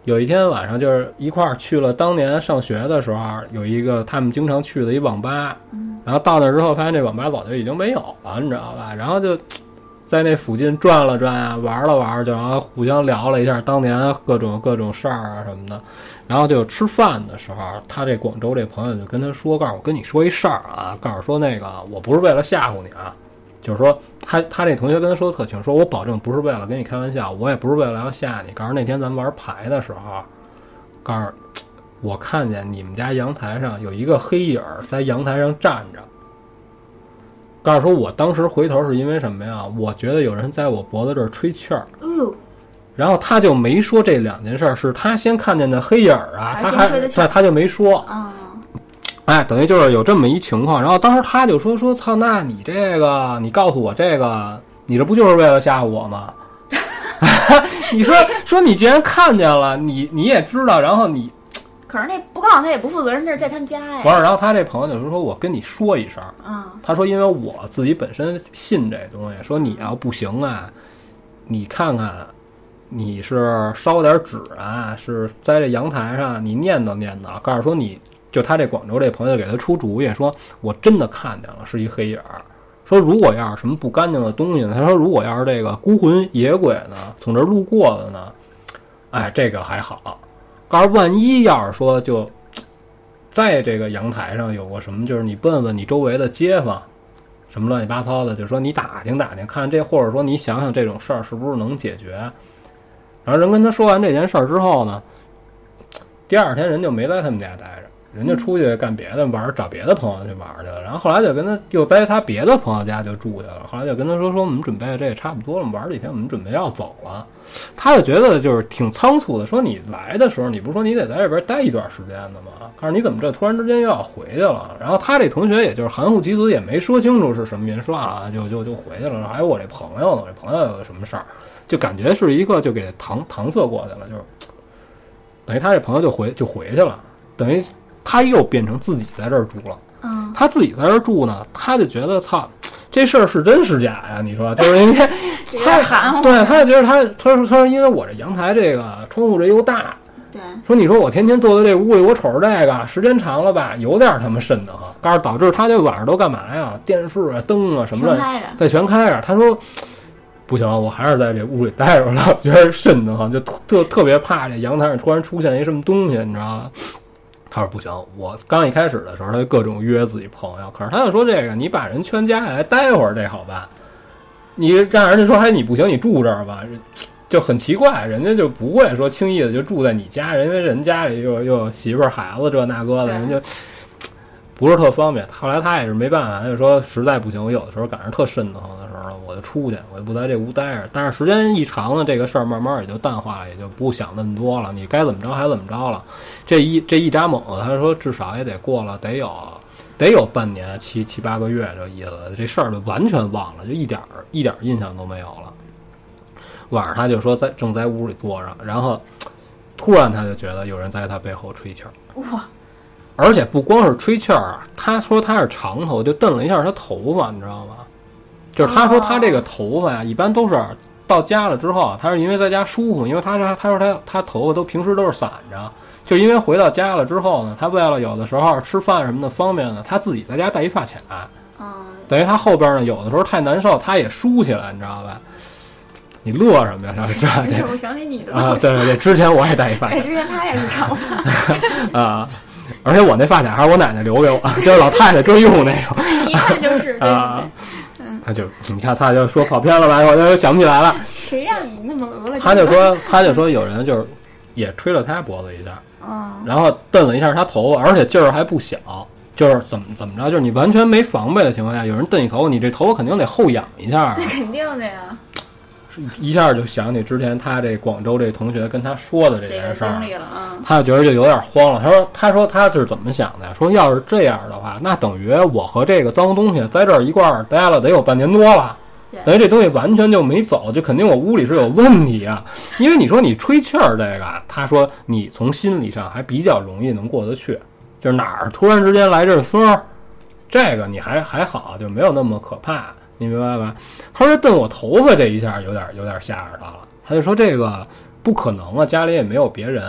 Speaker 1: 有一天晚上，就是一块儿去了当年上学的时候，有一个他们经常去的一网吧，
Speaker 2: 嗯
Speaker 1: 然后到那儿之后，发现这网吧早就已经没有了，你知道吧？然后就在那附近转了转啊，玩了玩，就然后互相聊了一下当年各种各种事儿啊什么的。然后就吃饭的时候，他这广州这朋友就跟他说：“告诉我跟你说一事儿啊，告诉说那个我不是为了吓唬你啊，就是说他他这同学跟他说特清，说我保证不是为了跟你开玩笑，我也不是为了要吓你。告诉那天咱们玩牌的时候，告诉我看见你们家阳台上有一个黑影儿在阳台上站着。告诉说，我当时回头是因为什么呀？我觉得有人在我脖子这儿吹气儿，
Speaker 2: 哎呦，
Speaker 1: 然后他就没说这两件事儿，是他先看见的黑影儿啊，
Speaker 2: 还
Speaker 1: 他
Speaker 2: 先
Speaker 1: 还
Speaker 2: 吹的气
Speaker 1: 对
Speaker 2: 儿
Speaker 1: 他就没说，
Speaker 2: 啊，
Speaker 1: 哎，等于就是有这么一情况。然后当时他就说说操，那你这个，你告诉我这个，你这不就是为了吓唬我 吗？你说说你既然看见了，你你也知道，然后你
Speaker 2: 可是那不告诉他也不负责任，那是在他们家
Speaker 1: 不
Speaker 2: 呀。
Speaker 1: 是，然后他这朋友就说我跟你说一声，
Speaker 2: 啊，
Speaker 1: 他说因为我自己本身信这东西，说你要不行啊，你看看。你是烧点纸啊，是在这阳台上你念叨念叨，告诉说你就他这广州这朋友给他出主意，说我真的看见了，是一黑影儿。说如果要是什么不干净的东西呢？他说如果要是这个孤魂野鬼呢，从这儿路过的呢，哎，这个还好。告诉万一要是说就在这个阳台上有过什么，就是你问问你周围的街坊，什么乱七八糟的，就说你打听打听，看这或者说你想想这种事儿是不是能解决。然后人跟他说完这件事儿之后呢，第二天人就没在他们家待着，人就出去干别的玩，儿，找别的朋友去玩儿去了。然后后来就跟他又在他别的朋友家就住去了。后来就跟他说说我们准备这也差不多了，我们玩儿几天我们准备要走了。他就觉得就是挺仓促的，说你来的时候你不是说你得在这边待一段时间的吗？可是你怎么这突然之间又要回去了？然后他这同学也就是含糊其辞，也没说清楚是什么原说啊，就就就回去了。还有我这朋友呢，我这朋友有什么事儿，就感觉是一个就给搪搪塞过去了，就是等于他这朋友就回就回去了，等于他又变成自己在这儿住了。
Speaker 2: 嗯，
Speaker 1: 他自己在这儿住呢，他就觉得操，这事儿是真是假呀？你说，就是因为
Speaker 2: 这有
Speaker 1: 他
Speaker 2: 点含糊。
Speaker 1: 对，他就觉得他他说他说因为我这阳台这个窗户这又大，
Speaker 2: 对，
Speaker 1: 说你说我天天坐在这屋里，我瞅着这个，时间长了吧，有点他妈瘆得慌。告诉导致他这晚上都干嘛呀？电视啊、灯啊什么
Speaker 2: 全
Speaker 1: 的，
Speaker 2: 开着。
Speaker 1: 对，全开着。他说。不行，我还是在这屋里待着了，觉得瘆得慌，就特特特别怕这阳台上突然出现一什么东西，你知道吗？他说不行，我刚一开始的时候，他就各种约自己朋友，可是他就说这个，你把人全家下来待会儿这好办。你让人家说，哎，你不行，你住这儿吧，人就很奇怪，人家就不会说轻易的就住在你家，人家人家里又又有媳妇儿、孩子这那个的，
Speaker 2: 对
Speaker 1: 人家不是特方便。后来他也是没办法，他就说实在不行，我有的时候赶上特瘆得慌的时候，我就出去，我就不在这屋待着。但是时间一长了，这个事儿慢慢也就淡化了，也就不想那么多了。你该怎么着还怎么着了。这一这一扎猛子，他说至少也得过了得有得有半年七七八个月这意思，这事儿就完全忘了，就一点儿一点儿印象都没有了。晚上他就说在正在屋里坐着，然后突然他就觉得有人在他背后吹气儿，
Speaker 2: 哇，
Speaker 1: 而且不光是吹气儿啊，他说他是长头，就瞪了一下他头发，你知道吗？就是他说他这个头发呀，一般都是到家了之后啊，他是因为在家舒服，因为他说他说他他头发都平时都是散着，就因为回到家了之后呢，他为了有的时候吃饭什么的方便呢，他自己在家带一发卡，
Speaker 2: 嗯，
Speaker 1: 等于他后边呢有的时候太难受，他也梳起来，你知道吧？你乐什么呀？这
Speaker 2: 嗯没
Speaker 1: 这
Speaker 2: 事，我想起你的
Speaker 1: 啊，
Speaker 2: 了。
Speaker 1: 对对对，之前我也戴一发卡
Speaker 2: 哎，之前他也是长发，
Speaker 1: 啊，而且我那发卡还是我奶奶留给我， 就是老太太专用那种
Speaker 2: 一看就是。
Speaker 1: 啊
Speaker 2: 对。
Speaker 1: 他就你看，他就说跑偏了吧，我就想不起来了。
Speaker 2: 谁让你那么鹅了？
Speaker 1: 他就，说，他就说有人就是也吹了他脖子一下，
Speaker 2: 嗯，
Speaker 1: 然后蹬了一下他头发，而且劲儿还不小。就是怎么怎么着，就是你完全没防备的情况下，有人蹬你头发，你这头发肯定得后仰一下啊
Speaker 2: 对，，肯定的呀，
Speaker 1: 一下就想起之前他这广州这同学跟他说的这
Speaker 2: 这
Speaker 1: 件
Speaker 2: 个
Speaker 1: 事儿
Speaker 2: 经，历了啊。
Speaker 1: 他就觉得就有点慌了。他说：“他说他是怎么想的？说要是这样的话，那等于我和这个脏东西在这儿一块儿待了得有半年多了
Speaker 2: 对，
Speaker 1: 等于这东西完全就没走，就肯定我屋里是有问题啊。因为你说你吹气儿这个啊，他说你从心理上还比较容易能过得去，就是哪儿突然之间来阵风儿，这个你还还好，就没有那么可怕，你明白吧？他说瞪我头发这一下有点有点吓着他了，他就说这个不可能啊，家里也没有别人。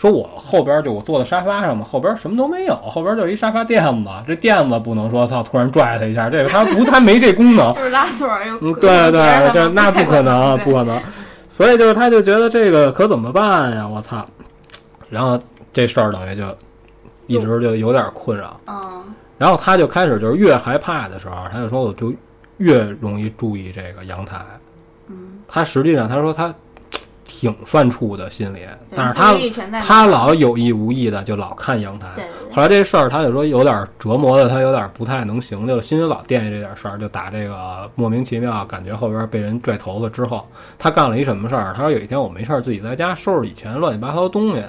Speaker 1: 说我后边就我坐在沙发上嘛，后边什么都没有，后边就是一沙发垫子，这垫子不能说操突然拽他一下，这个他不他没这功能，
Speaker 2: 就是拉锁儿又
Speaker 1: 嗯，
Speaker 2: 搁
Speaker 1: 对
Speaker 2: 到边儿
Speaker 1: 对，
Speaker 2: 上
Speaker 1: 这
Speaker 2: 了
Speaker 1: 那不可能，
Speaker 2: 对
Speaker 1: 不可能。所以就是他就觉得这个可怎么办呀？我操！然后这事儿等于就一直就有点困扰。
Speaker 2: 嗯，
Speaker 1: 然后他就开始就是越害怕的时候，他就说我就越容易注意这个阳台。
Speaker 2: 嗯，
Speaker 1: 他实际上他说他挺犯怵的心里，
Speaker 2: 对
Speaker 1: 但是他
Speaker 2: 注意力全在
Speaker 1: 他
Speaker 2: 你
Speaker 1: 老有意无意的就老看阳台。
Speaker 2: 对对
Speaker 1: 后来这事儿，他就说有点折磨的，他有点不太能行，就心里老惦记这点事儿，就打这个莫名其妙，感觉后边被人拽头发之后，他干了一什么事儿？他说有一天我没事儿自己在家收拾以前乱七八糟的东西，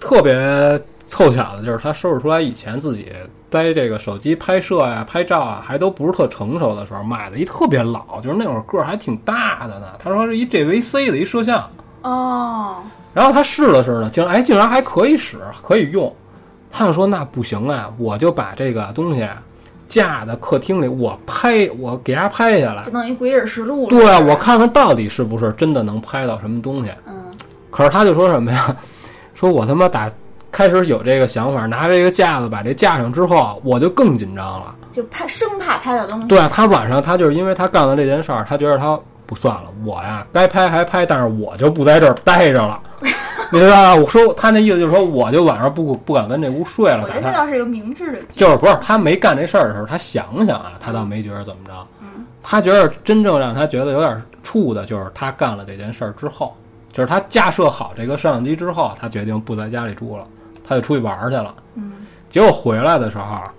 Speaker 1: 特别凑巧的就是他收拾出来以前自己在这个手机拍摄呀、拍照啊，还都不是特成熟的时候买的一特别老，就是那会儿个儿还挺大的呢。他说是一 JVC 的一摄像，
Speaker 2: 对哦，
Speaker 1: 然后他试了试呢，竟然哎，竟然还可以使，可以用。他就说那不行啊，我就把这个东西架在客厅里，我拍，我给它拍下来
Speaker 2: 就。等于鬼影实录了。
Speaker 1: 对啊
Speaker 2: 是，
Speaker 1: 我看看到底是不是真的能拍到什么东西。
Speaker 2: 嗯，
Speaker 1: 可是他就说什么呀？说我他妈打开始有这个想法，拿这个架子把这架上之后，啊我就更紧张了。
Speaker 2: 就怕生怕拍到东西。
Speaker 1: 对啊他晚上他就是因为他干了这件事儿，他觉得他不算了，我呀该拍还拍，但是我就不在这儿待着 了，你知道吧？我说他那意思就是说，我就晚上不不敢跟这屋睡了，
Speaker 2: 我觉
Speaker 1: 打
Speaker 2: 得这
Speaker 1: 算
Speaker 2: 倒是一个明智的举
Speaker 1: 就是不是他没干这事儿的时候，他想想啊，他倒没觉得怎么着，
Speaker 2: 嗯
Speaker 1: 他觉得真正让他觉得有点怵的就是他干了这件事儿之后，就是他架设好这个摄像机之后，他决定不在家里住了，他就出去玩儿去了。
Speaker 2: 嗯，
Speaker 1: 结果回来的时候，啊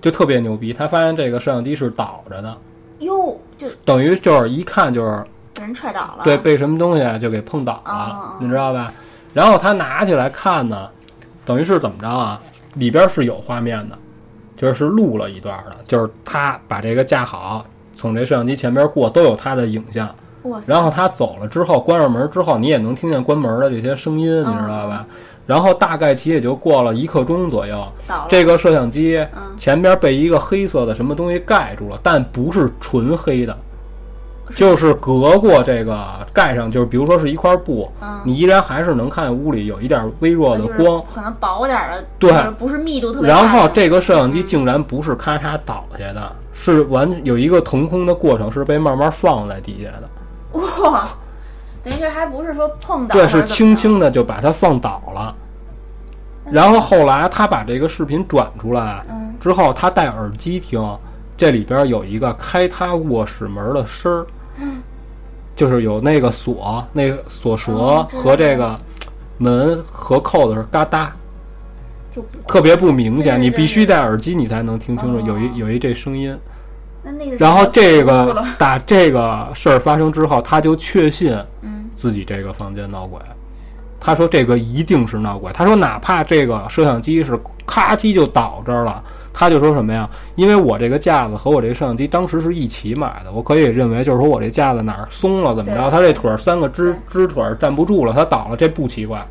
Speaker 1: 就特别牛逼，他发现这个摄像机是倒着的。
Speaker 2: 哟，就
Speaker 1: 等于就是一看就是
Speaker 2: 被人踹倒了。
Speaker 1: 对被什么东西就给碰倒了
Speaker 2: 啊，
Speaker 1: 你知道吧？然后他拿起来看呢，等于是怎么着啊？里边是有画面的，就是是录了一段的，就是他把这个架好，从这摄像机前边过都有他的影像。
Speaker 2: 哇塞，
Speaker 1: 然后他走了之后，关上门之后，你也能听见关门的这些声音，你知道吧？然后大概其也就过了一刻钟左右，
Speaker 2: 倒了。
Speaker 1: 这个摄像机
Speaker 2: 嗯，
Speaker 1: 前边被一个黑色的什么东西盖住了，但不是纯黑的，就是隔过这个盖上，就是比如说是一块布，
Speaker 2: 嗯，
Speaker 1: 你依然还是能看屋里有一点微弱的
Speaker 2: 就是
Speaker 1: 光。
Speaker 2: 可能薄点儿的，
Speaker 1: 对
Speaker 2: 就是不是密度特别大的。嗯
Speaker 1: 然后这个摄像机竟然不是咔嚓倒下的，是完有一个腾空的过程，是被慢慢放在底下的。
Speaker 2: 哇，等于就是还不是说碰到，
Speaker 1: 对，是轻。轻的就把它放倒了。然后后来他把这个视频转出来
Speaker 2: 嗯
Speaker 1: 之后，他戴耳机听，这里边有一个开他卧室门的声儿，就是有那个锁、那个锁舌
Speaker 2: 哦知道
Speaker 1: 和这个门合扣的时候嘎哒，
Speaker 2: 就
Speaker 1: 特别不明
Speaker 2: 对对哦
Speaker 1: 显，你
Speaker 2: 对
Speaker 1: 必须
Speaker 2: 对
Speaker 1: 戴耳机你才能听清楚，有一有一这声音。
Speaker 2: 那那个
Speaker 1: 然后这个
Speaker 2: 了
Speaker 1: 打这个事儿发生之后，他就确信
Speaker 2: 嗯
Speaker 1: 自己这个房间闹鬼。他说这个一定是闹鬼。他说哪怕这个摄像机是咔叽就倒这儿了，他就说什么呀？因为我这个架子和我这个摄像机当时是一起买的，我可以认为就是说我这架子哪儿松了怎么着，
Speaker 2: 对
Speaker 1: 他这腿儿三个支支腿儿站不住了，他倒了，这不奇怪。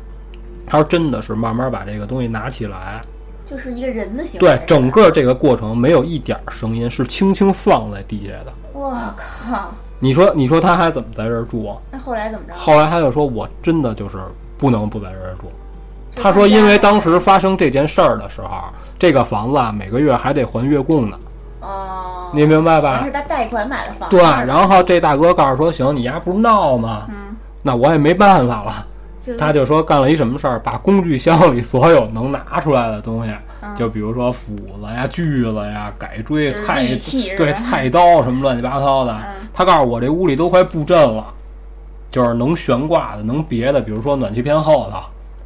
Speaker 1: 他说真的是慢慢把这个东西拿起来，
Speaker 2: 就是一个人的形
Speaker 1: 对整个这个过程没有一点儿声音，是轻轻放在地下的。
Speaker 2: 我靠！
Speaker 1: 你说，你说他还怎么在这儿住啊？
Speaker 2: 那后来怎么着？
Speaker 1: 后来他就说，我真的就是不能不在这儿住。
Speaker 2: 就
Speaker 1: 他说，
Speaker 2: 家
Speaker 1: 因为当时发生这件事儿的时候，这个房子啊每个月还得还月供呢，
Speaker 2: 哦，
Speaker 1: 你明白
Speaker 2: 还
Speaker 1: 吧？
Speaker 2: 是他贷款买的房子，
Speaker 1: 啊对，啊然后这大哥告诉说，行，你丫不是闹吗？
Speaker 2: 嗯，
Speaker 1: 那我也没办法了。
Speaker 2: 就是
Speaker 1: 他就说干了一什么事儿，把工具箱里所有能拿出来的东西，
Speaker 2: 嗯
Speaker 1: 就比如说斧子呀、锯子呀、改锥、
Speaker 2: 就是
Speaker 1: 菜
Speaker 2: 利器是吧
Speaker 1: 对菜刀什么乱七八糟的
Speaker 2: 嗯。
Speaker 1: 他告诉我这屋里都快布阵了，就是能悬挂的、能别的，比如说暖气片后头，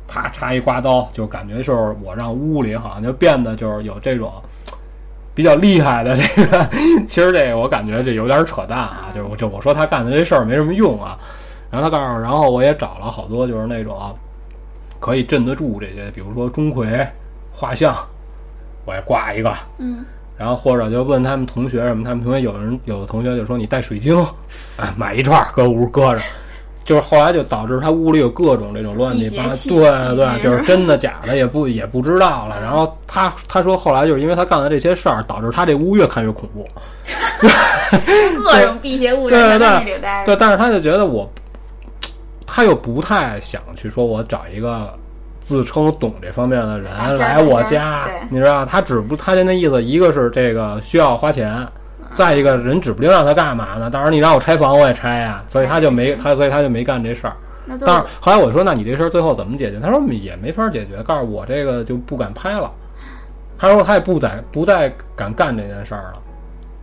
Speaker 1: 啪插一刮刀，就感觉就是我让屋里好像就变得就是有这种。比较厉害的这个， 其实这个我感觉这有点扯淡啊，就是我就我说他干的这事儿没什么用啊。然后他告诉我，然后我也找了好多就是那种可以镇得住这些，比如说钟馗画像，我也挂一个。
Speaker 2: 嗯，
Speaker 1: 然后或者就问他们同学什么，他们同学有人有的同学就说你带水晶，啊，买一串儿搁屋搁着，就是后来就导致他屋里有各种这种乱七八糟，
Speaker 2: 辟邪气
Speaker 1: 对对，
Speaker 2: 气
Speaker 1: 就是真的假的也不也不知道了。然后他他说后来就是因为他干的这些事儿，导致他这屋越看越恐怖。
Speaker 2: 各种辟邪物质，
Speaker 1: 对对
Speaker 2: 他们也得待着
Speaker 1: 对，但是他就觉得我，他又不太想去说我找一个自称懂这方面的人
Speaker 2: 大仙儿
Speaker 1: 来我
Speaker 2: 大仙
Speaker 1: 家
Speaker 2: 儿对，
Speaker 1: 你知道，他只不他就那意思，一个是这个需要花钱。
Speaker 2: 嗯
Speaker 1: 再一个人指不定让他干嘛呢？到时候你让我拆房，我也拆呀、所以他就
Speaker 2: 嗯
Speaker 1: 没他，所以他就没干这事儿。
Speaker 2: 那
Speaker 1: 但是
Speaker 2: 就
Speaker 1: 后来我说，那你这事儿最后怎么解决？他说也没法解决，告诉我这个就不敢拍了。他说他也不再不再敢干这件事儿了。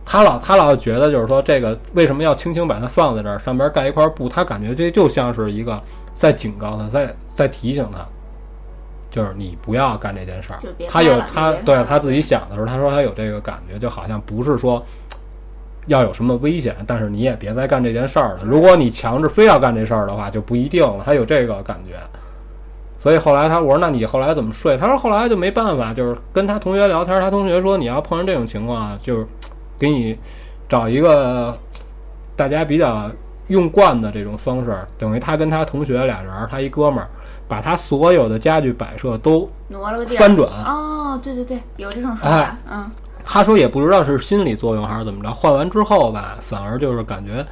Speaker 1: 他老他老觉得就是说这个为什么要轻轻把它放在这儿，上边盖一块布，他感觉这就像是一个在警告他，在在提醒他，就是你不要干这件事儿
Speaker 2: 就别。
Speaker 1: 他有
Speaker 2: 干了
Speaker 1: 他
Speaker 2: 别
Speaker 1: 对
Speaker 2: 干
Speaker 1: 他自己想的时候，他说他有这个感觉，就好像不是说要有什么危险，但是你也别再干这件事儿了。如果你强制非要干这事儿的话，就不一定了。他有这个感觉，所以后来他我说那你后来怎么睡？他说后来就没办法，就是跟他同学聊天，他同学说你要碰上这种情况啊，就是给你找一个大家比较用惯的这种方式，等于他跟他同学俩人儿，他一哥们儿，把他所有的家具摆设都
Speaker 2: 挪了个地儿。
Speaker 1: 翻转。
Speaker 2: 哦，对对对，有这种说法
Speaker 1: 哎，
Speaker 2: 嗯，
Speaker 1: 他说也不知道是心理作用还是怎么着，换完之后吧，反而就是感觉，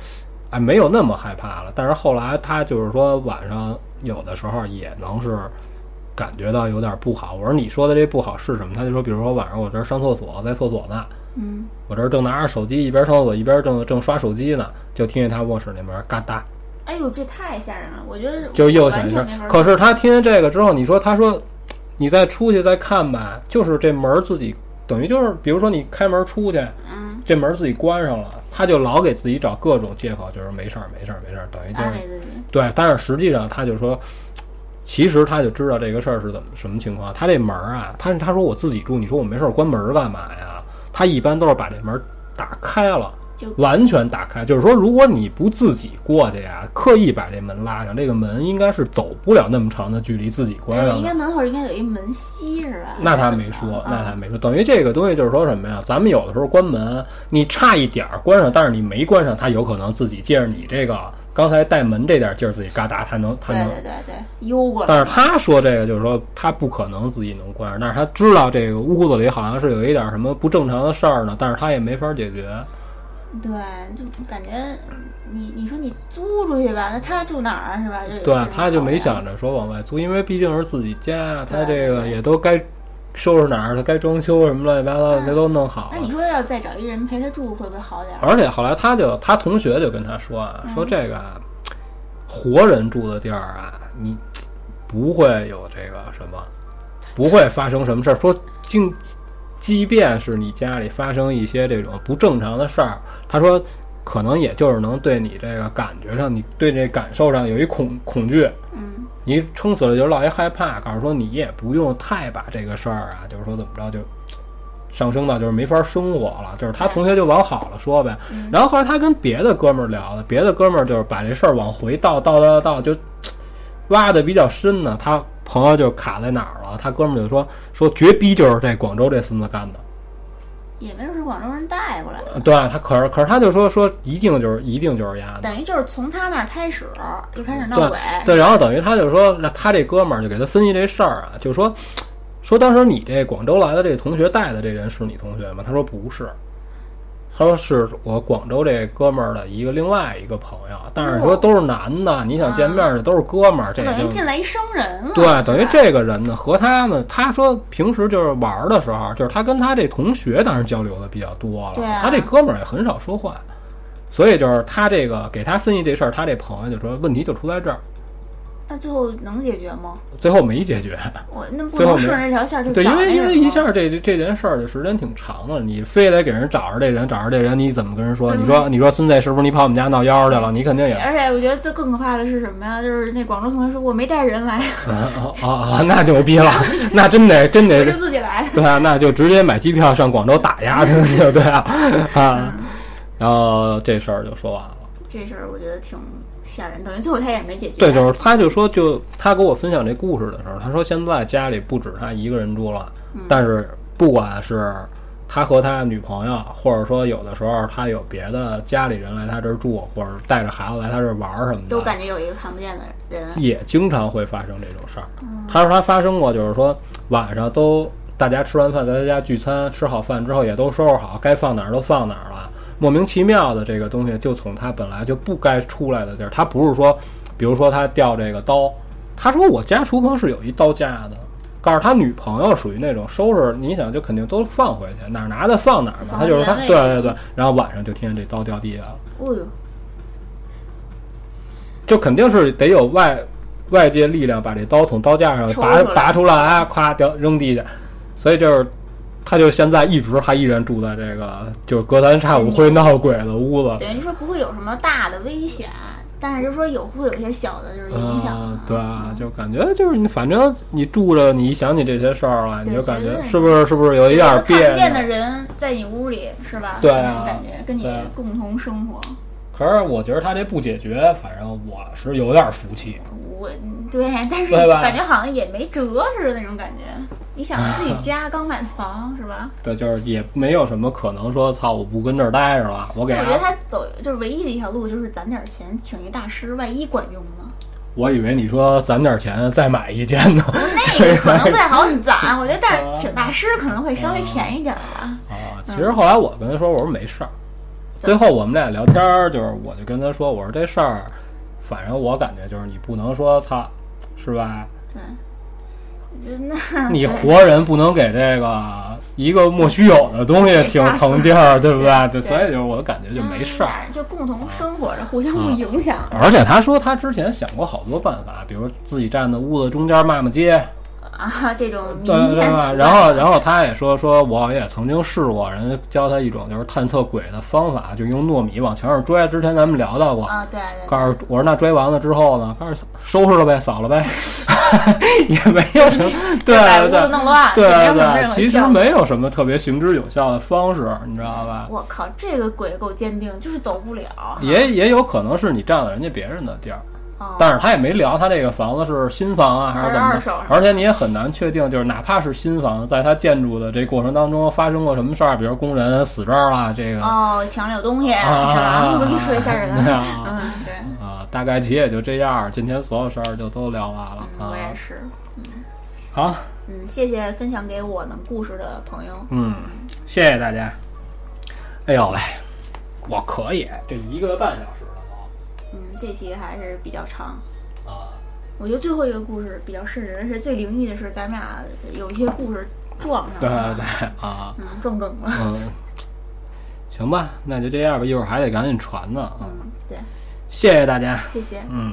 Speaker 1: 哎，没有那么害怕了。但是后来他就是说晚上有的时候也能是感觉到有点不好。我说你说的这不好是什么？他就说，比如说晚上我这儿上厕所，在厕所呢，
Speaker 2: 嗯，
Speaker 1: 我这儿正拿着手机，一边上厕所一边正正刷手机呢，就听见他卧室那门嘎哒，
Speaker 2: 哎呦，这太吓人了，我觉得
Speaker 1: 就又
Speaker 2: 完
Speaker 1: 响一
Speaker 2: 全
Speaker 1: 声
Speaker 2: 没法。
Speaker 1: 可是他听见这个之后，你说他说你再出去再看吧，就是这门儿自己等于就是，比如说你开门出去，
Speaker 2: 嗯，
Speaker 1: 这门儿自己关上了，他就老给自己找各种借口，就是没事儿没事儿没事儿，等于就
Speaker 2: 安
Speaker 1: 是
Speaker 2: 慰自己，
Speaker 1: 对。但是实际上他就说。其实他就知道这个事儿是怎么什么情况。他这门儿啊，他他说我自己住，你说我没事儿关门儿干嘛呀？他一般都是把这门儿打开了，
Speaker 2: 就
Speaker 1: 完全打开，就是说，如果你不自己过去呀、刻意把这门拉上，这个门应该是走不了那么长的距离自己关
Speaker 2: 哎
Speaker 1: 上
Speaker 2: 应该
Speaker 1: 的。
Speaker 2: 门口应该有一门吸是啊吧？
Speaker 1: 那他没说，
Speaker 2: 嗯
Speaker 1: 那他没说，等于这个东西就是说什么呀？咱们有的时候关门，你差一点儿关上，但是你没关上，他有可能自己借着你这个刚才带门这点劲儿，自己嘎达，他能他
Speaker 2: 对
Speaker 1: 能
Speaker 2: 对对对，悠过来
Speaker 1: 但是他说这个就是说他不可能自己能关上，但是他知道这个屋子里好像是有一点什么不正常的事儿呢，但是他也没法解决。
Speaker 2: 对，就感觉你你说你租出去吧，那他住哪儿啊是吧？就有
Speaker 1: 对
Speaker 2: 这，种
Speaker 1: 他就没
Speaker 2: 考量
Speaker 1: 想着说往外租，因为毕竟是自己家，他
Speaker 2: 对
Speaker 1: 这个
Speaker 2: 对
Speaker 1: 也都该收拾哪儿，他该装修什么乱七八糟的，
Speaker 2: 嗯
Speaker 1: 这都弄好
Speaker 2: 那
Speaker 1: 了
Speaker 2: 你。说要再找一人陪他住，会不会好点儿？
Speaker 1: 而且后来他就他同学就跟他说啊，说这个啊活人住的地儿啊，你不会有这个什么，不会发生什么事儿。说经即便是你家里发生一些这种不正常的事儿，他说可能也就是能对你这个感觉上，你对这感受上有一恐恐惧，
Speaker 2: 嗯
Speaker 1: 你撑死了就落一害怕，告诉说你也不用太把这个事儿啊，就是说怎么着就上升到就是没法生活了，就是他同学就往好了说呗。
Speaker 2: 嗯
Speaker 1: 然后后来他跟别的哥们儿聊的，别的哥们儿就是把这事儿往回倒倒倒倒，就嘖挖的比较深呢。他朋友就卡在哪儿了，他哥们儿就说说绝逼就是这广州这孙子干的。呃
Speaker 2: 也没准是广州人带过来的，
Speaker 1: 对，啊他可是可是他就说说一定就是一定就是丫的。
Speaker 2: 等于就是从他那儿开始就开始闹鬼，
Speaker 1: 对，然后等于他就说，那他这哥们儿就给他分析这事儿啊，就说说当时你这广州来的这同学带的这人是你同学吗？他说不是，他说是我广州这哥们儿的一个另外一个朋友，但是说
Speaker 2: 哦
Speaker 1: 都是男的，你想见面儿的都是哥们儿，这
Speaker 2: 啊等于
Speaker 1: 就
Speaker 2: 进来一生人了。
Speaker 1: 对，等于
Speaker 2: 吧
Speaker 1: 这个人呢和他们，他说平时就是玩儿的时候，就是他跟他这同学当时交流的比较多了，
Speaker 2: 对啊
Speaker 1: 他这哥们儿也很少说话，所以就是他这个给他分析这事儿，他这朋友就说问题就出在这儿。
Speaker 2: 那最后能解决吗？
Speaker 1: 最后没解决，
Speaker 2: 我那不
Speaker 1: 最后
Speaker 2: 能
Speaker 1: 没
Speaker 2: 顺着这条线儿就
Speaker 1: 对，因
Speaker 2: 找
Speaker 1: 为
Speaker 2: 嗯那
Speaker 1: 因为
Speaker 2: 什么
Speaker 1: 一下这这这件事儿的时间挺长了，你非得给人找着这人，找着这人，你怎么跟人说？
Speaker 2: 嗯
Speaker 1: 你说你说孙子是不是你跑我们家闹幺去了？你肯 定也啊
Speaker 2: 而且我觉得最更可怕的是什么呀？就是那广州同学说我没带人来，
Speaker 1: 啊啊，那牛逼了，那真得真
Speaker 2: 我
Speaker 1: 得
Speaker 2: 是自己来的。
Speaker 1: 对啊，那就直接买机票上广州打压他去，对啊啊，
Speaker 2: 嗯
Speaker 1: 然后这事儿就说完了。
Speaker 2: 这事儿我觉得挺吓人，等于最后他也没解决。
Speaker 1: 对，就是他就说就他给我分享这故事的时候，他说现在家里不止他一个人住了，但是不管是他和他女朋友，或者说有的时候他有别的家里人来他这儿住，或者带着孩子来他这儿玩儿什么的，
Speaker 2: 都感觉有一个看不见的人。哎
Speaker 1: 也经常会发生这种事儿。他说他发生过，就是说晚上都大家吃完饭在他家聚餐，吃好饭之后也都收拾好，该放哪儿都放哪儿了。莫名其妙的这个东西就从他本来就不该出来的地儿，他不是说，比如说他掉这个刀，他说我家厨房是有一刀架的。告诉他女朋友属于那种收拾，你想就肯定都放回去，哪儿拿的放哪儿嘛。他就是他，
Speaker 2: 放原
Speaker 1: 对
Speaker 2: 位
Speaker 1: 对对。然后晚上就听见这刀掉地下了，
Speaker 2: 哦呦，
Speaker 1: 就肯定是得有外外界力量把这刀从刀架上
Speaker 2: 抽
Speaker 1: 拔
Speaker 2: 出来
Speaker 1: 拔出来，咵掉扔地下，所以就是。他就现在一直还依然住在这个就是隔三差五会闹鬼的屋子，
Speaker 2: 等于说不会有什么大的危险，但是就说有会有一些小的就是影响。
Speaker 1: 啊，对啊，就感觉就是你反正你住着，你一想起这些事儿来，
Speaker 2: 对
Speaker 1: 你就感
Speaker 2: 绝
Speaker 1: 觉
Speaker 2: 对
Speaker 1: 是不是是不是有一
Speaker 2: 有
Speaker 1: 点
Speaker 2: 一
Speaker 1: 儿
Speaker 2: 个看
Speaker 1: 别
Speaker 2: 不见的
Speaker 1: 扭？
Speaker 2: 人在你屋里是吧？
Speaker 1: 对
Speaker 2: 就那
Speaker 1: 啊
Speaker 2: 种感觉跟你
Speaker 1: 对啊
Speaker 2: 共同生活。
Speaker 1: 可是我觉得他这不解决，反正我是有点服气。
Speaker 2: 我对，但是
Speaker 1: 对吧
Speaker 2: 感觉好像也没辙似的那种感觉。你想 自己家刚买的房是吧？
Speaker 1: 对，就是也没有什么可能说操，我不跟这儿待着了，我给
Speaker 2: 我觉得
Speaker 1: 他。
Speaker 2: 他走就是唯一的一条路，就是攒点钱请一大师，万一管用 呢？
Speaker 1: 我以为你说攒点钱再买一间 呢。
Speaker 2: 那个可能不太好攒，我觉得但是请大师可能会稍微便宜点儿吧。
Speaker 1: 啊，其实后来我跟他说，我说没事儿。最后我们俩聊天儿，就是我就跟他说，我说这事儿，反正我感觉就是你不能说操，是吧？
Speaker 2: 对，我觉得那
Speaker 1: 你活人不能给这个一个莫须有的东西挺腾地儿，对不对？就所以就是我感觉就没事儿。啊
Speaker 2: 儿，嗯就共同生活着，互相不影响。
Speaker 1: 而且他说他之前想过好多办法，比如自己站在屋子中间骂骂街，
Speaker 2: 啊，这种民
Speaker 1: 对对
Speaker 2: 间
Speaker 1: 对，然后然后他也说说，我也曾经试过，人家教他一种就是探测鬼的方法，就用糯米往墙上追。之前咱们聊到过，
Speaker 2: 啊，对对对，
Speaker 1: 告诉我说那追完了之后呢，告诉收拾了呗，扫了呗， 也没有什么， 对
Speaker 2: 把屋
Speaker 1: 对
Speaker 2: 子
Speaker 1: 对
Speaker 2: 弄乱，没
Speaker 1: 对
Speaker 2: 有什么这
Speaker 1: 对，
Speaker 2: 种
Speaker 1: 其实
Speaker 2: 效果
Speaker 1: 没有什么特别行之有效的方式，你知道吧？
Speaker 2: 我靠，这个鬼够坚定，就是走不了。
Speaker 1: 也也有可能是你占了人家别人的地儿，
Speaker 2: 哦
Speaker 1: 但是他也没聊他这个房子是新房啊还是怎么
Speaker 2: 还是
Speaker 1: 着
Speaker 2: 二手，
Speaker 1: 而且你也很难确定，就是哪怕是新房，在他建筑的这过程当中发生过什么事儿，比如工人死这儿啦，这个
Speaker 2: 哦，墙里有东西是吧？
Speaker 1: 啊
Speaker 2: 我跟你说一吓人
Speaker 1: 对
Speaker 2: 了。
Speaker 1: 啊
Speaker 2: 嗯，对，
Speaker 1: 啊，大概其也就这样，今天所有事儿就都聊完了啊
Speaker 2: 我。也是。
Speaker 1: 好，
Speaker 2: 嗯，谢谢分享给我们故事的朋友。
Speaker 1: 嗯，谢谢大家。哎呦喂，我可以，这一个半小时了
Speaker 2: 嗯，这期还是比较长。
Speaker 1: 都啊，
Speaker 2: 我觉得最后一个故事比较瘆人，而且最灵异的是咱们俩有一些故事撞上
Speaker 1: 对
Speaker 2: 了，
Speaker 1: 对对啊，
Speaker 2: 嗯，撞梗了。
Speaker 1: 嗯，行吧，那就这样吧，一会儿还得赶紧传呢啊。
Speaker 2: 嗯，对，
Speaker 1: 谢谢大家，
Speaker 2: 谢谢。
Speaker 1: 嗯。